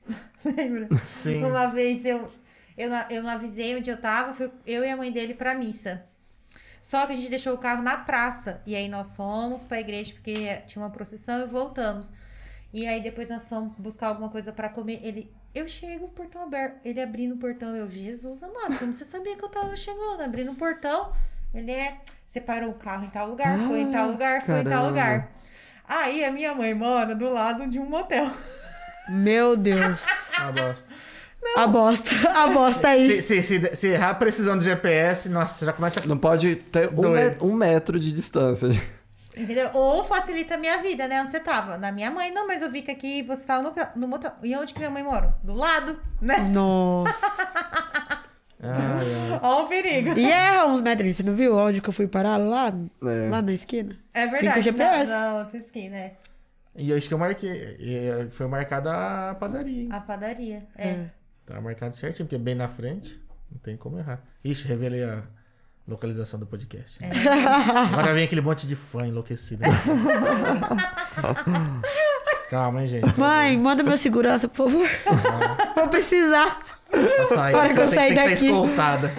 [SPEAKER 1] Lembra?
[SPEAKER 2] Sim.
[SPEAKER 1] Uma vez eu, eu, não- eu não avisei onde eu tava, fui eu e a mãe dele pra missa. Só que a gente deixou o carro na praça. E aí nós fomos pra igreja, porque tinha uma procissão e voltamos. E aí depois nós fomos buscar alguma coisa pra comer. Ele. Eu chego, o portão aberto. Ele abrindo o portão, eu, Jesus amado, como você sabia que eu tava chegando? Abrindo o portão, ele é. Separou o carro em tal lugar, foi em tal lugar, foi em tal
[SPEAKER 3] caramba.
[SPEAKER 1] lugar. Aí a minha mãe mora do lado de um motel.
[SPEAKER 7] Meu Deus.
[SPEAKER 2] é Uma bosta.
[SPEAKER 7] A bosta. A bosta aí.
[SPEAKER 2] Se, se, se, se errar precisando de GPS, nossa, já começa a.
[SPEAKER 3] Não pode ter um,
[SPEAKER 2] Doido.
[SPEAKER 3] met- um metro de distância.
[SPEAKER 1] Entendeu? Ou facilita a minha vida, né? Onde você tava? Na minha mãe, não, mas eu vi que aqui você tava no, no motel. E onde que minha mãe mora? Do lado, né?
[SPEAKER 7] Nossa.
[SPEAKER 2] Ai, ai.
[SPEAKER 1] Ó o perigo.
[SPEAKER 7] E erra uns metros. Você não viu onde que eu fui parar? Lá,
[SPEAKER 3] É.
[SPEAKER 7] lá na esquina?
[SPEAKER 1] É verdade.
[SPEAKER 7] Fica o GPS.
[SPEAKER 1] Na, na outra esquina, é.
[SPEAKER 2] E acho que eu marquei. e Foi marcada a padaria, hein?
[SPEAKER 1] A padaria. É.
[SPEAKER 2] Tá marcado certinho, porque é bem na frente. Não tem como errar. Ixi, revelei a localização do
[SPEAKER 7] É.
[SPEAKER 2] podcast. Agora vem aquele monte de fã enlouquecido. Calma, hein, gente.
[SPEAKER 7] Mãe,
[SPEAKER 3] Né?
[SPEAKER 7] manda meu segurança, por favor. Vou precisar.
[SPEAKER 2] Pra sair,
[SPEAKER 7] Para que eu
[SPEAKER 2] tem-
[SPEAKER 7] sair
[SPEAKER 2] tem que
[SPEAKER 7] daqui.
[SPEAKER 2] ser escoltada.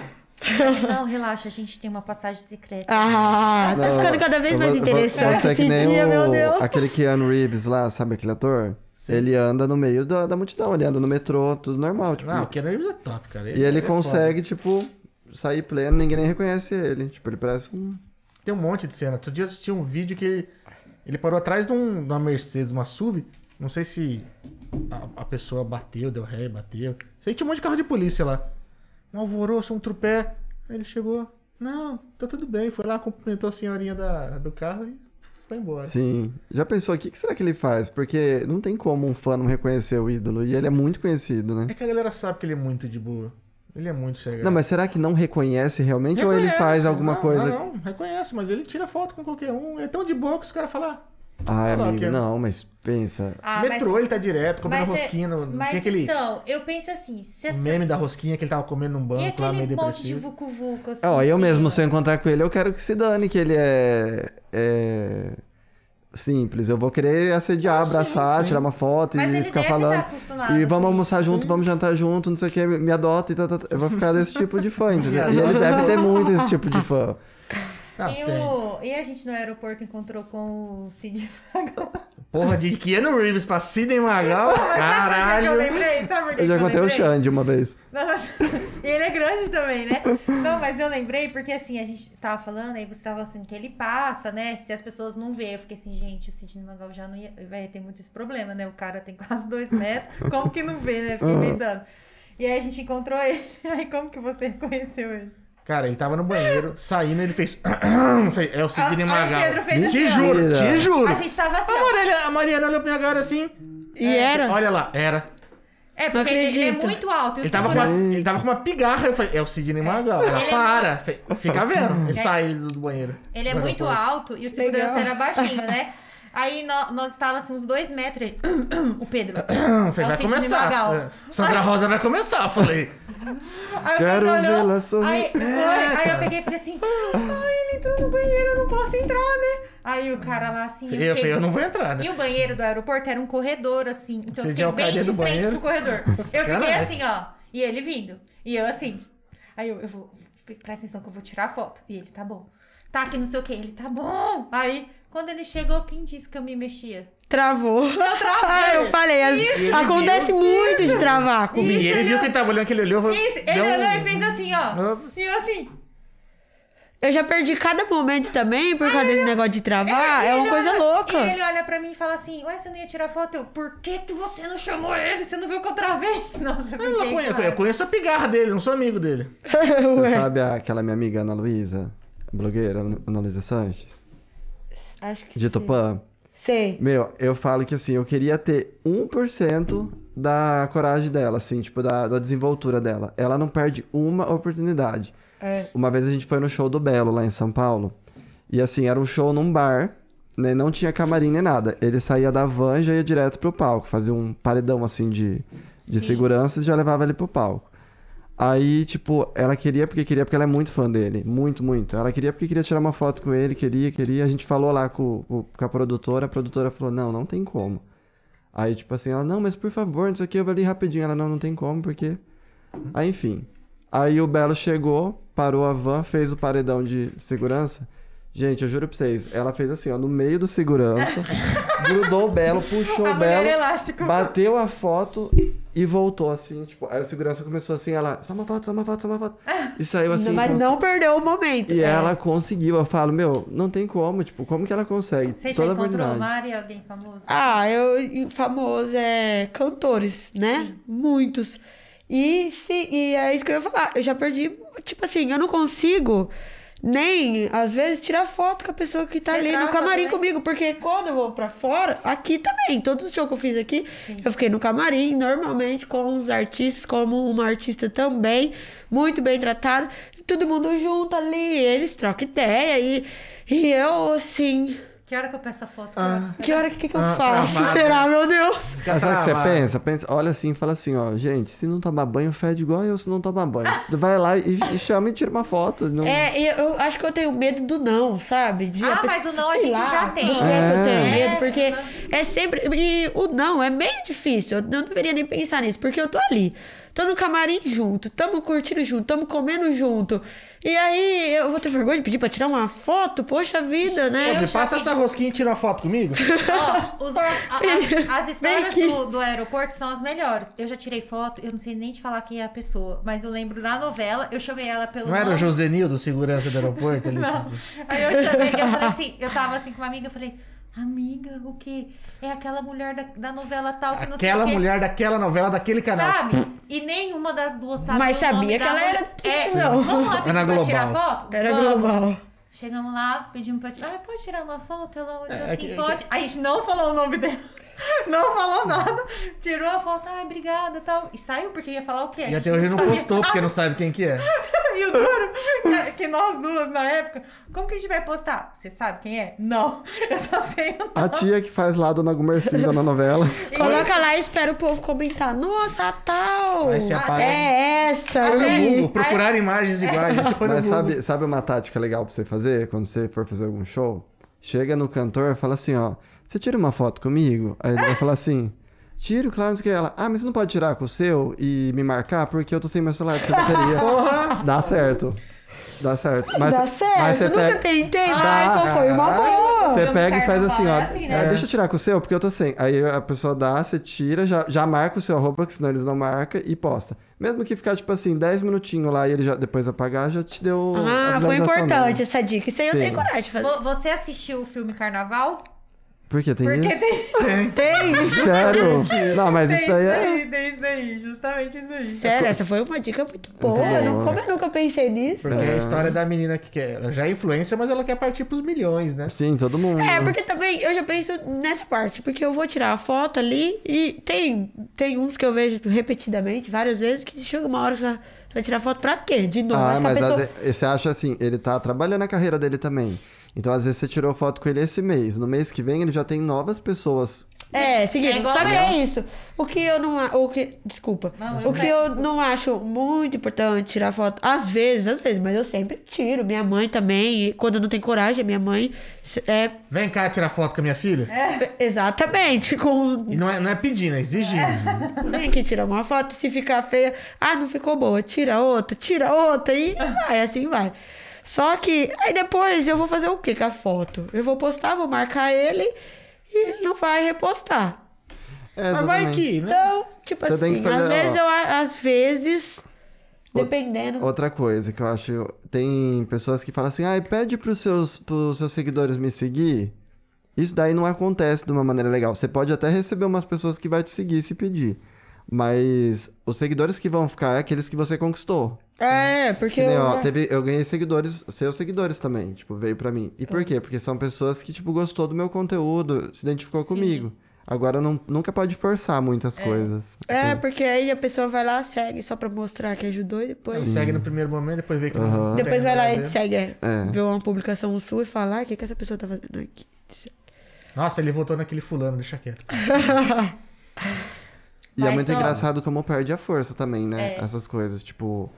[SPEAKER 1] Não, relaxa, a gente tem uma passagem secreta.
[SPEAKER 7] Ah, tá
[SPEAKER 3] Não,
[SPEAKER 7] ficando cada vez
[SPEAKER 3] eu
[SPEAKER 7] mais
[SPEAKER 3] vou- eu vou-
[SPEAKER 7] interessante
[SPEAKER 3] você é que
[SPEAKER 7] esse
[SPEAKER 3] nem
[SPEAKER 7] dia,
[SPEAKER 3] o-
[SPEAKER 7] meu Deus.
[SPEAKER 3] Aquele Keanu Reeves lá, sabe aquele ator? Ele anda no meio da, da multidão, ele anda no metrô, tudo normal. Tipo,
[SPEAKER 2] Não, o Keanu Reeves é top, cara.
[SPEAKER 3] e ele
[SPEAKER 2] é
[SPEAKER 3] consegue, tipo, sair pleno, ninguém nem reconhece ele. Tipo, ele parece um.
[SPEAKER 2] foda. Tem um monte de cena. Outro dia eu assisti um vídeo que ele, ele parou atrás de, um- de uma Mercedes, uma SUV. Não sei se a, a pessoa bateu, deu ré, bateu. Sei que tinha um monte de carro de polícia lá. Um alvoroço, um trupé. Aí ele chegou. Não, tá tudo bem. Foi lá, cumprimentou a senhorinha da, do carro e foi embora.
[SPEAKER 3] Sim. Já pensou, o que, que será que ele faz? Porque não tem como um fã não reconhecer o ídolo. E ele é muito conhecido, né?
[SPEAKER 2] É que a galera sabe que ele é muito de boa. Ele é muito chegado.
[SPEAKER 3] Não, mas será que não reconhece realmente ou ele
[SPEAKER 2] Reconhece.
[SPEAKER 3] faz alguma
[SPEAKER 2] Não,
[SPEAKER 3] coisa?
[SPEAKER 2] Não, não, reconhece, mas ele tira foto com qualquer um. É tão de boa que os caras falam.
[SPEAKER 3] Ai,
[SPEAKER 2] Olha lá,
[SPEAKER 3] amigo,
[SPEAKER 2] Keanu.
[SPEAKER 3] não, mas pensa.
[SPEAKER 1] Ah,
[SPEAKER 2] metrô, ele tá direto, comendo
[SPEAKER 1] mas é-
[SPEAKER 2] rosquinha. No,
[SPEAKER 1] mas
[SPEAKER 2] tinha aquele
[SPEAKER 1] então, eu penso assim, se essa-
[SPEAKER 2] meme da rosquinha que ele tava comendo num
[SPEAKER 1] E
[SPEAKER 2] banco lá, meio
[SPEAKER 1] aquele monte de
[SPEAKER 2] depressivo.
[SPEAKER 1] vucu-vucu, assim.
[SPEAKER 3] É, ó, eu
[SPEAKER 1] em
[SPEAKER 3] mesmo, se
[SPEAKER 1] cima?
[SPEAKER 3] eu encontrar com ele, eu quero que se dane, que ele é. é simples. Eu vou querer assediar, abraçar, tirar uma foto
[SPEAKER 1] Mas
[SPEAKER 3] e
[SPEAKER 1] ele
[SPEAKER 3] ficar
[SPEAKER 1] deve
[SPEAKER 3] falando.
[SPEAKER 1] tá acostumado
[SPEAKER 3] e
[SPEAKER 1] com
[SPEAKER 3] vamos
[SPEAKER 1] isso.
[SPEAKER 3] almoçar junto, vamos jantar junto, não sei o que, me adota e tá, tá, tá. Eu vou ficar desse tipo de fã, entendeu? e ele deve ter muito esse tipo de fã.
[SPEAKER 2] Ah,
[SPEAKER 1] E,
[SPEAKER 2] tem.
[SPEAKER 1] o- e a gente no aeroporto encontrou com o Cid Magal.
[SPEAKER 2] Porra, de Keanu Reeves pra Sidney Magal,
[SPEAKER 1] Sabe por que que eu
[SPEAKER 2] caralho.
[SPEAKER 1] lembrei? Sabe por que
[SPEAKER 3] Eu já
[SPEAKER 1] que eu
[SPEAKER 3] encontrei o
[SPEAKER 1] lembrei?
[SPEAKER 3] Xande uma vez.
[SPEAKER 1] Não, mas- e ele é grande também, né? Não, mas eu lembrei porque assim, a gente tava falando, aí você tava assim, que ele passa, né? Se as pessoas não vê, eu fiquei assim, gente, o Sidney Magal já não ia, vai ter muito esse problema, né? O cara tem quase dois metros, como que não vê, né? Fiquei pensando. E aí a gente encontrou ele, aí como que você reconheceu ele?
[SPEAKER 2] Cara, ele tava no banheiro, saindo, ele fez. fez- é o Sidney
[SPEAKER 1] Ah,
[SPEAKER 2] Magal.
[SPEAKER 1] ah, o Pedro fez
[SPEAKER 2] te
[SPEAKER 1] assim, ó.
[SPEAKER 2] juro, te juro.
[SPEAKER 1] A gente tava assim,
[SPEAKER 2] A,
[SPEAKER 1] ó.
[SPEAKER 2] Mariana, a Mariana olhou pra minha cara assim.
[SPEAKER 7] E era?
[SPEAKER 2] Olha lá, era.
[SPEAKER 1] É, porque ele, ele é
[SPEAKER 7] acredito.
[SPEAKER 1] muito alto. e o
[SPEAKER 2] Ele tava, com
[SPEAKER 1] cinturão-
[SPEAKER 2] uma, ele tava com uma pigarra. Eu falei, é o Sidney Magal. Ela,
[SPEAKER 1] Ele é
[SPEAKER 2] para. Fe- Fica vendo. E sai ele do banheiro.
[SPEAKER 1] Ele é
[SPEAKER 2] Do
[SPEAKER 1] muito
[SPEAKER 2] aeroporto.
[SPEAKER 1] alto e o segurança
[SPEAKER 7] Legal.
[SPEAKER 1] era baixinho, né? Aí nó- nós estávamos assim, uns dois metros. aí, o Pedro.
[SPEAKER 2] Eu falei,
[SPEAKER 1] É o
[SPEAKER 2] vai
[SPEAKER 1] Sidney Magal.
[SPEAKER 2] começar. Sandra Rosa vai começar. Eu falei.
[SPEAKER 1] Aí o
[SPEAKER 3] Quero
[SPEAKER 1] Pedro olhou,
[SPEAKER 3] vê-la sorrir. É.
[SPEAKER 1] Aí, foi, aí eu peguei e falei assim: ai, ele entrou no banheiro, eu não posso entrar, né? Aí o cara lá assim.
[SPEAKER 2] Eu,
[SPEAKER 1] fiquei-
[SPEAKER 2] falei, eu não vou entrar, né?
[SPEAKER 1] E o banheiro do aeroporto era um corredor, assim. Então
[SPEAKER 2] Você
[SPEAKER 1] eu
[SPEAKER 2] já
[SPEAKER 1] fiquei
[SPEAKER 2] é o
[SPEAKER 1] bem
[SPEAKER 2] carinha
[SPEAKER 1] de
[SPEAKER 2] do
[SPEAKER 1] frente
[SPEAKER 2] banheiro?
[SPEAKER 1] pro corredor. Eu fiquei
[SPEAKER 2] Caralho.
[SPEAKER 1] assim, ó. E ele vindo. E eu assim. Aí eu, eu vou. Presta atenção que eu vou tirar a foto. E ele, tá bom. Tá aqui, não sei o que. Ele, tá bom. Aí, quando ele chegou, quem disse que eu me mexia?
[SPEAKER 7] Travou. Ah, eu falei. as-
[SPEAKER 2] Isso.
[SPEAKER 7] Acontece muito de travar
[SPEAKER 2] E
[SPEAKER 7] comigo.
[SPEAKER 2] ele
[SPEAKER 1] ele
[SPEAKER 2] viu
[SPEAKER 1] é-
[SPEAKER 2] que ele tava olhando, que ele olhou. falou,
[SPEAKER 1] Isso, ele
[SPEAKER 2] deu um-
[SPEAKER 1] olhou e fez assim, ó.
[SPEAKER 2] Ah.
[SPEAKER 1] E eu assim.
[SPEAKER 7] Eu já perdi cada momento também por causa desse negócio de travar.
[SPEAKER 1] E
[SPEAKER 7] É uma
[SPEAKER 1] ele
[SPEAKER 7] coisa
[SPEAKER 1] olha-
[SPEAKER 7] louca.
[SPEAKER 1] E ele olha pra mim e fala assim: Ué, você não ia tirar foto? Eu, por que, que você não chamou ele? Você não viu que eu travei? Nossa, eu
[SPEAKER 2] Eu, não
[SPEAKER 1] fiquei,
[SPEAKER 2] conheço,
[SPEAKER 1] cara.
[SPEAKER 2] eu conheço a pigarra dele, não sou amigo dele.
[SPEAKER 3] Você sabe aquela minha amiga Ana Luísa, blogueira Ana Luísa Sanches,
[SPEAKER 7] Acho que
[SPEAKER 3] de Tupã? Tipo
[SPEAKER 7] Sei.
[SPEAKER 3] Meu, eu falo que assim, eu queria ter 1% da coragem dela, assim, tipo, da, da desenvoltura dela. Ela não perde uma oportunidade. Uma vez a gente foi no show do Belo, lá em São Paulo. E assim, era um show num bar, né? Não tinha camarim nem nada. Ele saía da van e já ia direto pro palco. Fazia um paredão, assim, de, de segurança e já levava ele pro palco. Aí, tipo, ela queria porque queria, porque ela é muito fã dele. Muito, muito. Ela queria porque queria tirar uma foto com ele, queria, queria. A gente falou lá com, com- com a produtora, a produtora falou, não, não tem como. Aí, tipo assim, ela, não, mas por favor, não sei o que, eu vou ali rapidinho. Ela, não, não tem como, porque... Aí, enfim. Aí o Belo chegou, parou a van, fez o paredão de segurança. Gente, eu juro pra vocês, ela fez assim, ó, no meio do segurança, grudou o Belo, puxou
[SPEAKER 1] A
[SPEAKER 3] o
[SPEAKER 1] mulher
[SPEAKER 3] Belo,
[SPEAKER 1] elástico.
[SPEAKER 3] bateu a foto e voltou assim, tipo, aí o segurança começou assim, ela, só uma foto, só uma foto, só uma foto. E saiu assim.
[SPEAKER 4] Mas
[SPEAKER 3] cons-
[SPEAKER 4] não perdeu o momento.
[SPEAKER 3] E
[SPEAKER 4] É.
[SPEAKER 3] ela conseguiu, eu falo, meu, não tem como, tipo, como que ela consegue?
[SPEAKER 1] Você já
[SPEAKER 3] Toda
[SPEAKER 1] encontrou o
[SPEAKER 3] oportunidade.
[SPEAKER 1] Mari, alguém famoso?
[SPEAKER 4] Ah, eu famoso é cantores, né? Muitos. E, se, e é isso que eu ia falar. Eu já perdi, tipo assim, eu não consigo nem, às vezes, tirar foto com a pessoa que tá
[SPEAKER 1] Você
[SPEAKER 4] ali no
[SPEAKER 1] trava
[SPEAKER 4] camarim
[SPEAKER 1] também?
[SPEAKER 4] comigo. Porque quando eu vou pra fora, aqui também, todos os shows que eu fiz aqui, eu fiquei no camarim, normalmente, com os artistas, como uma artista também, muito bem tratada. Todo mundo junto ali, eles trocam ideia e, e eu, assim...
[SPEAKER 1] Que hora que eu peço a foto?
[SPEAKER 4] Que hora que, que eu
[SPEAKER 2] Ah,
[SPEAKER 4] faço?
[SPEAKER 2] travada.
[SPEAKER 4] Será, meu Deus?
[SPEAKER 2] Fica
[SPEAKER 3] Mas sabe o que você
[SPEAKER 2] travado.
[SPEAKER 3] pensa? Pensa, olha assim e fala assim, ó, gente, se não tomar banho, fede igual eu se não tomar banho. Vai lá e, e chama e tira uma foto. Não...
[SPEAKER 4] É, e eu, eu acho que eu tenho medo do não, sabe? De
[SPEAKER 1] Ah,
[SPEAKER 4] a
[SPEAKER 1] mas o não a
[SPEAKER 4] sei
[SPEAKER 1] gente
[SPEAKER 4] lá,
[SPEAKER 1] já tem.
[SPEAKER 4] Do que é que eu tenho
[SPEAKER 3] É.
[SPEAKER 4] medo, porque é sempre. E o não é meio difícil. Eu não deveria nem pensar nisso, porque eu tô ali. Tô no camarim junto, tamo curtindo junto, tamo comendo junto. E aí eu vou ter vergonha de pedir pra tirar uma foto? Poxa vida, né?
[SPEAKER 2] Você passa essa rosquinha e tira uma foto comigo?
[SPEAKER 1] Ó, os- a- a- as
[SPEAKER 4] Vem
[SPEAKER 1] histórias
[SPEAKER 4] aqui.
[SPEAKER 1] do, do aeroporto são as melhores. Eu já tirei foto, eu não sei nem te falar quem é a pessoa, mas eu lembro da novela, eu chamei ela pelo
[SPEAKER 2] Não era o
[SPEAKER 1] nome.
[SPEAKER 2] Josenildo, segurança do aeroporto? Ele...
[SPEAKER 1] Aí eu chamei, eu falei assim, eu tava assim com uma amiga, eu falei, amiga, o quê? É aquela mulher da, da novela tal que não sei
[SPEAKER 2] Aquela
[SPEAKER 1] o quê.
[SPEAKER 2] mulher daquela novela, daquele canal.
[SPEAKER 1] Sabe? E nenhuma das duas sabia.
[SPEAKER 4] Mas
[SPEAKER 1] o
[SPEAKER 4] sabia
[SPEAKER 1] nome
[SPEAKER 4] que
[SPEAKER 1] da
[SPEAKER 4] ela
[SPEAKER 1] mulher.
[SPEAKER 4] era da
[SPEAKER 1] É,
[SPEAKER 4] televisão.
[SPEAKER 1] vamos lá pedir
[SPEAKER 2] Era
[SPEAKER 1] pra tirar
[SPEAKER 2] global.
[SPEAKER 1] foto?
[SPEAKER 4] Era
[SPEAKER 1] Vamos.
[SPEAKER 4] global.
[SPEAKER 1] Chegamos lá, pedimos pra tirar. Ah, pode tirar uma foto? Ela olhou
[SPEAKER 2] É,
[SPEAKER 1] assim,
[SPEAKER 2] é que-
[SPEAKER 1] pode. A gente não falou o nome dela. Não falou nada. Tirou a foto, ah, obrigada e tal. E saiu porque ia falar o quê? A
[SPEAKER 2] E
[SPEAKER 1] gente
[SPEAKER 2] até hoje não
[SPEAKER 1] sabia.
[SPEAKER 2] postou, porque não sabe quem que é.
[SPEAKER 1] E o duro é que nós duas, na época, como que a gente vai postar? Você sabe quem é? Não. Eu só sei o
[SPEAKER 3] A tia que faz lá a Dona Gumercinda na novela.
[SPEAKER 4] Coloca lá e espera o povo comentar. Nossa, a tal!
[SPEAKER 2] Aí você apaga.
[SPEAKER 4] É essa!
[SPEAKER 2] Põe
[SPEAKER 4] aí.
[SPEAKER 2] no Google, procurar imagens iguais. Você põe no
[SPEAKER 3] Mas
[SPEAKER 2] Google.
[SPEAKER 3] sabe, sabe uma tática legal pra você fazer quando você for fazer algum show? Chega no cantor e fala assim, ó, você tira uma foto comigo? Aí ele vai falar assim, tiro, claro, não sei o que. Ela, ah, mas você não pode tirar com o seu e me marcar porque eu tô sem meu celular, tô sem bateria. Dá certo. Dá certo. Mas, é-
[SPEAKER 4] Dá
[SPEAKER 3] Mas
[SPEAKER 4] certo,
[SPEAKER 3] você
[SPEAKER 4] eu
[SPEAKER 3] pega,
[SPEAKER 4] nunca
[SPEAKER 3] Ah,
[SPEAKER 4] tentei.
[SPEAKER 3] Dá.
[SPEAKER 4] Ai, qual foi uma boa!
[SPEAKER 3] Você
[SPEAKER 1] Meu
[SPEAKER 3] pega e faz
[SPEAKER 1] carnaval
[SPEAKER 3] assim, ó.
[SPEAKER 1] é assim, né?
[SPEAKER 3] "Ah, Deixa eu tirar com o seu, porque eu tô sem. Aí a pessoa dá, você tira, já, já marca o seu arroba, que senão eles não marcam, e posta. Mesmo que ficar, tipo assim, 10 minutinhos lá e ele já depois apagar, já te deu. a
[SPEAKER 4] Ah, foi
[SPEAKER 3] visualização
[SPEAKER 4] importante
[SPEAKER 3] dele.
[SPEAKER 4] essa dica. Isso aí eu
[SPEAKER 3] Sim.
[SPEAKER 4] tenho coragem de fazer.
[SPEAKER 1] Vo- Você assistiu o filme Carnaval?
[SPEAKER 3] Por que tem isso?
[SPEAKER 4] Tem!
[SPEAKER 3] Sério? não, mas isso daí é.
[SPEAKER 1] daí, tem isso daí, justamente isso daí.
[SPEAKER 4] Sério, essa foi uma dica muito boa.
[SPEAKER 3] Muito
[SPEAKER 4] Eu não-
[SPEAKER 3] boa.
[SPEAKER 4] como eu nunca pensei nisso?
[SPEAKER 2] Porque é a história da menina que quer. Ela já é influencer, mas ela quer partir pros milhões, né?
[SPEAKER 3] Sim, todo mundo.
[SPEAKER 4] É, porque também eu já penso nessa parte, porque eu vou tirar a foto ali e tem, tem uns que eu vejo repetidamente, várias vezes, que chega uma hora já vai tirar foto pra quê? De novo.
[SPEAKER 3] Ah,
[SPEAKER 4] Acho que a
[SPEAKER 3] mas
[SPEAKER 4] pessoa-
[SPEAKER 3] às vezes- você acha assim, ele tá trabalhando a carreira dele também. Então, às vezes, você tirou foto com ele esse mês. No mês que vem, ele já tem novas pessoas.
[SPEAKER 4] É, seguinte,
[SPEAKER 1] É igual
[SPEAKER 4] só que
[SPEAKER 1] eu.
[SPEAKER 4] é isso. O que eu não. a- O que, desculpa.
[SPEAKER 1] Não, eu
[SPEAKER 4] o que eu não acho muito importante tirar foto. Às vezes, às vezes, mas eu sempre tiro. Minha mãe também. e Quando eu não tenho coragem, minha mãe. se- É,
[SPEAKER 2] Vem cá tirar foto com a minha filha.
[SPEAKER 1] É.
[SPEAKER 4] Exatamente. Com,
[SPEAKER 2] E não é, não é pedindo, é exigindo.
[SPEAKER 4] vem aqui tirar uma foto. Se ficar feia. Ah, não ficou boa. Tira outra, tira outra. E vai, assim vai. Só que. Aí depois eu vou fazer o que com a foto? Eu vou postar, vou marcar ele e ele não vai repostar.
[SPEAKER 3] É,
[SPEAKER 2] Mas vai
[SPEAKER 3] exatamente.
[SPEAKER 2] que, né?
[SPEAKER 4] Então, tipo
[SPEAKER 3] Você tem
[SPEAKER 4] assim,
[SPEAKER 3] que fazer,
[SPEAKER 4] às
[SPEAKER 3] ó.
[SPEAKER 4] vezes eu a- às vezes dependendo
[SPEAKER 3] Outra coisa que eu acho. Tem pessoas que falam assim, ah, pede pros seus, pros seus seguidores me seguir. Isso daí não acontece de uma maneira legal. Você pode até receber umas pessoas que vai te seguir se pedir. Mas os seguidores que vão ficar é aqueles que você conquistou.
[SPEAKER 4] É, porque
[SPEAKER 3] Que nem,
[SPEAKER 4] eu,
[SPEAKER 3] ó, teve, eu ganhei seguidores, seus seguidores
[SPEAKER 4] É.
[SPEAKER 3] também, tipo, veio pra mim. E por quê? Porque são pessoas que, tipo, gostou do meu conteúdo, se identificou comigo. Agora não, nunca pode forçar muitas coisas.
[SPEAKER 4] É, porque aí a pessoa vai lá, segue só pra mostrar que ajudou e depois.
[SPEAKER 2] Você segue no primeiro momento, depois vê que não. tem
[SPEAKER 4] Então, Depois vai
[SPEAKER 2] nada
[SPEAKER 4] lá
[SPEAKER 2] a
[SPEAKER 4] e
[SPEAKER 2] ver.
[SPEAKER 4] segue, é,
[SPEAKER 3] É.
[SPEAKER 4] vê uma publicação sua e fala, "Ai, o que, que essa pessoa tá fazendo aqui?
[SPEAKER 2] Nossa, ele voltou naquele fulano, deixa quieto.
[SPEAKER 3] E
[SPEAKER 1] Mas,
[SPEAKER 3] é muito
[SPEAKER 1] ó-
[SPEAKER 3] engraçado como perde a força também, né?
[SPEAKER 1] É.
[SPEAKER 3] Essas coisas. Tipo,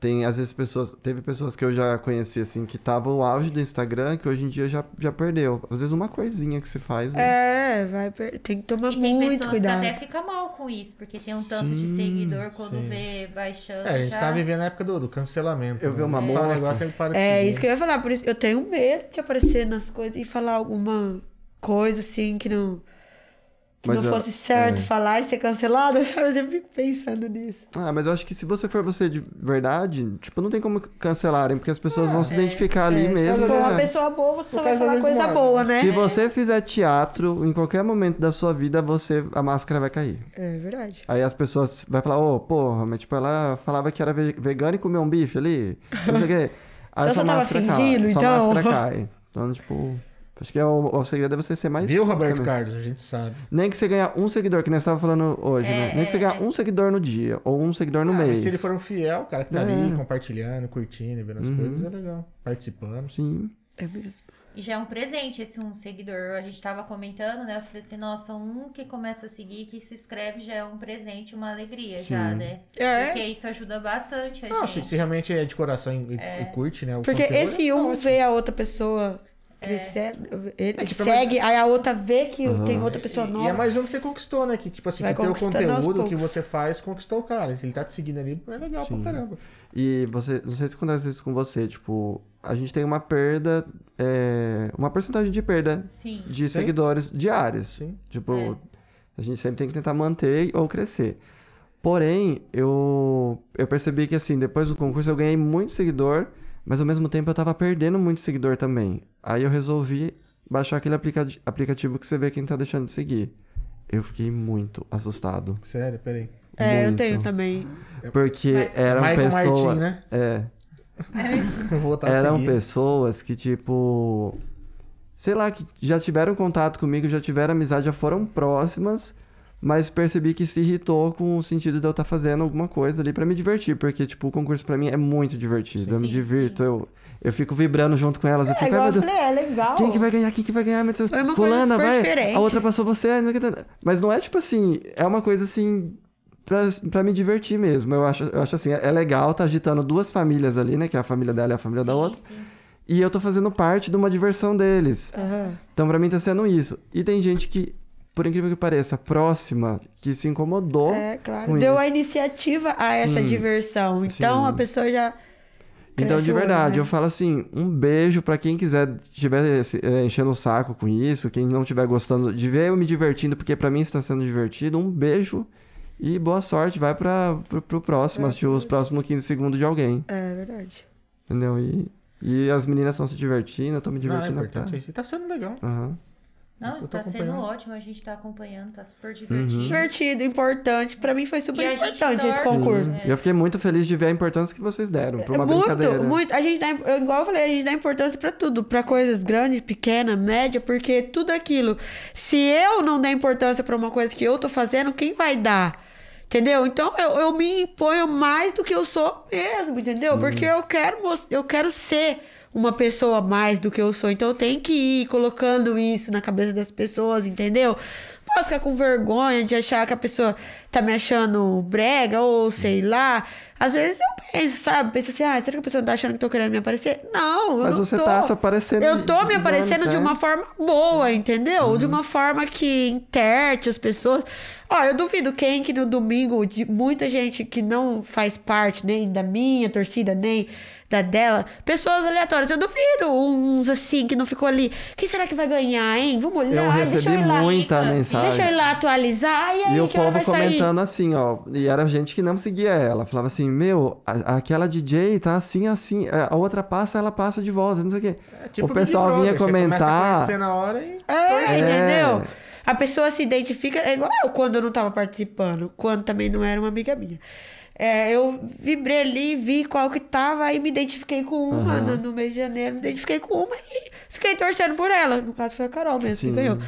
[SPEAKER 3] tem às vezes pessoas. Teve pessoas que eu já conheci, assim, que tava o auge do Instagram, que hoje em dia já, já perdeu. Às vezes uma coisinha que se faz, né?
[SPEAKER 4] É, vai, per- tem que tomar
[SPEAKER 1] E tem
[SPEAKER 4] muito
[SPEAKER 1] pessoas
[SPEAKER 4] cuidado.
[SPEAKER 1] que até fica mal com isso, porque tem um tanto de seguidor quando vê baixando.
[SPEAKER 2] É, a gente
[SPEAKER 1] já...
[SPEAKER 2] tá vivendo a época do, do cancelamento.
[SPEAKER 3] Eu vi uma
[SPEAKER 2] Você fala um
[SPEAKER 3] moça-
[SPEAKER 2] negócio, ele para de
[SPEAKER 4] É
[SPEAKER 2] seguir.
[SPEAKER 4] isso que eu ia falar, por isso eu tenho medo de aparecer nas coisas e falar alguma coisa assim que não que
[SPEAKER 3] Mas eu-
[SPEAKER 4] não
[SPEAKER 3] é.
[SPEAKER 4] fosse certo falar e ser cancelado, sabe? Eu sempre fico pensando nisso.
[SPEAKER 3] Ah, mas eu acho que se você for você de verdade, tipo, não tem como cancelarem, porque as pessoas vão se identificar ali mesmo.
[SPEAKER 4] é, Se for Tipo, uma
[SPEAKER 3] né?
[SPEAKER 4] pessoa boa, você só vai
[SPEAKER 2] causa
[SPEAKER 4] falar
[SPEAKER 2] das
[SPEAKER 4] coisa
[SPEAKER 2] modas.
[SPEAKER 4] boa, né?
[SPEAKER 3] Se você fizer teatro, em qualquer momento da sua vida, você a máscara vai cair.
[SPEAKER 4] É verdade.
[SPEAKER 3] Aí as pessoas vai falar, ô, porra, mas tipo, ela falava que era ve- vegana e comeu um bife ali. Não sei o quê. Aí
[SPEAKER 4] Então
[SPEAKER 3] sua
[SPEAKER 4] você tava
[SPEAKER 3] máscara
[SPEAKER 4] fingindo,
[SPEAKER 3] cai. Sua
[SPEAKER 4] então?
[SPEAKER 3] máscara cai. Então, tipo, acho que é o, o segredo é você ser mais.
[SPEAKER 2] Viu, Roberto
[SPEAKER 3] também.
[SPEAKER 2] Carlos? A gente sabe.
[SPEAKER 3] Nem que você ganhar um seguidor, que nem você tava falando hoje, né?
[SPEAKER 4] É.
[SPEAKER 3] Nem que você ganhar um seguidor no dia, ou um seguidor no
[SPEAKER 2] Ah, mas
[SPEAKER 3] mês.
[SPEAKER 2] se ele for um fiel, o cara que tá ali
[SPEAKER 3] É.
[SPEAKER 2] compartilhando, curtindo, vendo
[SPEAKER 3] Uhum.
[SPEAKER 2] as coisas, é legal. Participando.
[SPEAKER 3] Sim.
[SPEAKER 4] É mesmo.
[SPEAKER 1] E já é um presente esse um seguidor. A gente tava comentando, né? Eu falei assim, nossa, um que começa a seguir, que se inscreve, já é um presente, uma alegria já, né?
[SPEAKER 4] É.
[SPEAKER 1] Porque isso ajuda bastante a
[SPEAKER 2] Não, se,
[SPEAKER 1] gente.
[SPEAKER 2] se realmente é de coração e, e- e curte, né? o
[SPEAKER 4] Porque
[SPEAKER 2] conteúdo,
[SPEAKER 3] é
[SPEAKER 4] esse um vê a outra pessoa crescer, ele
[SPEAKER 2] É, tipo,
[SPEAKER 4] segue, aí a outra vê que tem outra pessoa
[SPEAKER 2] E- E
[SPEAKER 4] nova.
[SPEAKER 2] é mais um que você conquistou, né? Que, tipo assim,
[SPEAKER 4] Vai
[SPEAKER 2] que o teu
[SPEAKER 4] conquistando aos
[SPEAKER 2] conteúdo que
[SPEAKER 4] poucos.
[SPEAKER 2] você faz conquistou o cara. Se ele tá te seguindo ali, é legal pra caramba.
[SPEAKER 3] E você, não sei se acontece isso com você, tipo, a gente tem uma perda, é, uma porcentagem de perda
[SPEAKER 1] Sim.
[SPEAKER 3] de seguidores diários.
[SPEAKER 2] Sim.
[SPEAKER 3] Tipo,
[SPEAKER 1] É.
[SPEAKER 3] a gente sempre tem que tentar manter ou crescer. Porém, eu, eu percebi que assim, depois do concurso eu ganhei muito seguidor, mas ao mesmo tempo eu tava perdendo muito seguidor também. Aí eu resolvi baixar aquele aplica- aplicativo que você vê quem tá deixando de seguir. Eu fiquei muito assustado.
[SPEAKER 2] Sério, peraí.
[SPEAKER 4] É, eu
[SPEAKER 3] muito.
[SPEAKER 4] tenho também.
[SPEAKER 3] Porque eram
[SPEAKER 2] Michael Martin,
[SPEAKER 3] pessoas.
[SPEAKER 2] né?
[SPEAKER 3] É.
[SPEAKER 2] Eu vou voltar a
[SPEAKER 3] Eram
[SPEAKER 2] seguir.
[SPEAKER 3] pessoas que, tipo. Sei lá, que já tiveram contato comigo, já tiveram amizade, já foram próximas, mas percebi que se irritou com o sentido de eu estar fazendo alguma coisa ali pra me divertir, porque, tipo, o concurso pra mim é muito divertido. eu me
[SPEAKER 1] Sim,
[SPEAKER 3] divirto, eu, eu fico vibrando junto com elas. eu
[SPEAKER 4] É
[SPEAKER 3] fico,
[SPEAKER 4] igual
[SPEAKER 3] ai
[SPEAKER 4] eu
[SPEAKER 3] meu Deus,
[SPEAKER 4] falei, é legal.
[SPEAKER 3] quem que vai ganhar? Quem que vai ganhar? Meu Deus,
[SPEAKER 4] Foi uma coisa
[SPEAKER 3] fulana,
[SPEAKER 4] super
[SPEAKER 3] vai.
[SPEAKER 4] diferente.
[SPEAKER 3] A outra passou você. ai, não sei o que- Mas não é tipo assim, é uma coisa assim. Pra, pra me divertir mesmo. Eu acho, eu acho assim, é legal tá agitando duas famílias ali, né? Que é a família dela e a família da
[SPEAKER 1] Sim,
[SPEAKER 3] outra.
[SPEAKER 1] sim.
[SPEAKER 3] E eu tô fazendo parte de uma diversão deles.
[SPEAKER 4] Aham.
[SPEAKER 3] Então, pra mim, tá sendo isso. E tem gente que, por incrível que pareça, próxima, que se incomodou.
[SPEAKER 4] É, claro.
[SPEAKER 3] com
[SPEAKER 4] Deu
[SPEAKER 3] isso.
[SPEAKER 4] a iniciativa a essa
[SPEAKER 3] Sim.
[SPEAKER 4] diversão. Então
[SPEAKER 3] Sim.
[SPEAKER 4] a pessoa já.
[SPEAKER 3] Então, de
[SPEAKER 4] cresce o olho,
[SPEAKER 3] verdade,
[SPEAKER 4] né?
[SPEAKER 3] eu falo assim, um beijo pra quem quiser, tiver eh, enchendo o saco com isso, quem não tiver gostando de ver eu me divertindo, porque pra mim está sendo divertido, um beijo e boa sorte, vai para pro, pro próximo, assistir os próximos 15 segundos de alguém,
[SPEAKER 4] É verdade.
[SPEAKER 3] entendeu? E, e as meninas estão se divertindo, eu tô me
[SPEAKER 2] Não, é
[SPEAKER 3] divertindo. pra
[SPEAKER 2] importante isso. E tá sendo legal.
[SPEAKER 3] Aham.
[SPEAKER 1] Não,
[SPEAKER 2] Eu
[SPEAKER 1] isso
[SPEAKER 2] tô
[SPEAKER 1] tá sendo
[SPEAKER 2] acompanhando. Uhum.
[SPEAKER 1] ótimo, a gente tá acompanhando, tá super
[SPEAKER 3] Uhum.
[SPEAKER 1] divertido.
[SPEAKER 4] Divertido, importante. Pra mim foi super
[SPEAKER 1] E a gente
[SPEAKER 4] importante esse
[SPEAKER 1] torce.
[SPEAKER 4] concurso.
[SPEAKER 1] Sim.
[SPEAKER 3] E eu fiquei muito feliz de ver a importância que vocês deram pra uma brincadeira.
[SPEAKER 4] Muito, muito. A gente dá, eu, igual eu falei, a gente dá importância pra tudo, pra coisas grandes, pequenas, média, porque tudo aquilo. Se eu não der importância pra uma coisa que eu tô fazendo, quem vai dar? Entendeu? Então eu, eu me imponho mais do que eu sou mesmo, entendeu? Porque eu quero mos- eu quero ser uma pessoa mais do que eu sou. Então eu tenho que ir colocando isso na cabeça das pessoas, entendeu? Posso ficar com vergonha de achar que a pessoa tá me achando brega ou sei lá. Às vezes eu penso, sabe? Penso assim, ah, será que a pessoa não tá achando que eu tô querendo me aparecer? Não, eu
[SPEAKER 3] Mas
[SPEAKER 4] não
[SPEAKER 3] você
[SPEAKER 4] tô.
[SPEAKER 3] tá se aparecendo
[SPEAKER 4] Eu
[SPEAKER 3] de- né?
[SPEAKER 4] tô
[SPEAKER 3] de Uhum.
[SPEAKER 4] me aparecendo
[SPEAKER 3] forma
[SPEAKER 4] de uma
[SPEAKER 3] certa.
[SPEAKER 4] forma boa, entendeu? De uma forma que interte as pessoas. Ó, eu duvido quem que no domingo, de muita gente que não faz parte nem da minha torcida, nem da dela, pessoas aleatórias. Eu duvido uns assim que não ficou ali. Quem será que vai ganhar, hein? Vamos olhar.
[SPEAKER 3] Eu
[SPEAKER 4] Ai, deixa
[SPEAKER 3] recebi
[SPEAKER 4] eu ir lá.
[SPEAKER 3] muita
[SPEAKER 1] Deixa eu
[SPEAKER 3] mensagem.
[SPEAKER 4] Deixa eu ir lá atualizar. E aí,
[SPEAKER 3] E o
[SPEAKER 4] que hora
[SPEAKER 3] povo
[SPEAKER 4] vai sair?
[SPEAKER 3] comentando assim, ó. E era gente que não seguia ela. Falava assim, meu, a- aquela DJ tá assim, assim. A a outra passa, ela passa de volta, não sei o quê.
[SPEAKER 2] É tipo
[SPEAKER 3] o pessoal
[SPEAKER 2] Big
[SPEAKER 3] vinha
[SPEAKER 2] Brother, Você começa a
[SPEAKER 3] comentar.
[SPEAKER 2] conhecer na hora e...
[SPEAKER 4] É,
[SPEAKER 3] É.
[SPEAKER 4] entendeu? A pessoa se identifica. É igual eu quando eu não tava participando, quando também não era uma amiga minha. É, eu vibrei ali, vi qual que tava, aí me identifiquei com uma no, no mês de janeiro, me identifiquei com uma e fiquei torcendo por ela. No caso foi a Carol mesmo
[SPEAKER 3] Sim.
[SPEAKER 4] que ganhou.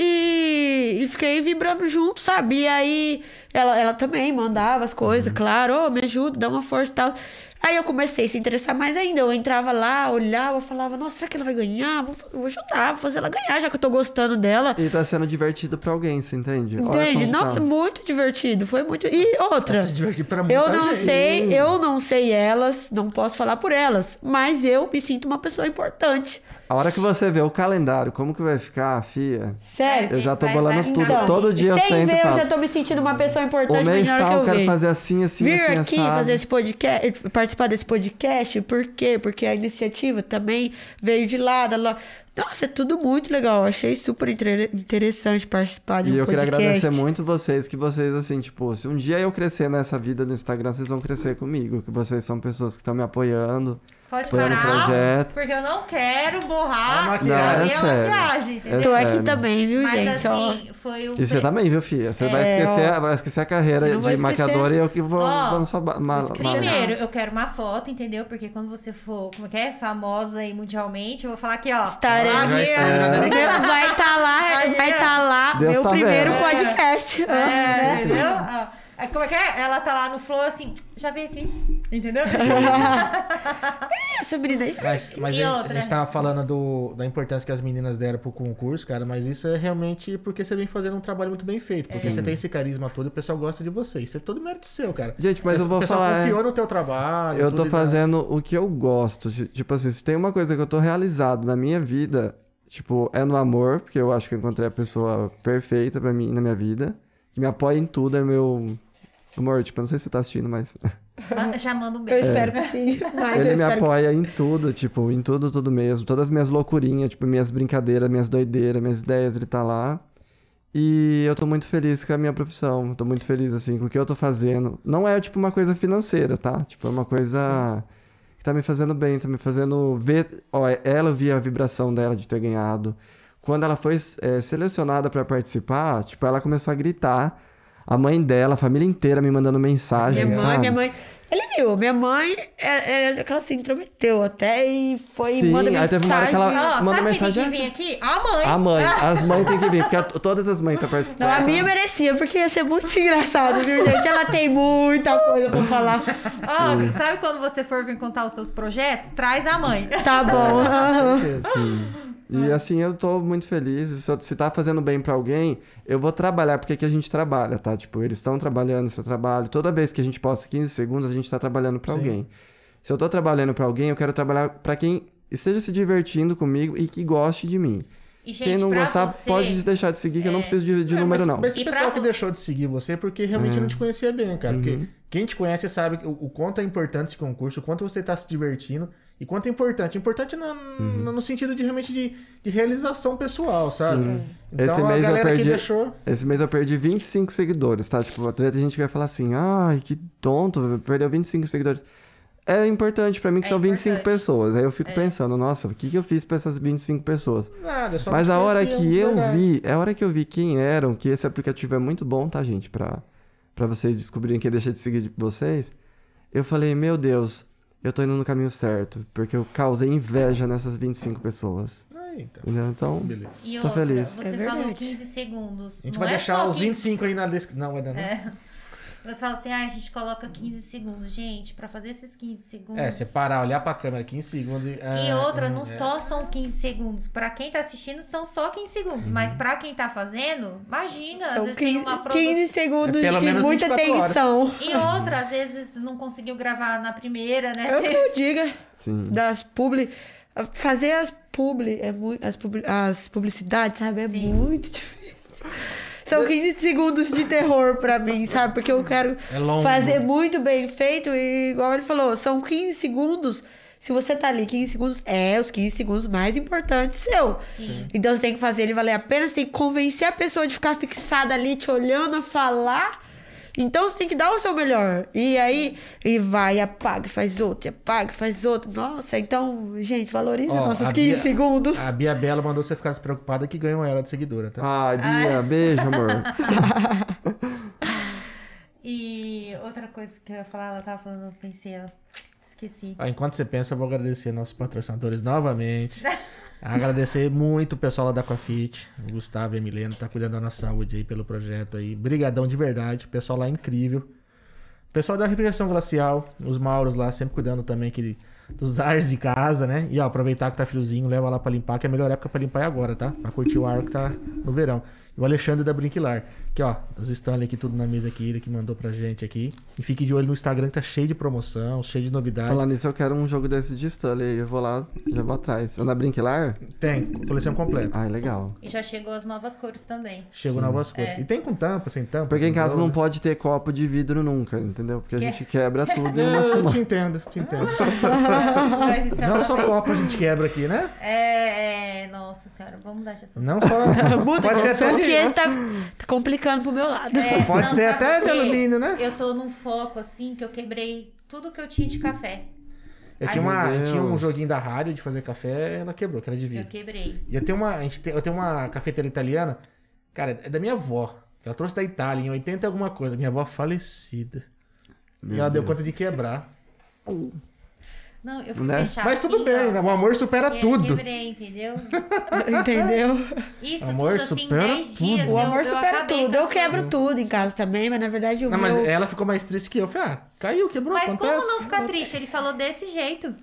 [SPEAKER 4] E, e, e fiquei vibrando junto, sabe? E aí ela, ela também mandava as coisas, claro, ô, me ajuda, dá uma força e tal. Aí eu comecei a se interessar mais ainda. Eu entrava lá, olhava, eu falava, nossa, será que ela vai ganhar? Vou, vou ajudar, vou fazer ela ganhar, já que eu tô gostando dela.
[SPEAKER 3] E tá sendo divertido pra alguém, você entende? Olha
[SPEAKER 4] Entende?
[SPEAKER 3] como tá.
[SPEAKER 4] Nossa, muito divertido. Foi muito. E outra.
[SPEAKER 2] Se divertir pra muita
[SPEAKER 4] É. Eu não
[SPEAKER 2] gente.
[SPEAKER 4] sei, eu não sei elas, não posso falar por elas, mas eu me sinto uma pessoa importante.
[SPEAKER 3] A hora que você vê o calendário, como que vai ficar, fia?
[SPEAKER 4] Sério.
[SPEAKER 3] Eu já tô
[SPEAKER 1] É, Vai-
[SPEAKER 3] bolando
[SPEAKER 1] vai
[SPEAKER 3] tudo.
[SPEAKER 1] ficar.
[SPEAKER 3] Todo dia eu
[SPEAKER 4] Então, sem
[SPEAKER 3] sento e
[SPEAKER 4] ver, eu
[SPEAKER 3] falo.
[SPEAKER 4] já tô me sentindo uma pessoa importante,
[SPEAKER 3] O
[SPEAKER 4] mas
[SPEAKER 3] mês
[SPEAKER 4] na hora Tá que
[SPEAKER 3] tal, tá, eu
[SPEAKER 4] eu
[SPEAKER 3] quero
[SPEAKER 4] vejo.
[SPEAKER 3] fazer assim, assim,
[SPEAKER 4] Vir
[SPEAKER 3] assim,
[SPEAKER 4] aqui
[SPEAKER 3] assado.
[SPEAKER 4] fazer esse podcast, eh, participar desse podcast, por quê? Porque a iniciativa também veio de lá, da lo... Nossa, é tudo muito legal. Eu Achei super inter- interessante participar de um
[SPEAKER 3] E eu queria
[SPEAKER 4] podcast.
[SPEAKER 3] agradecer muito vocês, que vocês, assim, tipo, se um dia eu crescer nessa vida no Instagram, vocês vão crescer comigo. Que vocês são pessoas que estão me apoiando.
[SPEAKER 1] Pode
[SPEAKER 3] Plano
[SPEAKER 1] parar,
[SPEAKER 3] projeto.
[SPEAKER 1] porque eu não quero borrar a
[SPEAKER 2] A maquiagem.
[SPEAKER 1] minha
[SPEAKER 3] Não, é sério.
[SPEAKER 1] maquiagem, entendeu?
[SPEAKER 4] Tô aqui
[SPEAKER 3] sério.
[SPEAKER 4] também, viu,
[SPEAKER 1] Mas
[SPEAKER 4] gente? Ó,
[SPEAKER 1] assim, foi o.
[SPEAKER 3] E
[SPEAKER 2] é
[SPEAKER 3] você também, viu, Fia? Você vai,
[SPEAKER 4] É,
[SPEAKER 3] esquecer,
[SPEAKER 4] ó.
[SPEAKER 3] vai esquecer a carreira
[SPEAKER 4] Não vou
[SPEAKER 3] de maquiadora e eu que vou,
[SPEAKER 1] Ó,
[SPEAKER 3] vou na sua ba- mala.
[SPEAKER 1] Primeiro, eu quero uma foto, entendeu? Porque quando você for, como é que é? Famosa e mundialmente, eu vou falar aqui, ó.
[SPEAKER 4] Estarei.
[SPEAKER 1] Ah,
[SPEAKER 2] Já
[SPEAKER 1] meu-
[SPEAKER 2] está, já deve-
[SPEAKER 4] meu- vai estar lá,
[SPEAKER 1] Aí,
[SPEAKER 4] vai
[SPEAKER 1] ó.
[SPEAKER 4] estar lá
[SPEAKER 3] Deus
[SPEAKER 4] meu
[SPEAKER 3] tá
[SPEAKER 4] primeiro
[SPEAKER 3] vendo.
[SPEAKER 4] podcast.
[SPEAKER 1] É, entendeu? Ah, é, Como é que é? Ela tá lá no flow assim, já veio aqui. Entendeu?
[SPEAKER 4] Essa É menina aí.
[SPEAKER 2] Mas, mas
[SPEAKER 1] E
[SPEAKER 2] a- a
[SPEAKER 1] outra?
[SPEAKER 2] gente tava falando do- da importância que as meninas deram pro concurso, cara, mas isso é realmente porque você vem fazendo um trabalho muito bem feito. Porque você tem esse carisma todo e o pessoal gosta de você. Isso é todo mérito seu, cara.
[SPEAKER 3] Gente, mas eu vou
[SPEAKER 2] O pessoal
[SPEAKER 3] falar,
[SPEAKER 2] confiou
[SPEAKER 3] é.
[SPEAKER 2] no teu trabalho.
[SPEAKER 3] Eu
[SPEAKER 2] tudo
[SPEAKER 3] tô
[SPEAKER 2] e-
[SPEAKER 3] fazendo o que eu gosto. Ti- Tipo assim, se tem uma coisa que eu tô realizado na minha vida, tipo, é no amor, porque eu acho que eu encontrei a pessoa perfeita pra mim na minha vida, que me apoia em tudo, é meu. Amor, tipo, eu não sei se você tá assistindo, mas.
[SPEAKER 1] Ah, Já manda um
[SPEAKER 8] Eu
[SPEAKER 1] beijo.
[SPEAKER 8] espero que sim. Mas eu
[SPEAKER 3] É. Ele me
[SPEAKER 8] espero que
[SPEAKER 3] apoia em tudo, tipo, em tudo, tudo mesmo. Todas as minhas loucurinhas, tipo, minhas brincadeiras, minhas doideiras, minhas ideias, ele tá lá. E eu tô muito feliz com a minha profissão. Tô muito feliz, assim, com o que eu tô fazendo. Não é, tipo, uma coisa financeira, tá? Tipo, é uma coisa que tá me fazendo bem, tá me fazendo ver. Ó, ela via a vibração dela de ter ganhado. Quando ela foi eh, selecionada pra participar, tipo, ela começou a gritar. A mãe dela, a família inteira me mandando mensagem.
[SPEAKER 4] Minha mãe,
[SPEAKER 3] sabe?
[SPEAKER 4] minha mãe. Ele viu, minha mãe, é- é- ela se intrometeu até e foi
[SPEAKER 3] Sim,
[SPEAKER 4] manda
[SPEAKER 3] aí teve uma hora que
[SPEAKER 4] mensagem.
[SPEAKER 3] ela-
[SPEAKER 1] Ó,
[SPEAKER 3] Manda
[SPEAKER 1] sabe
[SPEAKER 3] mensagem
[SPEAKER 1] quem tem que vir aqui? A mãe.
[SPEAKER 3] A mãe,
[SPEAKER 1] Ah,
[SPEAKER 3] as mães têm que vir, porque a- todas as mães estão participando.
[SPEAKER 4] Não, a minha merecia, porque ia ser muito engraçado, viu, gente? Ela tem muita coisa pra falar.
[SPEAKER 1] ó, sabe quando você for vir contar os seus projetos? Traz a mãe.
[SPEAKER 3] É.
[SPEAKER 4] Tá bom. aham.
[SPEAKER 3] E assim, eu tô muito feliz. Se, eu- se tá fazendo bem pra alguém, eu vou trabalhar, porque aqui a gente trabalha, tá? Tipo, eles estão trabalhando esse trabalho. Toda vez que a gente posta 15 segundos, a gente tá trabalhando pra alguém. Se eu tô trabalhando pra alguém, eu quero trabalhar pra quem esteja se divertindo comigo e que goste de mim.
[SPEAKER 1] E, gente,
[SPEAKER 3] quem não
[SPEAKER 1] pra
[SPEAKER 3] gostar,
[SPEAKER 1] você-
[SPEAKER 3] pode deixar de seguir, que eu não preciso de, de
[SPEAKER 2] É,
[SPEAKER 3] número,
[SPEAKER 2] mas,
[SPEAKER 3] não.
[SPEAKER 2] Mas esse
[SPEAKER 1] E pra
[SPEAKER 2] pessoal que
[SPEAKER 1] vo-
[SPEAKER 2] deixou de seguir você é porque realmente não te conhecia bem, cara.
[SPEAKER 3] Uhum.
[SPEAKER 2] Porque quem te conhece sabe o, o quanto é importante esse concurso, o quanto você tá se divertindo e quanto é importante. Importante na-
[SPEAKER 3] Uhum.
[SPEAKER 2] no, no sentido de realmente de, de realização pessoal, sabe? Então
[SPEAKER 3] Esse
[SPEAKER 2] a
[SPEAKER 3] mês eu
[SPEAKER 2] galera
[SPEAKER 3] perdi-
[SPEAKER 2] que deixou.
[SPEAKER 3] Esse mês eu perdi 25 seguidores, tá? Tipo, tem gente que vai falar assim, ai, que tonto, perdeu 25 seguidores. Era importante pra mim que
[SPEAKER 1] É
[SPEAKER 3] são 25
[SPEAKER 1] importante.
[SPEAKER 3] pessoas. Aí eu fico pensando, nossa, o que, que eu fiz pra essas 25 pessoas?
[SPEAKER 2] Nada, só
[SPEAKER 3] Mas
[SPEAKER 2] não
[SPEAKER 3] a
[SPEAKER 2] te
[SPEAKER 3] hora
[SPEAKER 2] conhecia, um
[SPEAKER 3] que eu
[SPEAKER 2] verdade.
[SPEAKER 3] vi, é a hora que eu vi quem eram, que esse aplicativo é muito bom, tá, gente? Pra, pra vocês descobrirem quem deixa de seguir de vocês. Eu falei, meu Deus, eu tô indo no caminho certo, porque eu causei inveja nessas 25 pessoas.
[SPEAKER 2] Aí, então,
[SPEAKER 3] Entendeu? Então,
[SPEAKER 2] beleza.
[SPEAKER 1] E
[SPEAKER 3] Tô
[SPEAKER 1] outra,
[SPEAKER 3] feliz.
[SPEAKER 1] você
[SPEAKER 4] É
[SPEAKER 1] falou
[SPEAKER 4] verdade.
[SPEAKER 1] 15 segundos.
[SPEAKER 2] A gente
[SPEAKER 1] Não
[SPEAKER 2] vai
[SPEAKER 1] é
[SPEAKER 2] deixar
[SPEAKER 1] só
[SPEAKER 2] os 25 aí na descrição. Não, vai dar não. É,
[SPEAKER 1] Você fala assim, ah, a gente coloca 15 segundos. Gente, pra fazer esses 15 segundos...
[SPEAKER 2] É, você parar, olhar pra câmera 15 segundos e.
[SPEAKER 1] E
[SPEAKER 2] ah,
[SPEAKER 1] outra, não só são 15 segundos. Pra quem tá assistindo, são só 15 segundos.
[SPEAKER 2] Uhum.
[SPEAKER 1] Mas pra quem tá fazendo, imagina. às
[SPEAKER 4] São
[SPEAKER 1] vezes tem
[SPEAKER 4] 15,
[SPEAKER 1] uma produção.
[SPEAKER 4] 15 segundos
[SPEAKER 2] É pelo
[SPEAKER 4] de
[SPEAKER 2] menos
[SPEAKER 4] muita
[SPEAKER 2] 24 horas.
[SPEAKER 4] tensão.
[SPEAKER 1] E outra, às vezes não conseguiu gravar na primeira, né?
[SPEAKER 4] É o que eu diga
[SPEAKER 3] sim.
[SPEAKER 4] das publi. Fazer as publi, é muito, as, publi as publicidades, sabe? É muito difícil. São 15 segundos de terror pra mim, sabe? Porque eu quero
[SPEAKER 2] É longo.
[SPEAKER 4] fazer muito bem feito e, igual ele falou, são 15 segundos. Se você tá ali, 15 segundos é os 15 segundos mais importantes seu. Então você tem que fazer ele valer a pena, você tem que convencer a pessoa de ficar fixada ali, te olhando, a falar. Então você tem que dar o seu melhor. E aí, e vai, apaga, faz outro, e apaga, faz outro. Nossa, então, gente, valoriza
[SPEAKER 2] Ó,
[SPEAKER 4] nossos
[SPEAKER 2] a
[SPEAKER 4] 15
[SPEAKER 2] Bia- Ah,
[SPEAKER 4] segundos.
[SPEAKER 2] A Bia Bela mandou você ficar despreocupada que ganham ela de seguidora, tá?
[SPEAKER 3] Ai, Bia, beijo, amor.
[SPEAKER 1] E outra coisa que eu ia falar, ela tava falando, eu pensei, ó, esqueci.
[SPEAKER 2] Ah, Enquanto você pensa, eu vou agradecer nossos patrocinadores novamente. Agradecer muito o pessoal lá da Coafit, o Gustavo e a Milena, tá cuidando da nossa saúde aí pelo projeto aí. Brigadão de verdade, o pessoal lá é incrível. O pessoal da Refrigeração Glacial, os Mauros lá sempre cuidando também aquele, dos ares de casa, né? E ó, aproveitar que tá friozinho, leva lá pra limpar, que a melhor época pra limpar é agora, tá? Pra curtir o ar que tá no verão. E o Alexandre da Brinquilar, que ó, as Stanley aqui tudo na mesa aqui, ele que mandou pra gente aqui. E fique de olho no Instagram que tá cheio de promoção, cheio de novidades.
[SPEAKER 3] Falando nisso, eu quero um jogo desse de Stanley. aí Eu vou lá, já vou atrás. Eu na Brinquilar?
[SPEAKER 2] Tem, coleção completa.
[SPEAKER 3] Ai, legal.
[SPEAKER 1] E já chegou as novas cores também.
[SPEAKER 2] Chegou novas coisas.
[SPEAKER 7] É.
[SPEAKER 2] E tem com tampa, sem tampa.
[SPEAKER 3] Porque em
[SPEAKER 2] com
[SPEAKER 3] casa
[SPEAKER 2] jogo.
[SPEAKER 3] não pode ter copo de vidro nunca, entendeu? Porque a gente quebra tudo em uma
[SPEAKER 2] É, Eu
[SPEAKER 3] semana.
[SPEAKER 2] te entendo, te entendo.
[SPEAKER 1] Mas então-
[SPEAKER 2] Não só copo a gente quebra aqui, né?
[SPEAKER 1] É, é, nossa senhora, vamos dar de assunto.
[SPEAKER 2] Não só.
[SPEAKER 7] Muda de
[SPEAKER 2] pode ser até né?
[SPEAKER 7] assunto que
[SPEAKER 2] de,
[SPEAKER 7] esse tá, tá complicando pro meu lado.
[SPEAKER 1] É, não,
[SPEAKER 2] pode ser
[SPEAKER 1] sabe
[SPEAKER 2] até
[SPEAKER 1] por
[SPEAKER 2] de
[SPEAKER 1] quê?
[SPEAKER 2] alumínio, né?
[SPEAKER 1] Eu tô num foco assim que eu quebrei tudo que eu tinha de café.
[SPEAKER 2] Eu tinha,
[SPEAKER 3] Ai,
[SPEAKER 2] uma,
[SPEAKER 3] meu
[SPEAKER 2] eu tinha um
[SPEAKER 3] Deus.
[SPEAKER 2] joguinho da rádio de fazer café, ela quebrou, que era de
[SPEAKER 1] Eu
[SPEAKER 2] vidro.
[SPEAKER 1] quebrei.
[SPEAKER 2] E eu tenho uma, a gente tem- eu tenho uma cafeteira italiana, cara, é da minha avó. Ela trouxe da Itália, em 80 e alguma coisa. Minha avó falecida. e ela deu conta de quebrar.
[SPEAKER 1] Não, eu fui
[SPEAKER 3] Né?
[SPEAKER 7] Tá,
[SPEAKER 1] fechar.
[SPEAKER 2] Mas tudo
[SPEAKER 1] assim,
[SPEAKER 2] bem,
[SPEAKER 1] ó,
[SPEAKER 2] né? o amor supera
[SPEAKER 1] e
[SPEAKER 7] é
[SPEAKER 1] aí
[SPEAKER 2] tudo.
[SPEAKER 1] Quebrei, É, entendeu?
[SPEAKER 7] Entendeu?
[SPEAKER 1] Isso
[SPEAKER 2] Amor
[SPEAKER 1] tudo assim,
[SPEAKER 2] supera
[SPEAKER 1] 10
[SPEAKER 2] tudo.
[SPEAKER 1] dias.
[SPEAKER 7] O
[SPEAKER 1] eu-
[SPEAKER 7] amor
[SPEAKER 1] eu
[SPEAKER 7] supera
[SPEAKER 1] acabei
[SPEAKER 7] tudo.
[SPEAKER 1] com
[SPEAKER 7] Eu
[SPEAKER 1] as
[SPEAKER 7] quebro tudo em casa também, mas na verdade o
[SPEAKER 2] Não, mas
[SPEAKER 7] é
[SPEAKER 2] é.
[SPEAKER 7] meu.
[SPEAKER 2] ela ficou mais triste que eu. Eu falei, ah, caiu, quebrou,
[SPEAKER 1] Mas
[SPEAKER 2] acontece.
[SPEAKER 1] como não ficar triste? Ele falou desse jeito.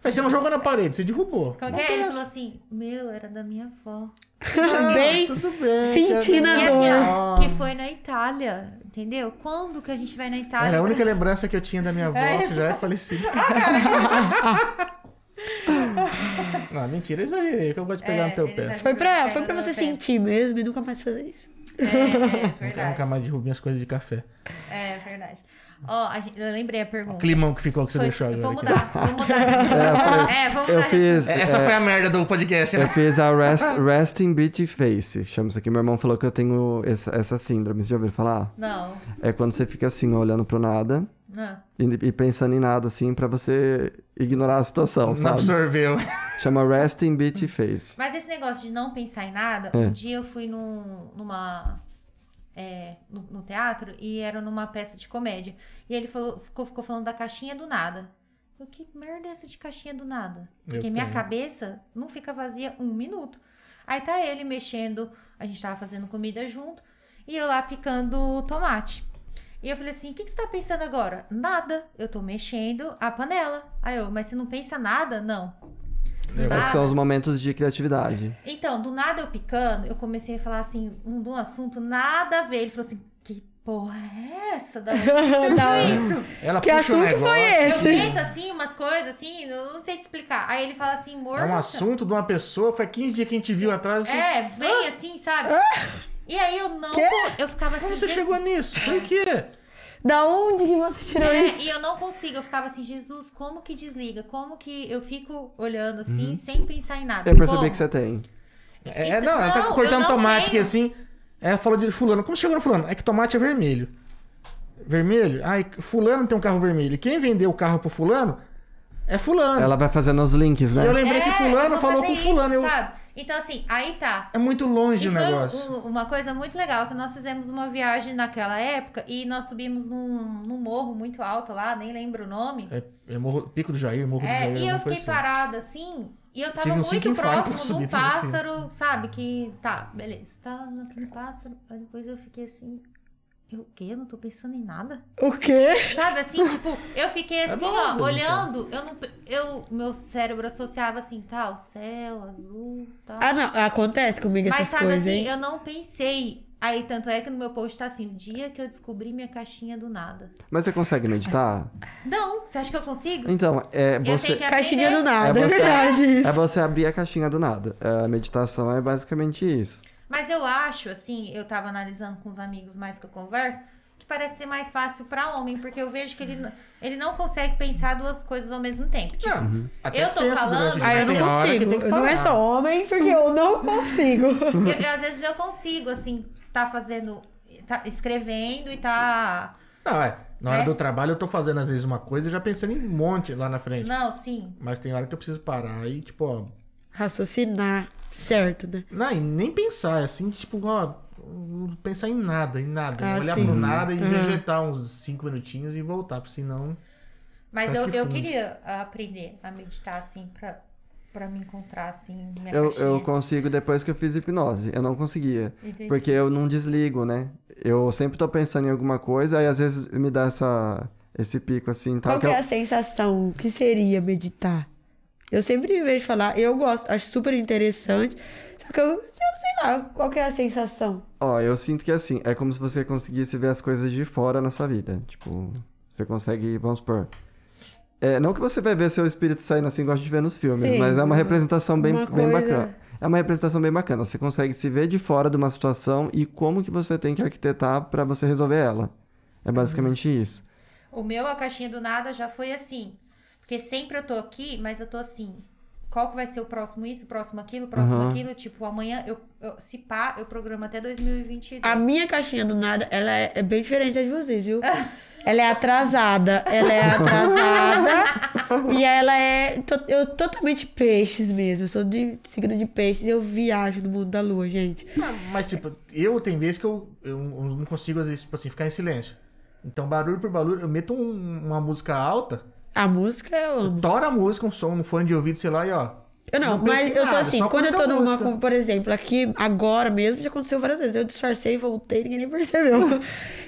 [SPEAKER 2] Falei, você não jogou na parede, você derrubou.
[SPEAKER 1] Como que é? Ele
[SPEAKER 2] Acontece.
[SPEAKER 1] falou assim: Meu, era da minha avó.
[SPEAKER 7] Bem,
[SPEAKER 2] Tudo bem.
[SPEAKER 7] senti na
[SPEAKER 1] E
[SPEAKER 2] quebra.
[SPEAKER 1] assim,
[SPEAKER 7] dor.
[SPEAKER 1] ó, que foi na Itália, entendeu? Quando que a gente vai na Itália?
[SPEAKER 2] Era a única
[SPEAKER 1] pra-
[SPEAKER 2] lembrança que eu tinha da minha avó, que já é falecida. não, mentira, eu exagerei, que eu gosto de pegar
[SPEAKER 1] É,
[SPEAKER 2] no teu
[SPEAKER 1] ele
[SPEAKER 2] pé.
[SPEAKER 1] tá-
[SPEAKER 7] Foi pra, foi
[SPEAKER 1] Pega
[SPEAKER 7] pra
[SPEAKER 1] no
[SPEAKER 7] você
[SPEAKER 1] meu pé.
[SPEAKER 7] sentir mesmo e nunca mais fazer isso.
[SPEAKER 1] É, é,
[SPEAKER 2] Eu nunca
[SPEAKER 1] verdade.
[SPEAKER 2] mais derrubei as coisas de café.
[SPEAKER 1] É, verdade. Ó, a gente- eu lembrei a pergunta.
[SPEAKER 2] O climão que ficou que você
[SPEAKER 1] Foi-
[SPEAKER 2] deixou agora.
[SPEAKER 1] vou
[SPEAKER 2] aqui.
[SPEAKER 1] mudar, vou mudar. É, vamos
[SPEAKER 3] Eu
[SPEAKER 1] mudar.
[SPEAKER 3] fiz.
[SPEAKER 2] É, Essa
[SPEAKER 3] é,
[SPEAKER 2] foi a merda do podcast,
[SPEAKER 3] Eu
[SPEAKER 2] né?
[SPEAKER 3] fiz a rest, Resting Beach Face. Chama isso aqui. Meu irmão falou que eu tenho essa, essa síndrome. Você já ouviu falar?
[SPEAKER 1] Não,
[SPEAKER 3] É quando você fica assim, olhando pro nada
[SPEAKER 1] não.
[SPEAKER 3] e, e pensando em nada, assim, pra você ignorar a situação,
[SPEAKER 2] Não
[SPEAKER 3] sabe?
[SPEAKER 2] absorveu.
[SPEAKER 3] Chama Resting Beach Face.
[SPEAKER 1] Mas esse negócio de não pensar em nada,
[SPEAKER 2] É.
[SPEAKER 1] um dia eu fui num, numa. é, no, no teatro e era numa peça de comédia. E ele falou- ficou, ficou falando da caixinha do nada. Eu, que merda é essa de caixinha do nada?
[SPEAKER 2] Eu
[SPEAKER 1] Porque minha
[SPEAKER 2] tenho.
[SPEAKER 1] cabeça não fica vazia um minuto. Aí tá ele mexendo, a gente tava fazendo comida junto, e eu lá picando tomate. E eu falei assim: o que, que você tá pensando agora? Nada. Eu tô mexendo a panela. Aí eu, mas você não pensa nada? Não. Ah,
[SPEAKER 2] É,
[SPEAKER 3] É que são os momentos de criatividade.
[SPEAKER 1] Então, do nada eu picando, eu comecei a falar assim, um, de um assunto nada a ver. Ele falou assim, que porra é essa? Da onde que surgiu isso?
[SPEAKER 2] Ela
[SPEAKER 7] Que
[SPEAKER 2] puxa um
[SPEAKER 7] assunto foi
[SPEAKER 2] negócio.
[SPEAKER 1] Eu
[SPEAKER 7] esse?
[SPEAKER 1] penso assim, umas coisas assim, eu não sei explicar. Aí ele fala assim, morto.
[SPEAKER 2] É um assunto de uma pessoa, que faz 15 dias que a gente viu atrás. eu falei,
[SPEAKER 1] É, vem assim, sabe? E aí eu não, eu ficava assim,
[SPEAKER 2] Ah! Como você
[SPEAKER 1] "Jesus".
[SPEAKER 2] chegou nisso? Por quê?
[SPEAKER 7] Da onde que você tirou
[SPEAKER 1] É,
[SPEAKER 7] isso?
[SPEAKER 1] e eu não consigo, eu ficava assim, Jesus, como que desliga? Como que eu fico olhando assim,
[SPEAKER 2] Uhum.
[SPEAKER 1] sem pensar em nada?
[SPEAKER 3] Eu percebi
[SPEAKER 1] Como?
[SPEAKER 3] que você tem.
[SPEAKER 2] É, é, não, ela tá
[SPEAKER 1] Não,
[SPEAKER 2] cortando
[SPEAKER 1] eu não
[SPEAKER 2] tomate aqui
[SPEAKER 1] tenho.
[SPEAKER 2] assim. É, falou de fulano. Como chegou no fulano? É que tomate é vermelho. Vermelho? Ai, fulano tem um carro vermelho. E Quem vendeu o carro pro fulano é fulano.
[SPEAKER 3] Ela vai fazendo os links, né?
[SPEAKER 2] E eu lembrei que
[SPEAKER 1] É, eu
[SPEAKER 2] fulano
[SPEAKER 1] vou
[SPEAKER 2] falou
[SPEAKER 1] fazer
[SPEAKER 2] com
[SPEAKER 1] isso,
[SPEAKER 2] fulano. eu-
[SPEAKER 1] sabe? Então assim, aí tá.
[SPEAKER 2] É muito longe
[SPEAKER 1] E
[SPEAKER 2] o
[SPEAKER 1] foi
[SPEAKER 2] negócio.
[SPEAKER 1] um- uma coisa muito legal, que nós fizemos uma viagem naquela época e nós subimos num, num morro muito alto lá, nem lembro o nome.
[SPEAKER 2] É, é Morro- Pico do Jair, Morro do
[SPEAKER 1] É, e
[SPEAKER 2] Jair.
[SPEAKER 1] eu
[SPEAKER 2] alguma coisa
[SPEAKER 1] fiquei
[SPEAKER 2] assim.
[SPEAKER 1] parada assim, e eu tava
[SPEAKER 2] Tive uns cinco
[SPEAKER 1] muito
[SPEAKER 2] infartos pra
[SPEAKER 1] próximo de
[SPEAKER 2] subir
[SPEAKER 1] um
[SPEAKER 2] tudo assim.
[SPEAKER 1] pássaro, sabe? Que tá, beleza, tá naquele pássaro, aí depois eu fiquei assim. Eu o quê? Eu não tô pensando em nada.
[SPEAKER 7] O quê?
[SPEAKER 1] Sabe assim, tipo, eu fiquei assim,
[SPEAKER 2] bom,
[SPEAKER 1] ó,
[SPEAKER 2] então.
[SPEAKER 1] olhando, eu não. pe- Eu, meu cérebro associava assim, tá, o céu, azul, tal.
[SPEAKER 7] Ah, não. Acontece comigo
[SPEAKER 1] Mas
[SPEAKER 7] essas
[SPEAKER 1] sabe
[SPEAKER 7] coisas,
[SPEAKER 1] assim,
[SPEAKER 7] hein?
[SPEAKER 1] eu não pensei. Aí, tanto é que no meu post tá assim, o dia que eu descobri minha caixinha do nada.
[SPEAKER 3] Mas você consegue meditar?
[SPEAKER 1] Não, você acha que eu consigo?
[SPEAKER 3] Então, é
[SPEAKER 1] eu
[SPEAKER 3] você.
[SPEAKER 1] tenho que
[SPEAKER 7] Caixinha
[SPEAKER 1] aprender.
[SPEAKER 7] do nada, é,
[SPEAKER 3] você-
[SPEAKER 7] verdade isso.
[SPEAKER 3] É você abrir a caixinha do nada. É, A meditação é basicamente isso.
[SPEAKER 1] Mas eu acho, assim, eu tava analisando com os amigos mais que eu converso, que parece ser mais fácil pra homem, porque eu vejo que ele, n- ele não consegue pensar duas coisas ao mesmo tempo. Tipo,
[SPEAKER 2] Não, até
[SPEAKER 1] Eu tô
[SPEAKER 2] penso durante
[SPEAKER 1] falando-
[SPEAKER 2] o dia,
[SPEAKER 7] Ah, eu não
[SPEAKER 2] tem hora que
[SPEAKER 7] consigo.
[SPEAKER 2] tem que
[SPEAKER 7] Não é
[SPEAKER 2] parar.
[SPEAKER 7] só homem, porque eu não consigo.
[SPEAKER 1] eu- eu- às vezes eu consigo, assim, tá fazendo, tá escrevendo e tá...
[SPEAKER 2] Não, é. Na hora
[SPEAKER 1] É.
[SPEAKER 2] do trabalho eu tô fazendo às vezes uma coisa e já pensando em um monte lá na frente.
[SPEAKER 1] Não, sim.
[SPEAKER 2] Mas tem hora que eu preciso parar e, tipo, ó.
[SPEAKER 7] Raciocinar, certo, né?
[SPEAKER 2] Não, e nem pensar, é assim, tipo, ó. Não pensar em nada, em nada.
[SPEAKER 7] Ah,
[SPEAKER 2] olhar
[SPEAKER 7] sim.
[SPEAKER 2] pro nada e
[SPEAKER 7] Uhum.
[SPEAKER 2] vegetar uns cinco minutinhos e voltar, porque senão.
[SPEAKER 1] Mas
[SPEAKER 2] Parece
[SPEAKER 1] eu,
[SPEAKER 2] que
[SPEAKER 4] um
[SPEAKER 1] eu
[SPEAKER 2] funde.
[SPEAKER 1] queria aprender a meditar, assim, pra... pra me encontrar, assim,
[SPEAKER 4] É
[SPEAKER 1] minha
[SPEAKER 3] Eu,
[SPEAKER 1] caixinha?
[SPEAKER 3] eu consigo depois que eu fiz hipnose. Eu não conseguia.
[SPEAKER 1] Entendi.
[SPEAKER 3] Porque eu não desligo, né? Eu sempre tô pensando em alguma coisa, aí às vezes me dá essa, esse pico assim. Tal,
[SPEAKER 4] Qual que é
[SPEAKER 3] eu-
[SPEAKER 4] a sensação que seria meditar? Eu sempre vejo falar, eu gosto, acho super interessante, só que eu, eu sei lá, qual que é a sensação?
[SPEAKER 3] Ó, eu sinto que assim, é como se você conseguisse ver as coisas de fora na sua vida. Tipo, você consegue, vamos supor. É, não que você vai ver seu espírito saindo assim, igual a gente vê nos filmes,
[SPEAKER 4] Sim,
[SPEAKER 3] mas é uma
[SPEAKER 4] uma-
[SPEAKER 3] representação bem,
[SPEAKER 4] uma
[SPEAKER 3] bem
[SPEAKER 4] coisa-
[SPEAKER 3] bacana. É uma representação bem bacana. Você consegue se ver de fora de uma situação e como que você tem que arquitetar pra você resolver ela. É
[SPEAKER 2] Uhum.
[SPEAKER 3] basicamente isso.
[SPEAKER 1] O meu, a caixinha do nada, já foi assim. Porque sempre eu tô aqui, mas eu tô assim. Qual que vai ser o próximo isso, o próximo aquilo, o próximo
[SPEAKER 3] Aham.
[SPEAKER 1] aquilo? Tipo, amanhã, eu, eu- se pá, eu programo até 2022.
[SPEAKER 4] A minha caixinha do nada, ela é é bem diferente da de vocês, viu? Ela é atrasada, ela é atrasada e ela é to- eu totalmente peixes mesmo, eu sou de signo de peixes, eu viajo no mundo da lua, gente.
[SPEAKER 2] Ah, Mas, tipo, eu tem vezes que eu, eu não consigo, às vezes, tipo assim, ficar em silêncio. Então, barulho por barulho, eu meto um- uma música alta,
[SPEAKER 4] A música eu amo.
[SPEAKER 2] tora a música, um som no fone de ouvido, sei lá, e ó.
[SPEAKER 4] Eu não,
[SPEAKER 2] Não
[SPEAKER 4] mas
[SPEAKER 2] pense em
[SPEAKER 4] eu sou
[SPEAKER 2] nada,
[SPEAKER 4] assim,
[SPEAKER 2] só
[SPEAKER 4] quando eu tô
[SPEAKER 2] curta a
[SPEAKER 4] numa,
[SPEAKER 2] música.
[SPEAKER 4] com- por exemplo, aqui agora mesmo, já aconteceu várias vezes. Eu disfarcei, voltei, ninguém nem percebeu.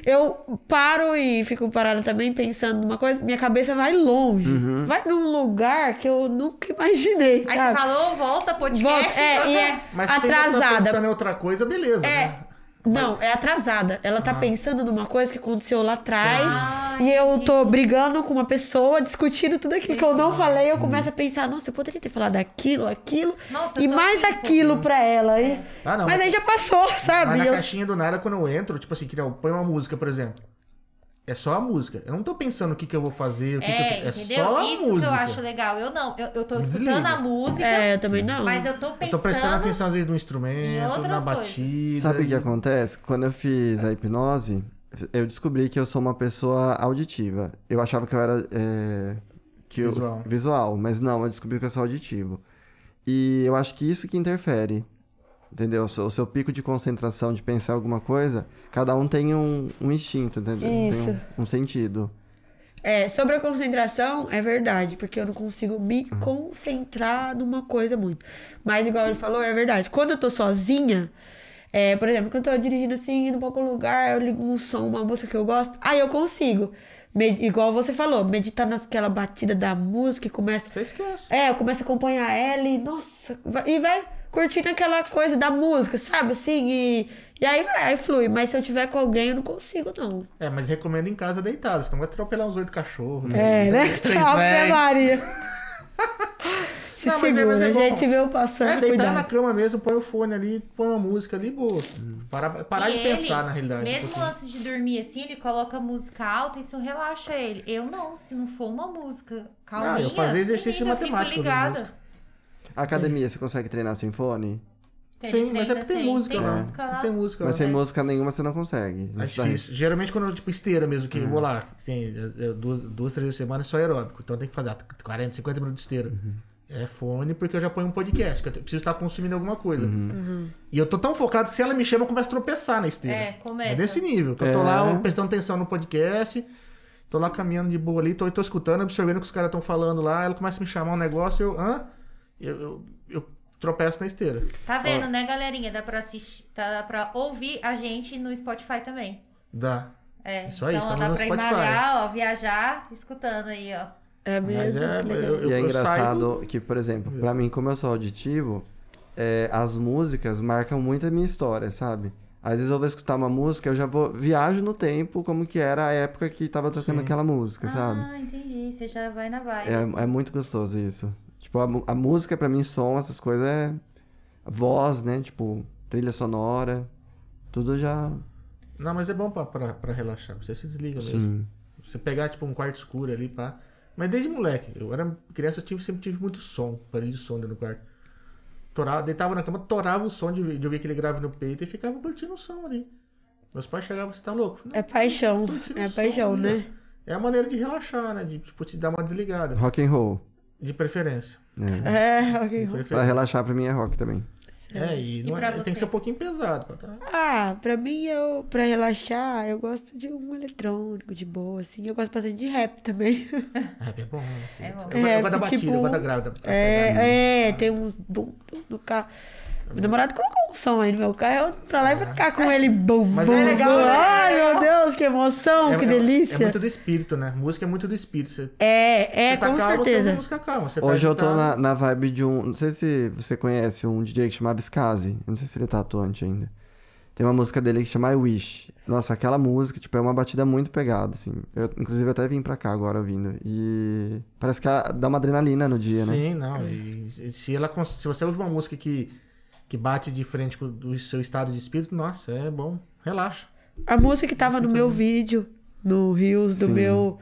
[SPEAKER 4] eu paro e fico parada também pensando numa coisa, minha cabeça vai longe.
[SPEAKER 2] Uhum.
[SPEAKER 4] Vai num lugar que eu nunca imaginei,
[SPEAKER 1] Aí
[SPEAKER 4] sabe?
[SPEAKER 1] você falou, volta, podcast.
[SPEAKER 4] Volta, é, e é
[SPEAKER 2] Mas se você tá
[SPEAKER 4] atrasada.
[SPEAKER 2] pensando em outra coisa, beleza. né?
[SPEAKER 4] Não, é atrasada. Ela
[SPEAKER 2] Ah.
[SPEAKER 4] tá pensando numa coisa que aconteceu lá atrás.
[SPEAKER 1] Ah,
[SPEAKER 4] e eu tô brigando com uma pessoa, discutindo tudo aquilo que eu não falei.
[SPEAKER 2] Hum.
[SPEAKER 4] Eu começo a pensar, nossa, eu poderia ter falado aquilo, aquilo.
[SPEAKER 1] Nossa,
[SPEAKER 4] e
[SPEAKER 1] só
[SPEAKER 4] mais
[SPEAKER 1] cinco.
[SPEAKER 4] aquilo pra ela. E...
[SPEAKER 2] Ah, não,
[SPEAKER 4] mas,
[SPEAKER 2] mas-
[SPEAKER 4] aí já passou,
[SPEAKER 2] Mas
[SPEAKER 4] sabe?
[SPEAKER 2] na
[SPEAKER 4] Eu-
[SPEAKER 2] caixinha do nada, quando eu entro, tipo assim, que nem eu ponho uma música, por exemplo. É só a música. Eu não tô pensando o que, que eu vou fazer, o que, que eu...
[SPEAKER 1] É,
[SPEAKER 2] É
[SPEAKER 1] entendeu?
[SPEAKER 2] só a
[SPEAKER 1] Isso
[SPEAKER 2] música.
[SPEAKER 1] que eu acho legal. Eu não, eu, eu tô
[SPEAKER 2] Desliga.
[SPEAKER 1] escutando a música,
[SPEAKER 4] É, eu também não.
[SPEAKER 1] mas eu tô
[SPEAKER 2] Eu tô prestando
[SPEAKER 1] pensando.
[SPEAKER 2] atenção, às vezes, no instrumento,
[SPEAKER 1] outras
[SPEAKER 2] na
[SPEAKER 1] coisas.
[SPEAKER 2] batida.
[SPEAKER 3] Sabe o que é
[SPEAKER 2] e-
[SPEAKER 3] acontece? Quando eu fiz a hipnose, eu descobri que eu sou uma pessoa auditiva. Eu achava que eu era. é, que eu-
[SPEAKER 2] Visual.
[SPEAKER 3] visual, mas não, eu descobri que eu sou auditivo. E eu acho que isso que interfere. Entendeu? O seu, o seu pico de concentração, de pensar alguma coisa, cada um tem um, um instinto, entendeu? Tem
[SPEAKER 4] Isso.
[SPEAKER 3] um, um sentido.
[SPEAKER 4] É, sobre a concentração, é verdade, porque eu não consigo me concentrar numa coisa muito. Mas, igual ele falou, é verdade. Quando eu tô sozinha, é, por exemplo, quando eu tô dirigindo assim, indo pra algum lugar, eu ligo um som, uma música que eu gosto, aí eu consigo. Me- igual você falou, meditar naquela batida da música e começa.
[SPEAKER 2] Você esquece.
[SPEAKER 4] É, eu começo a acompanhar ela e, nossa, vai- e vai curtindo aquela coisa da música, sabe? Assim, e, e aí vai, aí flui. Mas se eu tiver com alguém, eu não consigo, não.
[SPEAKER 2] É, mas recomendo em casa deitado, senão vai atropelar uns oito cachorros.
[SPEAKER 4] É, né?
[SPEAKER 2] Três
[SPEAKER 4] Ave
[SPEAKER 2] velhos.
[SPEAKER 4] Maria. Se
[SPEAKER 2] Não, mas é-
[SPEAKER 4] segura,
[SPEAKER 2] mas é bom.
[SPEAKER 4] a gente vê eu
[SPEAKER 1] tá
[SPEAKER 4] passando,
[SPEAKER 2] É, deitar
[SPEAKER 4] cuidado.
[SPEAKER 2] na cama mesmo, põe o fone ali, põe uma música ali, boa.
[SPEAKER 3] Hum.
[SPEAKER 2] Parar, parar
[SPEAKER 1] E
[SPEAKER 2] de
[SPEAKER 1] ele,
[SPEAKER 2] pensar, na realidade. um
[SPEAKER 1] Mesmo
[SPEAKER 2] pouquinho.
[SPEAKER 1] antes de dormir, assim, ele coloca música alta, isso relaxa ele. Eu não, se não for uma música calminha.
[SPEAKER 2] Ah, eu fazia exercício
[SPEAKER 1] menina, eu
[SPEAKER 2] matemático
[SPEAKER 1] Fico
[SPEAKER 2] ouvindo
[SPEAKER 1] ligada.
[SPEAKER 2] música.
[SPEAKER 3] A
[SPEAKER 2] É.
[SPEAKER 3] academia, você consegue treinar sem fone?
[SPEAKER 2] Sim, mas é porque tem música
[SPEAKER 1] assim, tem
[SPEAKER 2] lá.
[SPEAKER 1] música lá.
[SPEAKER 2] Tem música lá.
[SPEAKER 3] Mas sem música nenhuma você não consegue.
[SPEAKER 2] Né? É difícil. Geralmente quando eu, tipo, esteira mesmo, que eu vou lá, que tem é, é, duas, duas, três semanas só aeróbico. Então tem que fazer ah, 40, 50 minutos de esteira. É fone porque eu já ponho um podcast, que eu te- preciso estar consumindo alguma coisa. E eu tô tão focado que se ela me chama, eu começo a tropeçar na esteira.
[SPEAKER 1] Uhum. É, começa.
[SPEAKER 2] É desse nível. Que eu tô
[SPEAKER 3] É.
[SPEAKER 2] lá prestando atenção no podcast, tô lá caminhando de boa ali, tô, tô escutando, absorvendo o que os caras estão falando lá, ela começa a me chamar um negócio, eu. Hã? Eu, eu, eu tropeço na esteira.
[SPEAKER 1] Tá vendo, né, galerinha? Dá pra assistir, tá, dá pra ouvir a gente no Spotify também.
[SPEAKER 2] Dá.
[SPEAKER 1] É.
[SPEAKER 2] Isso aí,
[SPEAKER 1] então
[SPEAKER 2] estamos
[SPEAKER 1] dá
[SPEAKER 2] no
[SPEAKER 1] pra ir
[SPEAKER 2] Spotify.
[SPEAKER 1] malhar, ó, viajar, escutando aí, ó.
[SPEAKER 4] É
[SPEAKER 2] Mas
[SPEAKER 4] mesmo.
[SPEAKER 2] é.
[SPEAKER 4] que
[SPEAKER 2] Eu,
[SPEAKER 4] legal.
[SPEAKER 2] eu,
[SPEAKER 3] e é
[SPEAKER 2] eu saio
[SPEAKER 3] engraçado que, por exemplo, pra mim, como eu sou auditivo, é, as músicas marcam muito a minha história, sabe? Às vezes eu vou escutar uma música, eu já vou viajo no tempo como que era a época que tava tocando aquela música, sabe?
[SPEAKER 1] Ah, entendi. Você já vai na vibe.
[SPEAKER 3] É, é muito gostoso isso. Tipo, a, mu- a música pra mim, som, essas coisas é voz, né? Tipo, trilha sonora, tudo já.
[SPEAKER 2] Não, mas é bom pra, pra, pra relaxar. Você se desliga mesmo.
[SPEAKER 3] Sim.
[SPEAKER 2] Você pegar, tipo, um quarto escuro ali, pá. Mas desde moleque, eu era criança, eu tive, sempre tive muito som, parede de som dentro do quarto. Torava, deitava na cama, torava o som de, de ouvir aquele grave no peito e ficava curtindo o som ali. Meus pais chegavam, você tá louco? Eu falei,
[SPEAKER 4] É paixão,
[SPEAKER 2] "Não, tô curtindo
[SPEAKER 4] é
[SPEAKER 2] o som
[SPEAKER 4] paixão,
[SPEAKER 2] ali,
[SPEAKER 4] né?
[SPEAKER 2] ó." É a maneira de relaxar, né? De, tipo, te dar uma desligada.
[SPEAKER 3] Rock and roll.
[SPEAKER 2] De preferência.
[SPEAKER 3] né?
[SPEAKER 4] É,
[SPEAKER 2] De
[SPEAKER 4] ok.
[SPEAKER 2] preferência.
[SPEAKER 3] Pra relaxar pra mim é rock também.
[SPEAKER 2] É, e, não
[SPEAKER 1] pra
[SPEAKER 2] é, tem
[SPEAKER 1] você?
[SPEAKER 2] que ser um pouquinho pesado. pra tá-
[SPEAKER 4] Ah, pra mim, eu, pra relaxar, eu gosto de um eletrônico, de boa, assim. Eu gosto bastante de rap também.
[SPEAKER 2] É, é bom. né?
[SPEAKER 1] É bom.
[SPEAKER 2] Eu gosto- Eu gosto da
[SPEAKER 4] É,
[SPEAKER 2] batida, eu
[SPEAKER 4] tipo,
[SPEAKER 2] gosto da grávida. né?
[SPEAKER 4] É, é,
[SPEAKER 2] tá.
[SPEAKER 4] tem um bum bum no carro. Meu namorado colocou um som aí no meu carro, eu pra lá e pra cá com ele bum
[SPEAKER 2] Ah. Mas é
[SPEAKER 4] bum.
[SPEAKER 2] legal,
[SPEAKER 4] bum.
[SPEAKER 2] né?
[SPEAKER 4] Ai, meu Deus, que emoção,
[SPEAKER 2] É-
[SPEAKER 4] que
[SPEAKER 2] é-
[SPEAKER 4] delícia.
[SPEAKER 2] É muito do espírito, né? Música é muito do espírito. Você
[SPEAKER 4] É, é,
[SPEAKER 2] você tá
[SPEAKER 4] com
[SPEAKER 2] calmo, Você
[SPEAKER 4] certeza.
[SPEAKER 2] ouve música calma. Você tá
[SPEAKER 3] Hoje eu tô
[SPEAKER 2] agitado.
[SPEAKER 3] na, na vibe de um. Não sei se você conhece um DJ que chamava Skazi. Eu Não sei se ele tá atuante ainda. Tem uma música dele que chama I Wish. Nossa, aquela música, tipo, é uma batida muito pegada, assim. Eu, inclusive, até vim pra cá agora ouvindo. E parece que ela dá uma adrenalina no dia, né?
[SPEAKER 2] Sim, não. e- e se, ela, cons- se você ouve uma música que, que bate de frente com o do seu estado de espírito, nossa, é bom. Relaxa.
[SPEAKER 4] A música que tava no meu vídeo, no Rios, do meu.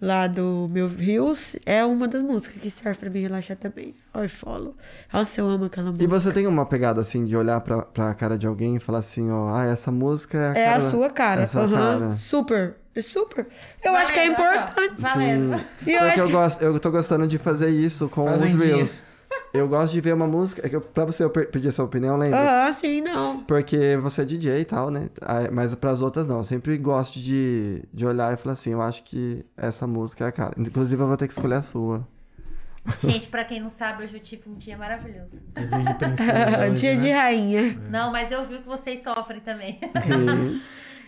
[SPEAKER 4] Lá do meu Rios, é uma das músicas que serve pra me relaxar também. I follow. Nossa, eu amo aquela música.
[SPEAKER 3] E você tem uma pegada, assim, de olhar pra, pra cara de alguém e falar assim, ó, ah, essa música é a
[SPEAKER 4] É a
[SPEAKER 3] cara-
[SPEAKER 4] sua cara.
[SPEAKER 3] É a sua
[SPEAKER 4] Aham.
[SPEAKER 3] cara.
[SPEAKER 4] Super. Super. Eu acho que é
[SPEAKER 1] Valendo, ó.
[SPEAKER 4] importante.
[SPEAKER 1] Valendo.
[SPEAKER 4] E eu
[SPEAKER 3] Só É que
[SPEAKER 4] acho
[SPEAKER 3] eu,
[SPEAKER 4] que-
[SPEAKER 3] gosto, eu tô gostando de fazer isso com os
[SPEAKER 2] Fazendinha.
[SPEAKER 3] Reels. Eu gosto de ver uma música. é que eu- Pra você eu pe- pedir a sua opinião, lembra?
[SPEAKER 4] Aham, sim, não.
[SPEAKER 3] Porque você é DJ e tal, né? Ah, Mas pras outras não. Eu sempre gosto de, de olhar e falar assim, eu acho que essa música é a cara. Inclusive, eu vou ter que escolher a sua.
[SPEAKER 1] Gente, pra quem não sabe, hoje eu tive um dia maravilhoso.
[SPEAKER 2] Desejo de princesa hoje,
[SPEAKER 4] Dia de
[SPEAKER 2] né?
[SPEAKER 4] rainha.
[SPEAKER 1] Não, mas eu vi que vocês sofrem também.
[SPEAKER 3] Sim.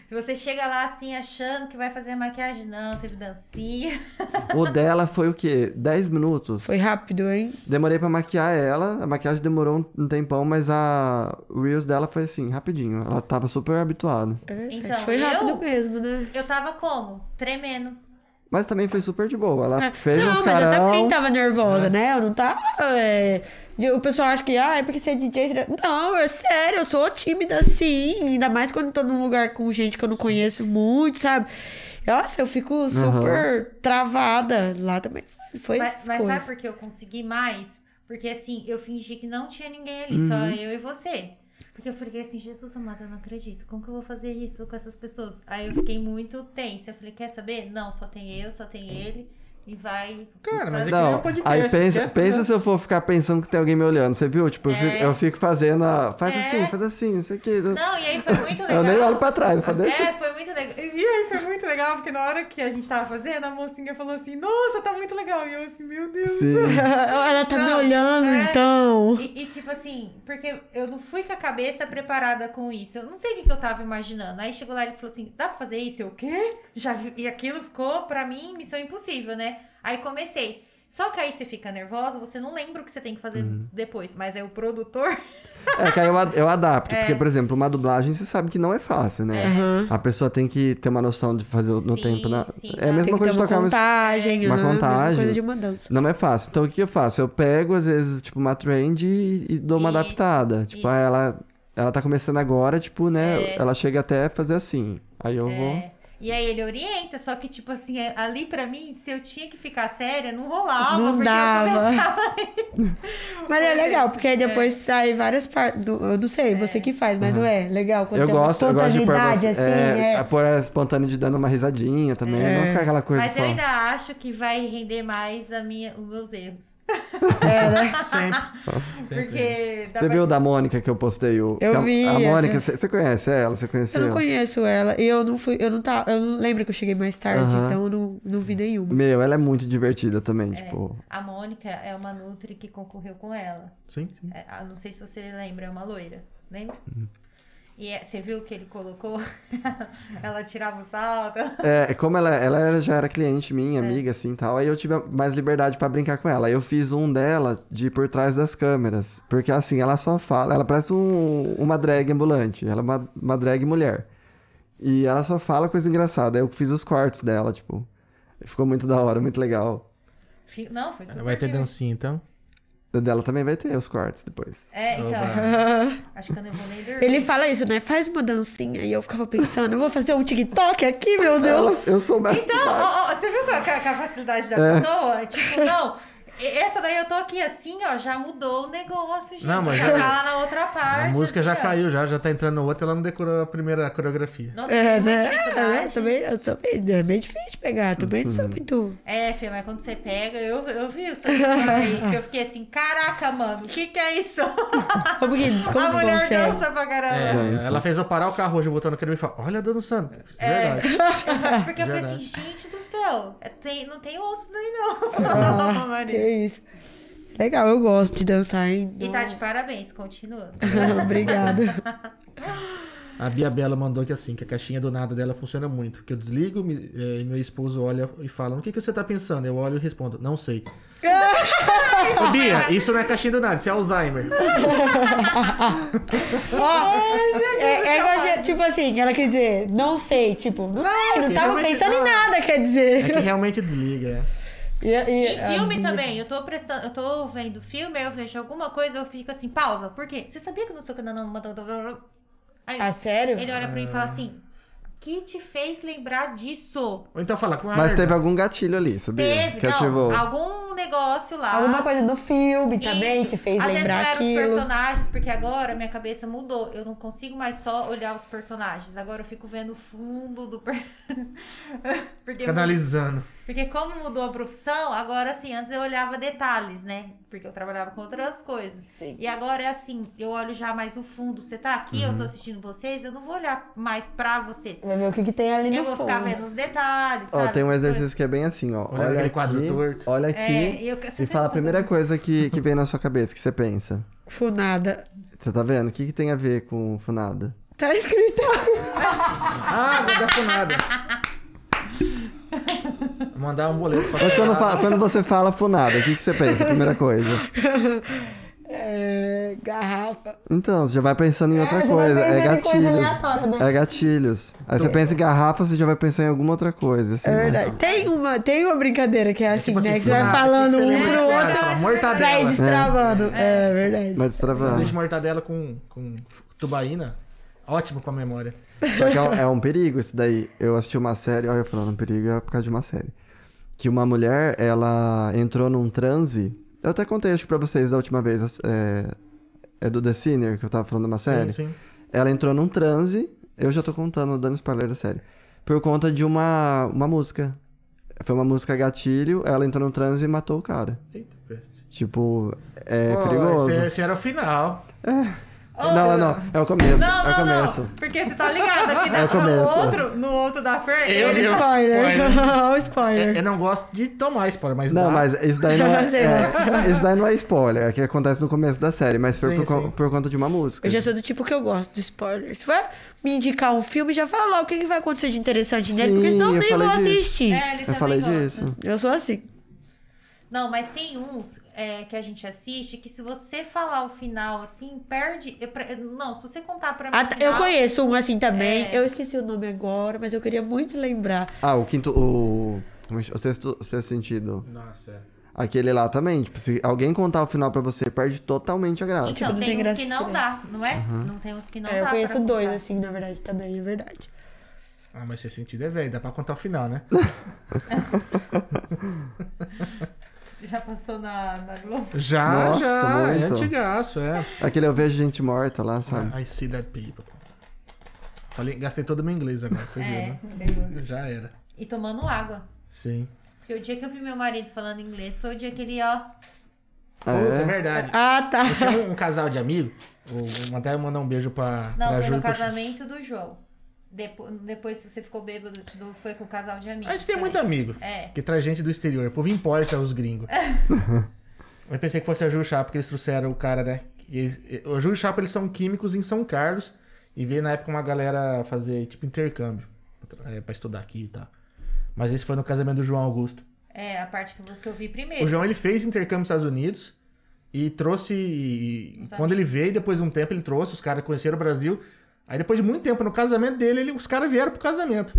[SPEAKER 1] Você chega lá assim, achando que vai fazer maquiagem. Não, teve dancinha.
[SPEAKER 3] o dela foi o quê? 10 minutos.
[SPEAKER 4] Foi rápido, hein?
[SPEAKER 3] Demorei pra maquiar ela. A maquiagem demorou um- um tempão, mas a o Reels dela foi assim, rapidinho. Ela tava super habituada.
[SPEAKER 4] É,
[SPEAKER 1] Então,
[SPEAKER 4] foi rápido
[SPEAKER 1] eu-
[SPEAKER 4] mesmo, né?
[SPEAKER 1] Eu tava como? Tremendo.
[SPEAKER 3] Mas também foi super de boa. Ela Ah, fez
[SPEAKER 4] É. não,
[SPEAKER 3] uns um
[SPEAKER 4] mas eu também
[SPEAKER 3] carão.
[SPEAKER 4] tava nervosa, né? Eu não tava. é, de- O pessoal acha que, ah, é porque você é DJ. será- Não, é sério, eu sou tímida sim. Ainda mais quando eu tô num lugar com gente que eu não conheço muito, sabe? Nossa, eu fico super travada. Lá também foi. foi
[SPEAKER 1] Mas,
[SPEAKER 4] essas
[SPEAKER 1] mas
[SPEAKER 4] coisas.
[SPEAKER 1] sabe por que eu consegui mais? Porque assim, eu fingi que não tinha ninguém ali,
[SPEAKER 2] Uhum.
[SPEAKER 1] só eu e você. Porque eu falei assim, Jesus amado, eu não acredito. Como que eu vou fazer isso com essas pessoas? Aí eu fiquei muito tensa. Eu falei, quer saber? Não, só tem eu, só tem ele. E vai.
[SPEAKER 2] Cara, mas é que
[SPEAKER 3] Não,
[SPEAKER 2] nem um podcast.
[SPEAKER 3] aí pensa,
[SPEAKER 2] podcast,
[SPEAKER 3] pensa
[SPEAKER 2] né?
[SPEAKER 3] se eu for ficar pensando que tem alguém me olhando, você viu? Tipo, eu fico,
[SPEAKER 4] É.
[SPEAKER 3] eu fico fazendo a... Faz
[SPEAKER 1] É.
[SPEAKER 3] assim, faz assim, isso aqui.
[SPEAKER 1] Não, e aí foi muito
[SPEAKER 2] É
[SPEAKER 1] legal.
[SPEAKER 3] Eu nem olho pra trás,
[SPEAKER 4] Tá
[SPEAKER 3] pra deixar.
[SPEAKER 1] É, foi muito legal. E aí foi muito legal, porque na hora que a gente tava fazendo, a mocinha falou assim, nossa, tá muito legal. E eu assim, meu Deus.
[SPEAKER 3] Sim.
[SPEAKER 4] Ela tá me
[SPEAKER 1] Não,
[SPEAKER 4] olhando,
[SPEAKER 1] é.
[SPEAKER 4] então.
[SPEAKER 1] E, e, tipo assim, porque eu não fui com a cabeça preparada com isso. Eu não sei o que, que eu tava imaginando. Aí chegou lá e ele falou assim: dá pra fazer isso? Eu, o quê? Já vi... E aquilo ficou, pra mim, missão impossível, né? Aí comecei. Só que aí você fica nervosa, você não lembra o que você tem que fazer
[SPEAKER 4] Uhum.
[SPEAKER 1] depois. Mas é o produtor.
[SPEAKER 3] É que aí eu, ad- eu adapto.
[SPEAKER 1] É.
[SPEAKER 3] Porque, por exemplo, uma dublagem você sabe que não é fácil, né? A pessoa tem que ter uma noção de fazer no
[SPEAKER 1] Sim,
[SPEAKER 3] tempo. Na...
[SPEAKER 1] sim,
[SPEAKER 3] é a
[SPEAKER 1] tá.
[SPEAKER 3] mesma
[SPEAKER 4] Tem que ter
[SPEAKER 3] coisa de
[SPEAKER 4] uma
[SPEAKER 3] tocar uma
[SPEAKER 4] contagem,
[SPEAKER 3] uma
[SPEAKER 4] aham, mesma
[SPEAKER 3] contagem.
[SPEAKER 4] coisa de uma dança.
[SPEAKER 3] Não é fácil. Então o que eu faço? Eu pego, às vezes, tipo, uma trend e, e dou uma
[SPEAKER 1] Isso,
[SPEAKER 3] adaptada. Tipo,
[SPEAKER 1] isso.
[SPEAKER 3] ah, ela, ela tá começando agora, tipo, né? Ela chega até a fazer assim. Aí eu vou.
[SPEAKER 1] É. E aí ele orienta, só que, tipo assim, é- ali pra mim, se eu tinha que ficar séria, não rolava.
[SPEAKER 4] Não
[SPEAKER 1] porque eu
[SPEAKER 4] dava.
[SPEAKER 1] começava.
[SPEAKER 4] Mas é legal, porque aí depois sai várias partes. do- Eu não sei, você que faz, mas não é legal.
[SPEAKER 3] Uhum.
[SPEAKER 4] Quando
[SPEAKER 3] Eu
[SPEAKER 4] tem uma
[SPEAKER 3] gosto, eu gosto de pôr,
[SPEAKER 4] espontaneidade,
[SPEAKER 3] você-
[SPEAKER 4] assim,
[SPEAKER 3] é,
[SPEAKER 4] é.
[SPEAKER 3] a pôr a espontaneidade dando uma risadinha também. Não ficar aquela coisa
[SPEAKER 1] É. Mas
[SPEAKER 3] só.
[SPEAKER 1] eu ainda acho que vai render mais a minha, os meus erros.
[SPEAKER 2] Sempre. Sempre.
[SPEAKER 1] Porque dá
[SPEAKER 3] Você
[SPEAKER 1] pra-
[SPEAKER 3] viu o da Mônica que eu postei? O,
[SPEAKER 4] Eu
[SPEAKER 3] que a-
[SPEAKER 4] vi,
[SPEAKER 3] A
[SPEAKER 4] eu
[SPEAKER 3] Mônica,
[SPEAKER 4] já-
[SPEAKER 3] você você conhece ela? Você
[SPEAKER 4] Eu
[SPEAKER 3] conheceu?
[SPEAKER 4] não conheço ela. E eu não fui, eu não tava, eu não lembro que eu cheguei mais tarde,
[SPEAKER 3] Aham.
[SPEAKER 4] então eu não, não vi nenhuma.
[SPEAKER 3] Meu, ela é muito divertida também,
[SPEAKER 4] É.
[SPEAKER 3] tipo.
[SPEAKER 1] A Mônica é uma Nutri que concorreu com ela.
[SPEAKER 2] Sim, sim.
[SPEAKER 1] É, ah, não sei se você lembra, é uma loira. Lembra?
[SPEAKER 3] Hum.
[SPEAKER 1] E é- você viu que ele colocou? ela tirava o salto.
[SPEAKER 3] É, como ela, ela era- já era cliente minha,
[SPEAKER 4] É.
[SPEAKER 3] amiga, assim e tal, aí eu tive mais liberdade pra brincar com ela. Aí Eu fiz um dela de por trás das câmeras. Porque assim, ela só fala, ela parece um- uma drag ambulante. Ela é uma, uma drag mulher. E ela só fala coisa engraçada. Aí Eu fiz os cortes dela, tipo. Ficou muito da hora, muito legal.
[SPEAKER 1] Fi- Não, foi super.
[SPEAKER 2] Vai ter
[SPEAKER 1] divertido.
[SPEAKER 2] dancinha, então?
[SPEAKER 3] O Dela também vai ter os cortes depois.
[SPEAKER 1] É, então.
[SPEAKER 4] Ah,
[SPEAKER 1] Acho que eu não vou nem dormir.
[SPEAKER 4] Ele fala isso, né? Faz uma dancinha. E eu ficava pensando, eu vou fazer um TikTok aqui, meu Deus.
[SPEAKER 3] Ela- eu sou mestre.
[SPEAKER 1] é,
[SPEAKER 3] É.
[SPEAKER 1] Então, ó, ó, você viu com a, com a facilidade da pessoa? Tipo, não. Essa daí eu tô aqui assim, ó, já mudou o negócio, gente.
[SPEAKER 2] Não, mas
[SPEAKER 1] já
[SPEAKER 2] já-
[SPEAKER 1] tá lá na outra parte.
[SPEAKER 2] A
[SPEAKER 4] é
[SPEAKER 2] música já
[SPEAKER 1] aqui, ó.
[SPEAKER 2] caiu, já, já tá entrando outra, ela não decorou a primeira coreografia.
[SPEAKER 1] Nossa,
[SPEAKER 4] É,
[SPEAKER 1] é,
[SPEAKER 4] né? É, eu também, eu sou meio, é meio difícil pegar, também não
[SPEAKER 3] Uhum.
[SPEAKER 4] sou muito.
[SPEAKER 1] É, filha, mas quando você pega, eu, eu vi o seu episódio aí, que eu fiquei assim, caraca, mano, o que que é isso?
[SPEAKER 4] Como que, como
[SPEAKER 1] a
[SPEAKER 4] que
[SPEAKER 1] mulher
[SPEAKER 4] consegue?
[SPEAKER 1] dança pra
[SPEAKER 2] É,
[SPEAKER 1] caramba.
[SPEAKER 3] isso.
[SPEAKER 2] ela fez eu parar o carro hoje voltando aquele e falar, olha, dançando.
[SPEAKER 4] É.
[SPEAKER 2] Verdade.
[SPEAKER 1] Porque eu falei assim, gente do céu, é, tem- não tem osso daí não.
[SPEAKER 4] Ah, Que isso. Legal, eu gosto de dançar, hein?
[SPEAKER 1] e tá de parabéns, continua.
[SPEAKER 4] Obrigada.
[SPEAKER 2] A Bia Bela mandou aqui assim, que a caixinha do nada dela funciona muito. Que eu desligo me- eh, e meu esposo olha e fala, o que, que você tá pensando? Eu olho e respondo, não sei. Ô, Bia, isso não é caixinha do nada, isso é Alzheimer.
[SPEAKER 4] É, é igual a gente- tipo assim, ela quer dizer, não sei, tipo, não sei, não
[SPEAKER 2] porque
[SPEAKER 4] tava
[SPEAKER 2] realmente
[SPEAKER 4] pensando em
[SPEAKER 2] não.
[SPEAKER 4] nada, quer
[SPEAKER 2] É
[SPEAKER 4] dizer.
[SPEAKER 2] que realmente desliga, é.
[SPEAKER 4] E, e- ah,
[SPEAKER 1] E filme também, eu tô prestando, eu tô vendo filme, aí eu vejo alguma coisa, eu fico assim, pausa, por quê? Você sabia que não sei o que não mandou. Aí
[SPEAKER 4] Ah, sério?
[SPEAKER 1] ele olha pra mim e fala assim: que te fez lembrar disso?
[SPEAKER 2] Ou então fala com a
[SPEAKER 3] Mas
[SPEAKER 2] Arda.
[SPEAKER 3] teve algum gatilho ali, sabia?
[SPEAKER 1] Teve,
[SPEAKER 3] que é tipo,
[SPEAKER 1] não,
[SPEAKER 3] ativou.
[SPEAKER 1] algum negócio lá.
[SPEAKER 4] Alguma coisa do filme também
[SPEAKER 1] Isso.
[SPEAKER 4] te fez
[SPEAKER 1] Às
[SPEAKER 4] lembrar
[SPEAKER 1] vezes não eram os
[SPEAKER 4] aquilo.
[SPEAKER 1] personagens, porque agora minha cabeça mudou. Eu não consigo mais só olhar os personagens. Agora eu fico vendo o fundo do... per- porque,
[SPEAKER 2] Canalizando.
[SPEAKER 1] porque como mudou a profissão, agora assim, antes eu olhava detalhes, né? Porque eu trabalhava com outras coisas.
[SPEAKER 4] Sim.
[SPEAKER 1] E agora é assim, eu olho já mais o fundo. Você tá aqui, eu tô
[SPEAKER 3] Uhum.
[SPEAKER 1] assistindo vocês, eu não vou olhar mais pra vocês.
[SPEAKER 4] Vai ver o que, que tem ali
[SPEAKER 1] Eu
[SPEAKER 4] no
[SPEAKER 1] vou
[SPEAKER 4] fundo.
[SPEAKER 1] ficar vendo os detalhes,
[SPEAKER 3] Ó,
[SPEAKER 1] sabe?
[SPEAKER 3] tem um
[SPEAKER 1] Essas coisas.
[SPEAKER 3] exercício que é bem assim, ó.
[SPEAKER 2] Olhar
[SPEAKER 3] Olha
[SPEAKER 2] aquele
[SPEAKER 3] aqui,
[SPEAKER 2] quadro torto.
[SPEAKER 3] olha aqui
[SPEAKER 1] É, e eu- você
[SPEAKER 3] e
[SPEAKER 1] tem
[SPEAKER 3] fala a
[SPEAKER 1] essa
[SPEAKER 3] primeira
[SPEAKER 1] dúvida?
[SPEAKER 3] coisa que, que vem na sua cabeça, que você pensa.
[SPEAKER 4] Funada.
[SPEAKER 3] Você tá vendo? O que, que tem a ver com funada?
[SPEAKER 4] Tá escrito.
[SPEAKER 2] Ah, vou dar funada. Mandar um boleto pra
[SPEAKER 3] Mas quando, fala- quando você fala funada, o que, que você pensa? Primeira coisa.
[SPEAKER 4] É, garrafa.
[SPEAKER 3] Então, você já vai pensando em outra
[SPEAKER 4] você vai
[SPEAKER 3] coisa. É
[SPEAKER 4] pensando em coisa
[SPEAKER 3] gatilhos.
[SPEAKER 4] aleatória, né?
[SPEAKER 3] É gatilhos. Aí você pensa em garrafa, você já vai pensar em alguma outra coisa. assim,
[SPEAKER 4] É
[SPEAKER 3] né?
[SPEAKER 4] verdade. Tem uma, tem uma brincadeira que é assim,
[SPEAKER 2] tipo assim,
[SPEAKER 4] né? Que você vai
[SPEAKER 2] funada,
[SPEAKER 4] falando
[SPEAKER 2] o que que você
[SPEAKER 4] um
[SPEAKER 2] lembra
[SPEAKER 4] pro
[SPEAKER 2] que era? Fala,
[SPEAKER 4] outro
[SPEAKER 2] tá
[SPEAKER 4] pra ir
[SPEAKER 2] mortadela.
[SPEAKER 4] destravando. É, verdade.
[SPEAKER 3] Mas destravando.
[SPEAKER 2] Sanduíche de mortadela com, com tubaína. Ótimo pra memória.
[SPEAKER 3] Só que é um, é um perigo isso daí. Eu assisti uma série, olha eu falando, um perigo é por causa de uma série. Que uma mulher, ela entrou num transe. Eu até contei acho que pra vocês da última vez. as- É, é do The Sinner que eu tava falando uma série.
[SPEAKER 2] Sim, sim.
[SPEAKER 3] Ela entrou num transe. Eu já tô contando, dando spoiler da série. Por conta de uma, uma música. Foi uma música gatilho, ela entrou num transe e matou o cara.
[SPEAKER 2] Eita, peste.
[SPEAKER 3] Tipo, é
[SPEAKER 2] Pô,
[SPEAKER 3] perigoso.
[SPEAKER 2] Esse, é- esse era o final.
[SPEAKER 3] Não, não, é o começo.
[SPEAKER 1] Não,
[SPEAKER 3] é o
[SPEAKER 1] não,
[SPEAKER 3] começo.
[SPEAKER 1] não. Porque você tá ligado aqui
[SPEAKER 3] É o
[SPEAKER 1] na, no
[SPEAKER 3] começo.
[SPEAKER 1] outro, no outro da Fer.
[SPEAKER 2] Eu-
[SPEAKER 1] ele-
[SPEAKER 2] eu-
[SPEAKER 4] é um Spoiler.
[SPEAKER 2] Spoiler.
[SPEAKER 4] Olha o
[SPEAKER 2] Eu,
[SPEAKER 4] spoiler.
[SPEAKER 2] eu não gosto de tomar spoiler, mas
[SPEAKER 3] É. Não,
[SPEAKER 2] dá.
[SPEAKER 3] mas isso daí não é,
[SPEAKER 4] Sei
[SPEAKER 3] é, isso daí não é spoiler, é que acontece no começo da série, mas foi
[SPEAKER 2] Sim,
[SPEAKER 3] por, co-
[SPEAKER 2] sim.
[SPEAKER 3] por conta de uma música.
[SPEAKER 4] Eu já sou do tipo que eu gosto de spoiler. Se for me indicar um filme, já fala logo o que, que vai acontecer de interessante nele,
[SPEAKER 3] Sim,
[SPEAKER 4] porque senão eu
[SPEAKER 3] eu
[SPEAKER 4] nem vou
[SPEAKER 3] falei disso.
[SPEAKER 4] assistir.
[SPEAKER 1] É, ele
[SPEAKER 3] Eu
[SPEAKER 1] também
[SPEAKER 3] falei
[SPEAKER 1] gosta.
[SPEAKER 3] disso.
[SPEAKER 4] Eu sou assim.
[SPEAKER 1] Não, mas tem uns é, que a gente assiste que se você falar o final assim, perde. eu pre- Não, se você contar pra mim.
[SPEAKER 4] Ah,
[SPEAKER 1] o
[SPEAKER 4] tá,
[SPEAKER 1] final,
[SPEAKER 4] eu conheço um assim também.
[SPEAKER 1] É.
[SPEAKER 4] Eu esqueci o nome agora, mas eu queria muito lembrar.
[SPEAKER 3] Ah, o quinto. O, como é que chama? o, sexto, o sexto sentido.
[SPEAKER 2] Nossa, é.
[SPEAKER 3] Aquele lá também. Tipo, se alguém contar o final pra você, perde totalmente a graça.
[SPEAKER 4] Tipo,
[SPEAKER 1] Então,
[SPEAKER 4] não
[SPEAKER 1] tem
[SPEAKER 4] tem
[SPEAKER 1] uns
[SPEAKER 4] graça
[SPEAKER 1] que
[SPEAKER 4] de
[SPEAKER 1] não
[SPEAKER 4] tirar.
[SPEAKER 1] dá, não é?
[SPEAKER 3] Uhum.
[SPEAKER 1] Não tem uns que não
[SPEAKER 4] É,
[SPEAKER 1] dá.
[SPEAKER 4] eu
[SPEAKER 1] pra
[SPEAKER 4] conheço
[SPEAKER 1] contar.
[SPEAKER 4] dois, assim, na verdade, também, é verdade.
[SPEAKER 2] Ah, mas esse sentido é velho, dá pra contar o final, né?
[SPEAKER 1] Já passou na, na Globo?
[SPEAKER 2] Já,
[SPEAKER 3] Nossa,
[SPEAKER 2] já. É
[SPEAKER 3] muito.
[SPEAKER 2] antigaço, é.
[SPEAKER 3] Aquele eu vejo gente morta lá, sabe?
[SPEAKER 2] I see that people. Falei, gastei todo o meu inglês agora, você
[SPEAKER 1] É,
[SPEAKER 2] viu,
[SPEAKER 1] você viu.
[SPEAKER 2] né? Já era.
[SPEAKER 1] E tomando água.
[SPEAKER 2] Sim.
[SPEAKER 1] Porque o dia que eu vi meu marido falando inglês foi o dia que ele, ó.
[SPEAKER 3] Ah,
[SPEAKER 2] Puta, é
[SPEAKER 3] é?
[SPEAKER 2] verdade.
[SPEAKER 4] Ah, tá.
[SPEAKER 2] Tem um, um casal de amigo, o- até mandar um beijo pra,
[SPEAKER 1] Não,
[SPEAKER 2] pra
[SPEAKER 1] foi
[SPEAKER 2] Júlia e
[SPEAKER 1] no
[SPEAKER 2] pro Chico.
[SPEAKER 1] casamento do João. Depo- Depois você ficou bêbado, do- foi com o casal de amigos.
[SPEAKER 2] A gente tem
[SPEAKER 1] também.
[SPEAKER 2] muito amigo
[SPEAKER 1] É.
[SPEAKER 2] que traz gente do exterior. O povo importa os gringos. Eu pensei que fosse a Júlio Chapa, porque eles trouxeram o cara, né? E eles- e- o Júlio Chapa, eles são químicos em São Carlos. E veio na época uma galera fazer, tipo, intercâmbio. É, pra estudar aqui e tal. Mas esse foi no casamento do João Augusto.
[SPEAKER 1] É, a parte que eu- que eu vi primeiro.
[SPEAKER 2] O João, ele fez intercâmbio nos Estados Unidos. E trouxe... e-
[SPEAKER 1] Os
[SPEAKER 2] quando ele veio, depois de um tempo, ele trouxe. Os caras conheceram o Brasil. Aí, depois de muito tempo, no casamento dele, ele- os caras vieram pro casamento.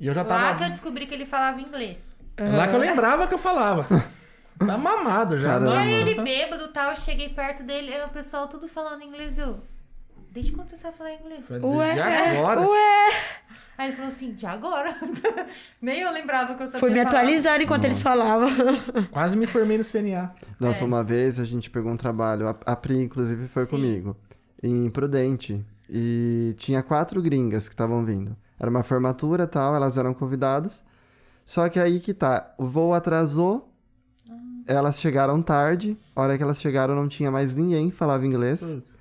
[SPEAKER 2] E eu já tava...
[SPEAKER 1] Lá que eu descobri que ele falava inglês.
[SPEAKER 2] É Lá que eu lembrava que eu falava. Tá mamado já.
[SPEAKER 3] Ah. Caramba.
[SPEAKER 2] Uhum.
[SPEAKER 1] é Aí ele bêbado e tal, eu cheguei perto dele, aí o pessoal tudo falando inglês, eu. Desde quando você sabe falar inglês?
[SPEAKER 2] Foi
[SPEAKER 7] Ué,
[SPEAKER 2] de
[SPEAKER 4] é,
[SPEAKER 2] agora.
[SPEAKER 1] Aí ele falou assim, de agora. Nem eu lembrava que eu sabia
[SPEAKER 7] Fui me
[SPEAKER 1] falar.
[SPEAKER 7] atualizando enquanto eles falavam.
[SPEAKER 2] Quase me formei no CNA.
[SPEAKER 3] Nossa, uma vez a gente pegou um trabalho, a, a Pri, inclusive, foi
[SPEAKER 1] Sim.
[SPEAKER 3] comigo, em Prudente. E tinha quatro gringas que estavam vindo. Era uma formatura e tal, elas eram convidadas. Só que aí que tá, o voo atrasou, elas chegaram tarde. A hora que elas chegaram, não tinha mais ninguém que falava inglês.
[SPEAKER 2] Puta.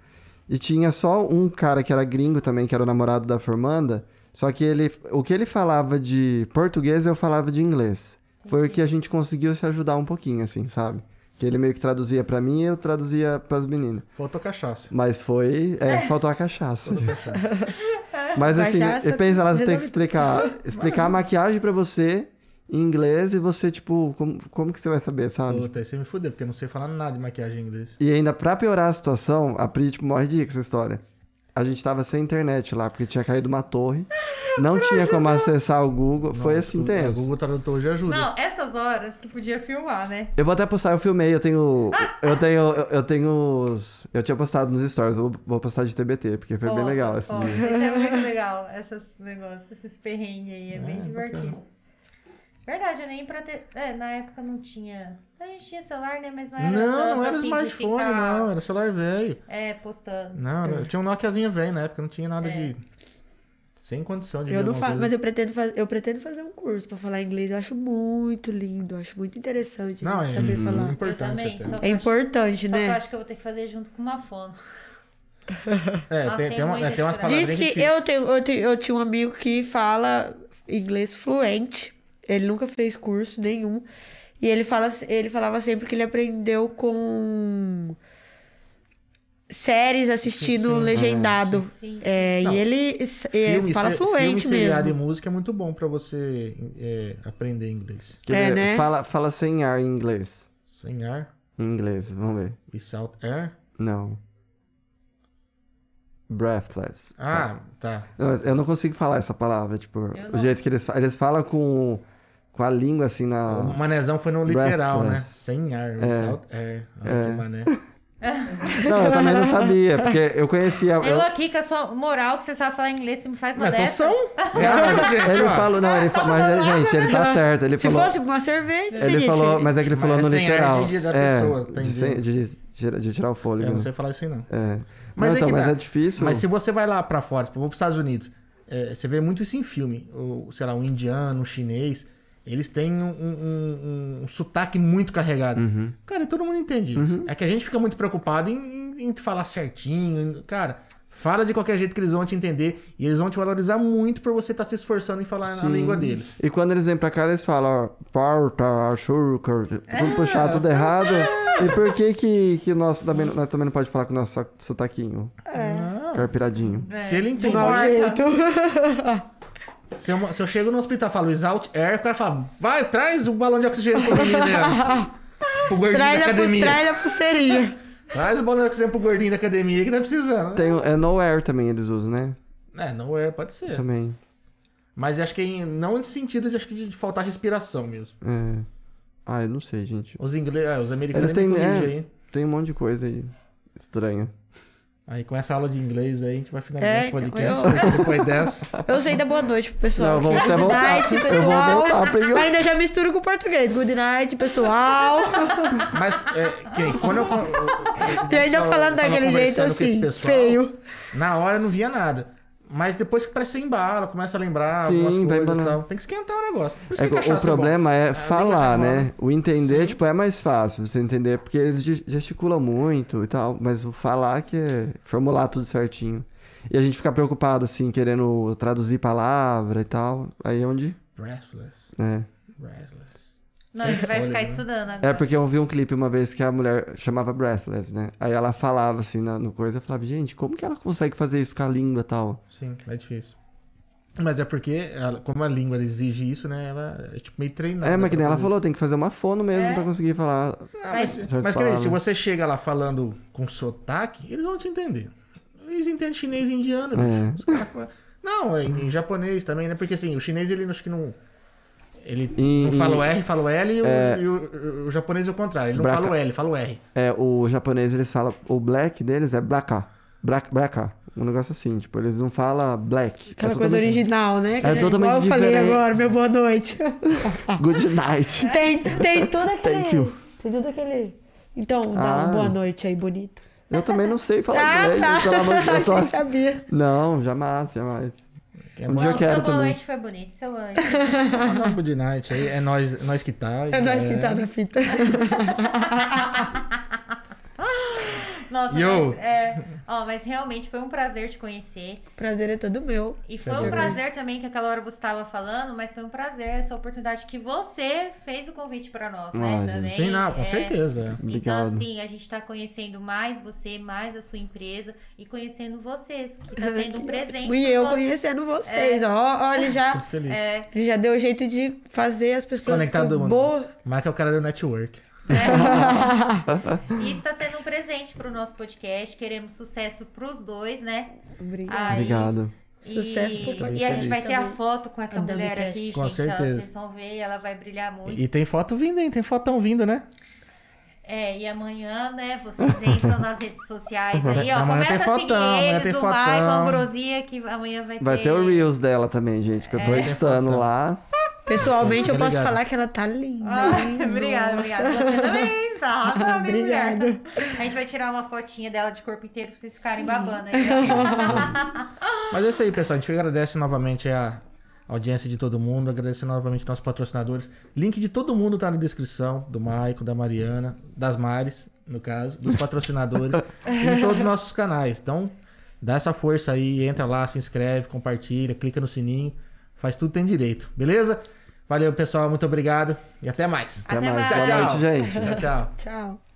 [SPEAKER 3] E tinha só um cara que era gringo também, que era o namorado da formanda. Só que ele, o que ele falava de português, eu falava de inglês. Foi o que a gente conseguiu se ajudar um pouquinho, assim, sabe? Que ele meio que traduzia pra mim e eu traduzia pras meninas.
[SPEAKER 2] Faltou cachaça.
[SPEAKER 3] Mas foi. É, faltou a cachaça. Mas assim,
[SPEAKER 7] Cachaça,
[SPEAKER 3] pensa, elas têm que
[SPEAKER 7] resolve-
[SPEAKER 3] explicar, explicar a maquiagem pra você em inglês e você, tipo, como, como que você vai saber, sabe?
[SPEAKER 2] Puta, aí você me fudeu, porque eu não sei falar nada de maquiagem em inglês.
[SPEAKER 3] E ainda pra piorar a situação, a Pri tipo, morre de rir com essa história. A gente tava sem internet lá, porque tinha caído uma torre. Não tinha como acessar o Google. Foi assim,
[SPEAKER 2] O- O
[SPEAKER 3] tenso.
[SPEAKER 2] Google Tradutor hoje ajuda.
[SPEAKER 1] Não, essas horas que podia filmar, né?
[SPEAKER 3] Eu vou até postar, eu filmei, eu tenho. Eu tenho. Eu, eu tenho os. Eu tinha postado nos stories, eu vou- vou postar de TBT, porque foi bem
[SPEAKER 1] Posta,
[SPEAKER 3] legal
[SPEAKER 2] assim.
[SPEAKER 3] assim. esse
[SPEAKER 1] posta.
[SPEAKER 3] vídeo.
[SPEAKER 1] Isso é muito legal, esses negócios, esses perrengues aí, é,
[SPEAKER 2] Ah,
[SPEAKER 1] bem divertido. Verdade, eu nem pra ter. É, na época não tinha. A gente tinha celular, né? Mas não era.
[SPEAKER 2] Não,
[SPEAKER 1] tanto
[SPEAKER 2] não era
[SPEAKER 1] assim de
[SPEAKER 2] smartphone,
[SPEAKER 1] ficar,
[SPEAKER 2] não. Era celular velho.
[SPEAKER 1] É, postando.
[SPEAKER 2] Não,
[SPEAKER 7] É.
[SPEAKER 2] era- eu tinha um Nokiazinho velho na época, não tinha nada de. Sem condição de
[SPEAKER 7] Eu
[SPEAKER 2] ver
[SPEAKER 7] não
[SPEAKER 2] alguma
[SPEAKER 7] falo, mas
[SPEAKER 2] coisa.
[SPEAKER 7] eu pretendo, faz, eu pretendo fazer um curso pra falar inglês. Eu acho muito lindo, eu acho muito interessante a
[SPEAKER 2] Não,
[SPEAKER 7] gente
[SPEAKER 2] é
[SPEAKER 7] saber falar.
[SPEAKER 1] Eu
[SPEAKER 2] importante.
[SPEAKER 1] também.
[SPEAKER 2] até.
[SPEAKER 1] Só que
[SPEAKER 7] É
[SPEAKER 1] eu acho-
[SPEAKER 7] importante,
[SPEAKER 1] Só que eu
[SPEAKER 7] né?
[SPEAKER 1] acho que eu vou ter que fazer junto com uma fono.
[SPEAKER 2] É,
[SPEAKER 1] Nossa,
[SPEAKER 2] tem,
[SPEAKER 1] tem
[SPEAKER 2] tem, uma,
[SPEAKER 1] muita
[SPEAKER 2] é, tem umas
[SPEAKER 1] diferença.
[SPEAKER 2] palavrinhas
[SPEAKER 7] Diz que
[SPEAKER 2] difíceis.
[SPEAKER 7] eu, tenho, eu, tenho, eu tinha um amigo que fala inglês fluente. Ele nunca fez curso nenhum. E ele, fala, ele falava sempre que ele aprendeu com séries assistindo
[SPEAKER 2] Sim, sim.
[SPEAKER 7] legendado.
[SPEAKER 1] Sim.
[SPEAKER 7] É,
[SPEAKER 2] Não.
[SPEAKER 7] e ele é,
[SPEAKER 2] Filme,
[SPEAKER 7] fala
[SPEAKER 2] se-
[SPEAKER 7] fluente
[SPEAKER 2] filme, seriado
[SPEAKER 7] mesmo.
[SPEAKER 2] e música é muito bom pra você é, aprender inglês.
[SPEAKER 3] Quer
[SPEAKER 7] É,
[SPEAKER 3] ver?
[SPEAKER 7] né?
[SPEAKER 3] fala, fala sem ar em inglês.
[SPEAKER 2] Sem ar,
[SPEAKER 3] Em inglês, vamos ver.
[SPEAKER 2] without air.
[SPEAKER 3] Não. Breathless.
[SPEAKER 2] Ah, tá.
[SPEAKER 3] Não, mas eu não consigo falar essa palavra, tipo,
[SPEAKER 1] Eu
[SPEAKER 3] o
[SPEAKER 1] não.
[SPEAKER 3] jeito que eles falam. Eles falam com, com a língua assim
[SPEAKER 2] O
[SPEAKER 3] na.
[SPEAKER 2] manezão foi no literal, né?
[SPEAKER 3] Breathless.
[SPEAKER 2] Sem ar, without air. Olha que mané.
[SPEAKER 3] Não, eu também não sabia, porque eu conhecia. Eu...
[SPEAKER 1] Eu aqui com a sua moral que você sabe falar inglês, você me faz uma
[SPEAKER 2] Mas então
[SPEAKER 1] dessa.
[SPEAKER 2] são. Não, gente,
[SPEAKER 3] Ele
[SPEAKER 2] ó.
[SPEAKER 3] falou, não, ele falou, mas gente, ele tá certo. Ele
[SPEAKER 7] Se
[SPEAKER 3] falou,
[SPEAKER 7] fosse uma cerveja,
[SPEAKER 3] ele
[SPEAKER 7] seria
[SPEAKER 3] falou,
[SPEAKER 7] diferente.
[SPEAKER 3] mas é que ele
[SPEAKER 2] Mas
[SPEAKER 3] falou
[SPEAKER 2] é
[SPEAKER 3] no
[SPEAKER 2] sem ar de
[SPEAKER 3] literal.
[SPEAKER 2] dia da
[SPEAKER 3] é,
[SPEAKER 2] pessoa,
[SPEAKER 3] de,
[SPEAKER 2] entendi.
[SPEAKER 3] sem- de- de- de tirar o fôlego.
[SPEAKER 2] Eu não
[SPEAKER 3] né?
[SPEAKER 2] sei falar isso aí, não.
[SPEAKER 3] É.
[SPEAKER 2] Mas
[SPEAKER 3] Não,
[SPEAKER 2] é
[SPEAKER 3] então,
[SPEAKER 2] que
[SPEAKER 3] mas
[SPEAKER 2] dá.
[SPEAKER 3] é difícil.
[SPEAKER 2] Mas se você vai lá pra fora, tipo, eu vou pros Estados Unidos, é, você vê muito isso em filme. Ou, sei lá, um indiano, um chinês. Eles têm um, um- um- um sotaque muito carregado. Cara, todo mundo entende isso. É que a gente fica muito preocupado em, em- em falar certinho. em- cara, fala de qualquer jeito que eles vão te entender. E eles vão te valorizar muito por você estar se esforçando em falar a
[SPEAKER 3] Sim.
[SPEAKER 2] língua deles.
[SPEAKER 3] E quando eles vêm pra cá, eles falam, ó, porta, açúcar, vamos puxar tudo errado. E por que que, que nós, também, nós também não pode falar com o nosso so- sotaquinho? É. Carpiradinho.
[SPEAKER 2] Se ele entende.
[SPEAKER 7] Igual jeito.
[SPEAKER 2] Se eu, se eu chego no hospital e falo without air, o cara fala, vai, traz o balão de oxigênio pro menino. né? pro gordinho
[SPEAKER 7] Traz
[SPEAKER 2] da
[SPEAKER 7] a, pu-
[SPEAKER 2] academia.
[SPEAKER 7] traz a pulseirinha.
[SPEAKER 2] Traz o balão de oxigênio pro gordinho da academia que tá precisando. né?
[SPEAKER 3] Tem, o- é nowhere também eles usam, né?
[SPEAKER 2] É, não é, pode ser.
[SPEAKER 3] Também.
[SPEAKER 2] Mas acho que em- não nesse sentido de, acho que de faltar respiração mesmo.
[SPEAKER 3] É. Ah, eu não sei, gente.
[SPEAKER 2] Os ingleses, os americanos
[SPEAKER 3] Eles têm,
[SPEAKER 2] me corrigem
[SPEAKER 3] é, tem um monte de coisa aí estranha.
[SPEAKER 2] aí. Aí com essa aula de inglês aí, a gente vai finalizar
[SPEAKER 7] É,
[SPEAKER 2] esse podcast.
[SPEAKER 7] eu-
[SPEAKER 2] porque Depois dessa.
[SPEAKER 7] Eu sei dar boa noite pro pessoal.
[SPEAKER 3] Não, eu vou
[SPEAKER 7] aqui.
[SPEAKER 3] até
[SPEAKER 4] é
[SPEAKER 7] Good
[SPEAKER 3] voltar.
[SPEAKER 7] night,
[SPEAKER 3] Eu vou
[SPEAKER 7] pessoal.
[SPEAKER 3] voltar pra inglês.
[SPEAKER 7] Ainda já misturo com português. Good night, pessoal.
[SPEAKER 2] Mas, é, quem? Quando eu. eu- eu-
[SPEAKER 7] E ainda
[SPEAKER 2] eu-
[SPEAKER 7] falando
[SPEAKER 2] eu tava
[SPEAKER 7] daquele jeito
[SPEAKER 2] conversando com esse
[SPEAKER 7] assim,
[SPEAKER 2] pessoal, É
[SPEAKER 7] feio.
[SPEAKER 2] Na hora eu não via nada. Mas depois que parece embala, começa a lembrar
[SPEAKER 3] Sim,
[SPEAKER 2] algumas
[SPEAKER 3] vai
[SPEAKER 2] coisas e
[SPEAKER 3] embalando.
[SPEAKER 2] tal. Tem que esquentar o negócio. Por isso
[SPEAKER 3] É
[SPEAKER 2] que
[SPEAKER 3] que o
[SPEAKER 2] cachaça bom.
[SPEAKER 3] problema é
[SPEAKER 2] que
[SPEAKER 3] falar,
[SPEAKER 2] cachaça é
[SPEAKER 3] né? O entender, tipo, é mais fácil você entender, porque eles ge- gesticulam muito e tal, mas o falar que é formular tudo certinho. E a gente ficar preocupado, assim, querendo traduzir palavra e tal, aí é onde...
[SPEAKER 2] Breathless.
[SPEAKER 3] É.
[SPEAKER 2] Breathless.
[SPEAKER 1] Não, a gente vai
[SPEAKER 2] Sem
[SPEAKER 1] ficar
[SPEAKER 2] fôlego, né?
[SPEAKER 1] estudando agora.
[SPEAKER 3] é, porque eu vi um clipe uma vez que a mulher chamava Breathless, né? Aí ela falava, assim, na- no coisa, eu falava, gente, como que ela consegue fazer isso com a língua e tal?
[SPEAKER 2] Sim, é difícil. Mas é porque, ela- como a língua exige isso, né? Ela é tipo meio treinada.
[SPEAKER 3] é, mas que
[SPEAKER 2] pra
[SPEAKER 3] nem ela
[SPEAKER 2] fazer
[SPEAKER 3] falou, tem que fazer uma fono mesmo
[SPEAKER 1] É.
[SPEAKER 3] pra conseguir falar.
[SPEAKER 2] Ah, mas,
[SPEAKER 3] Certas
[SPEAKER 2] mas querido, se
[SPEAKER 3] palavras.
[SPEAKER 2] você chega lá falando com sotaque, eles vão te entender. Eles entendem chinês e indiano,
[SPEAKER 3] É.
[SPEAKER 2] bicho. Os caras falam... Não, é em, em japonês também, né? Porque assim, o chinês ele não- acho que não. Ele
[SPEAKER 3] E-
[SPEAKER 2] não fala o
[SPEAKER 3] e-
[SPEAKER 2] R, fala o L e, o, e o- o japonês é o contrário. Ele não
[SPEAKER 3] Braca.
[SPEAKER 2] fala o L, fala o R.
[SPEAKER 3] É, o japonês, eles falam, o black deles é braca. Braca, braca. Um negócio assim, tipo, eles não falam black.
[SPEAKER 4] Aquela
[SPEAKER 3] é
[SPEAKER 4] coisa
[SPEAKER 3] totalmente-
[SPEAKER 4] original, né? Que-
[SPEAKER 3] totalmente
[SPEAKER 4] Igual eu falei
[SPEAKER 3] diferente.
[SPEAKER 4] agora, meu boa noite.
[SPEAKER 3] Good night.
[SPEAKER 4] tem, tem todo aquele.
[SPEAKER 3] Thank you.
[SPEAKER 4] Tem todo aquele. Então, dá
[SPEAKER 3] Ah.
[SPEAKER 4] uma boa noite aí, bonito.
[SPEAKER 3] Eu também não sei falar
[SPEAKER 4] Ah,
[SPEAKER 3] inglês,
[SPEAKER 4] tá.
[SPEAKER 3] pelo amor de Deus. eu tô- assim.
[SPEAKER 4] Achei que sabia.
[SPEAKER 3] Não, jamais, jamais.
[SPEAKER 2] É
[SPEAKER 3] Um
[SPEAKER 2] bom.
[SPEAKER 3] dia eu
[SPEAKER 1] Não, seu
[SPEAKER 3] quero
[SPEAKER 1] boa
[SPEAKER 3] também.
[SPEAKER 1] noite foi bonito, seu anjo.
[SPEAKER 2] Não, good night. Aí é nós, nós que tá.
[SPEAKER 4] É nós que tá na fita.
[SPEAKER 1] Nossa,
[SPEAKER 2] Yo.
[SPEAKER 1] Mas, é, ó, mas realmente foi um prazer te conhecer.
[SPEAKER 4] Prazer é todo meu.
[SPEAKER 1] E foi um prazer também que aquela hora você estava falando, mas foi um prazer essa oportunidade que você fez o convite para nós, né?
[SPEAKER 3] Ah, gente,
[SPEAKER 1] também.
[SPEAKER 2] Sim, não, com
[SPEAKER 1] É.
[SPEAKER 2] certeza.
[SPEAKER 3] Obrigado.
[SPEAKER 1] Então, assim, a gente está conhecendo mais você, mais a sua empresa e conhecendo vocês, que está sendo um presente.
[SPEAKER 4] E eu
[SPEAKER 1] pra É. vocês.
[SPEAKER 4] conhecendo vocês, ó. ó. Ele já,
[SPEAKER 2] Fico feliz.
[SPEAKER 4] ele já deu jeito de fazer as pessoas
[SPEAKER 2] Conectar todo
[SPEAKER 4] com
[SPEAKER 2] mundo.
[SPEAKER 4] boa.
[SPEAKER 2] Marca é o cara do network.
[SPEAKER 1] E está sendo um presente para o nosso podcast. Queremos sucesso para os dois, né?
[SPEAKER 4] Obrigada.
[SPEAKER 1] Aí,
[SPEAKER 3] Obrigado.
[SPEAKER 4] Sucesso pro
[SPEAKER 1] e, e a gente vai ter a foto com essa
[SPEAKER 4] Adame
[SPEAKER 1] mulher
[SPEAKER 4] Cast.
[SPEAKER 1] aqui, gente.
[SPEAKER 2] Com
[SPEAKER 1] ó,
[SPEAKER 2] certeza.
[SPEAKER 1] Vocês vão ver, ela vai brilhar muito.
[SPEAKER 2] E tem foto vindo, hein? Tem fotão vindo, né?
[SPEAKER 1] É, e amanhã, né, vocês entram nas redes sociais aí, ó.
[SPEAKER 2] Amanhã
[SPEAKER 1] começa
[SPEAKER 2] tem
[SPEAKER 1] a seguir
[SPEAKER 2] fotão, amanhã
[SPEAKER 1] eles,
[SPEAKER 2] tem
[SPEAKER 1] o
[SPEAKER 2] fotão.
[SPEAKER 1] Michael Ambrosia, que amanhã vai ter.
[SPEAKER 3] Vai ter o Reels dela também, gente, que eu tô
[SPEAKER 1] É.
[SPEAKER 3] editando lá.
[SPEAKER 4] Pessoalmente, eu
[SPEAKER 2] Tá
[SPEAKER 4] posso
[SPEAKER 2] ligado.
[SPEAKER 4] falar que ela tá linda. hein?
[SPEAKER 1] Ah, obrigada,
[SPEAKER 4] Nossa.
[SPEAKER 1] obrigada. Você também está arrasando, hein, mulher?
[SPEAKER 4] Obrigada.
[SPEAKER 1] A gente vai tirar uma fotinha dela de corpo inteiro pra vocês ficarem babando aí.
[SPEAKER 2] Mas é isso aí, pessoal. A gente agradece novamente a audiência de todo mundo, agradecer novamente nossos patrocinadores. Link de todo mundo tá na descrição, do Maico, da Mariana, das Mares, no caso, dos patrocinadores e de todos os nossos canais. Então, dá essa força aí, entra lá, se inscreve, compartilha, clica no sininho, faz tudo que tem direito, beleza? Valeu, pessoal, muito obrigado e até mais.
[SPEAKER 1] Até mais.
[SPEAKER 3] Boa
[SPEAKER 2] Tchau,
[SPEAKER 3] noite,
[SPEAKER 2] tchau.
[SPEAKER 3] gente.
[SPEAKER 2] Tchau, tchau.
[SPEAKER 4] Tchau.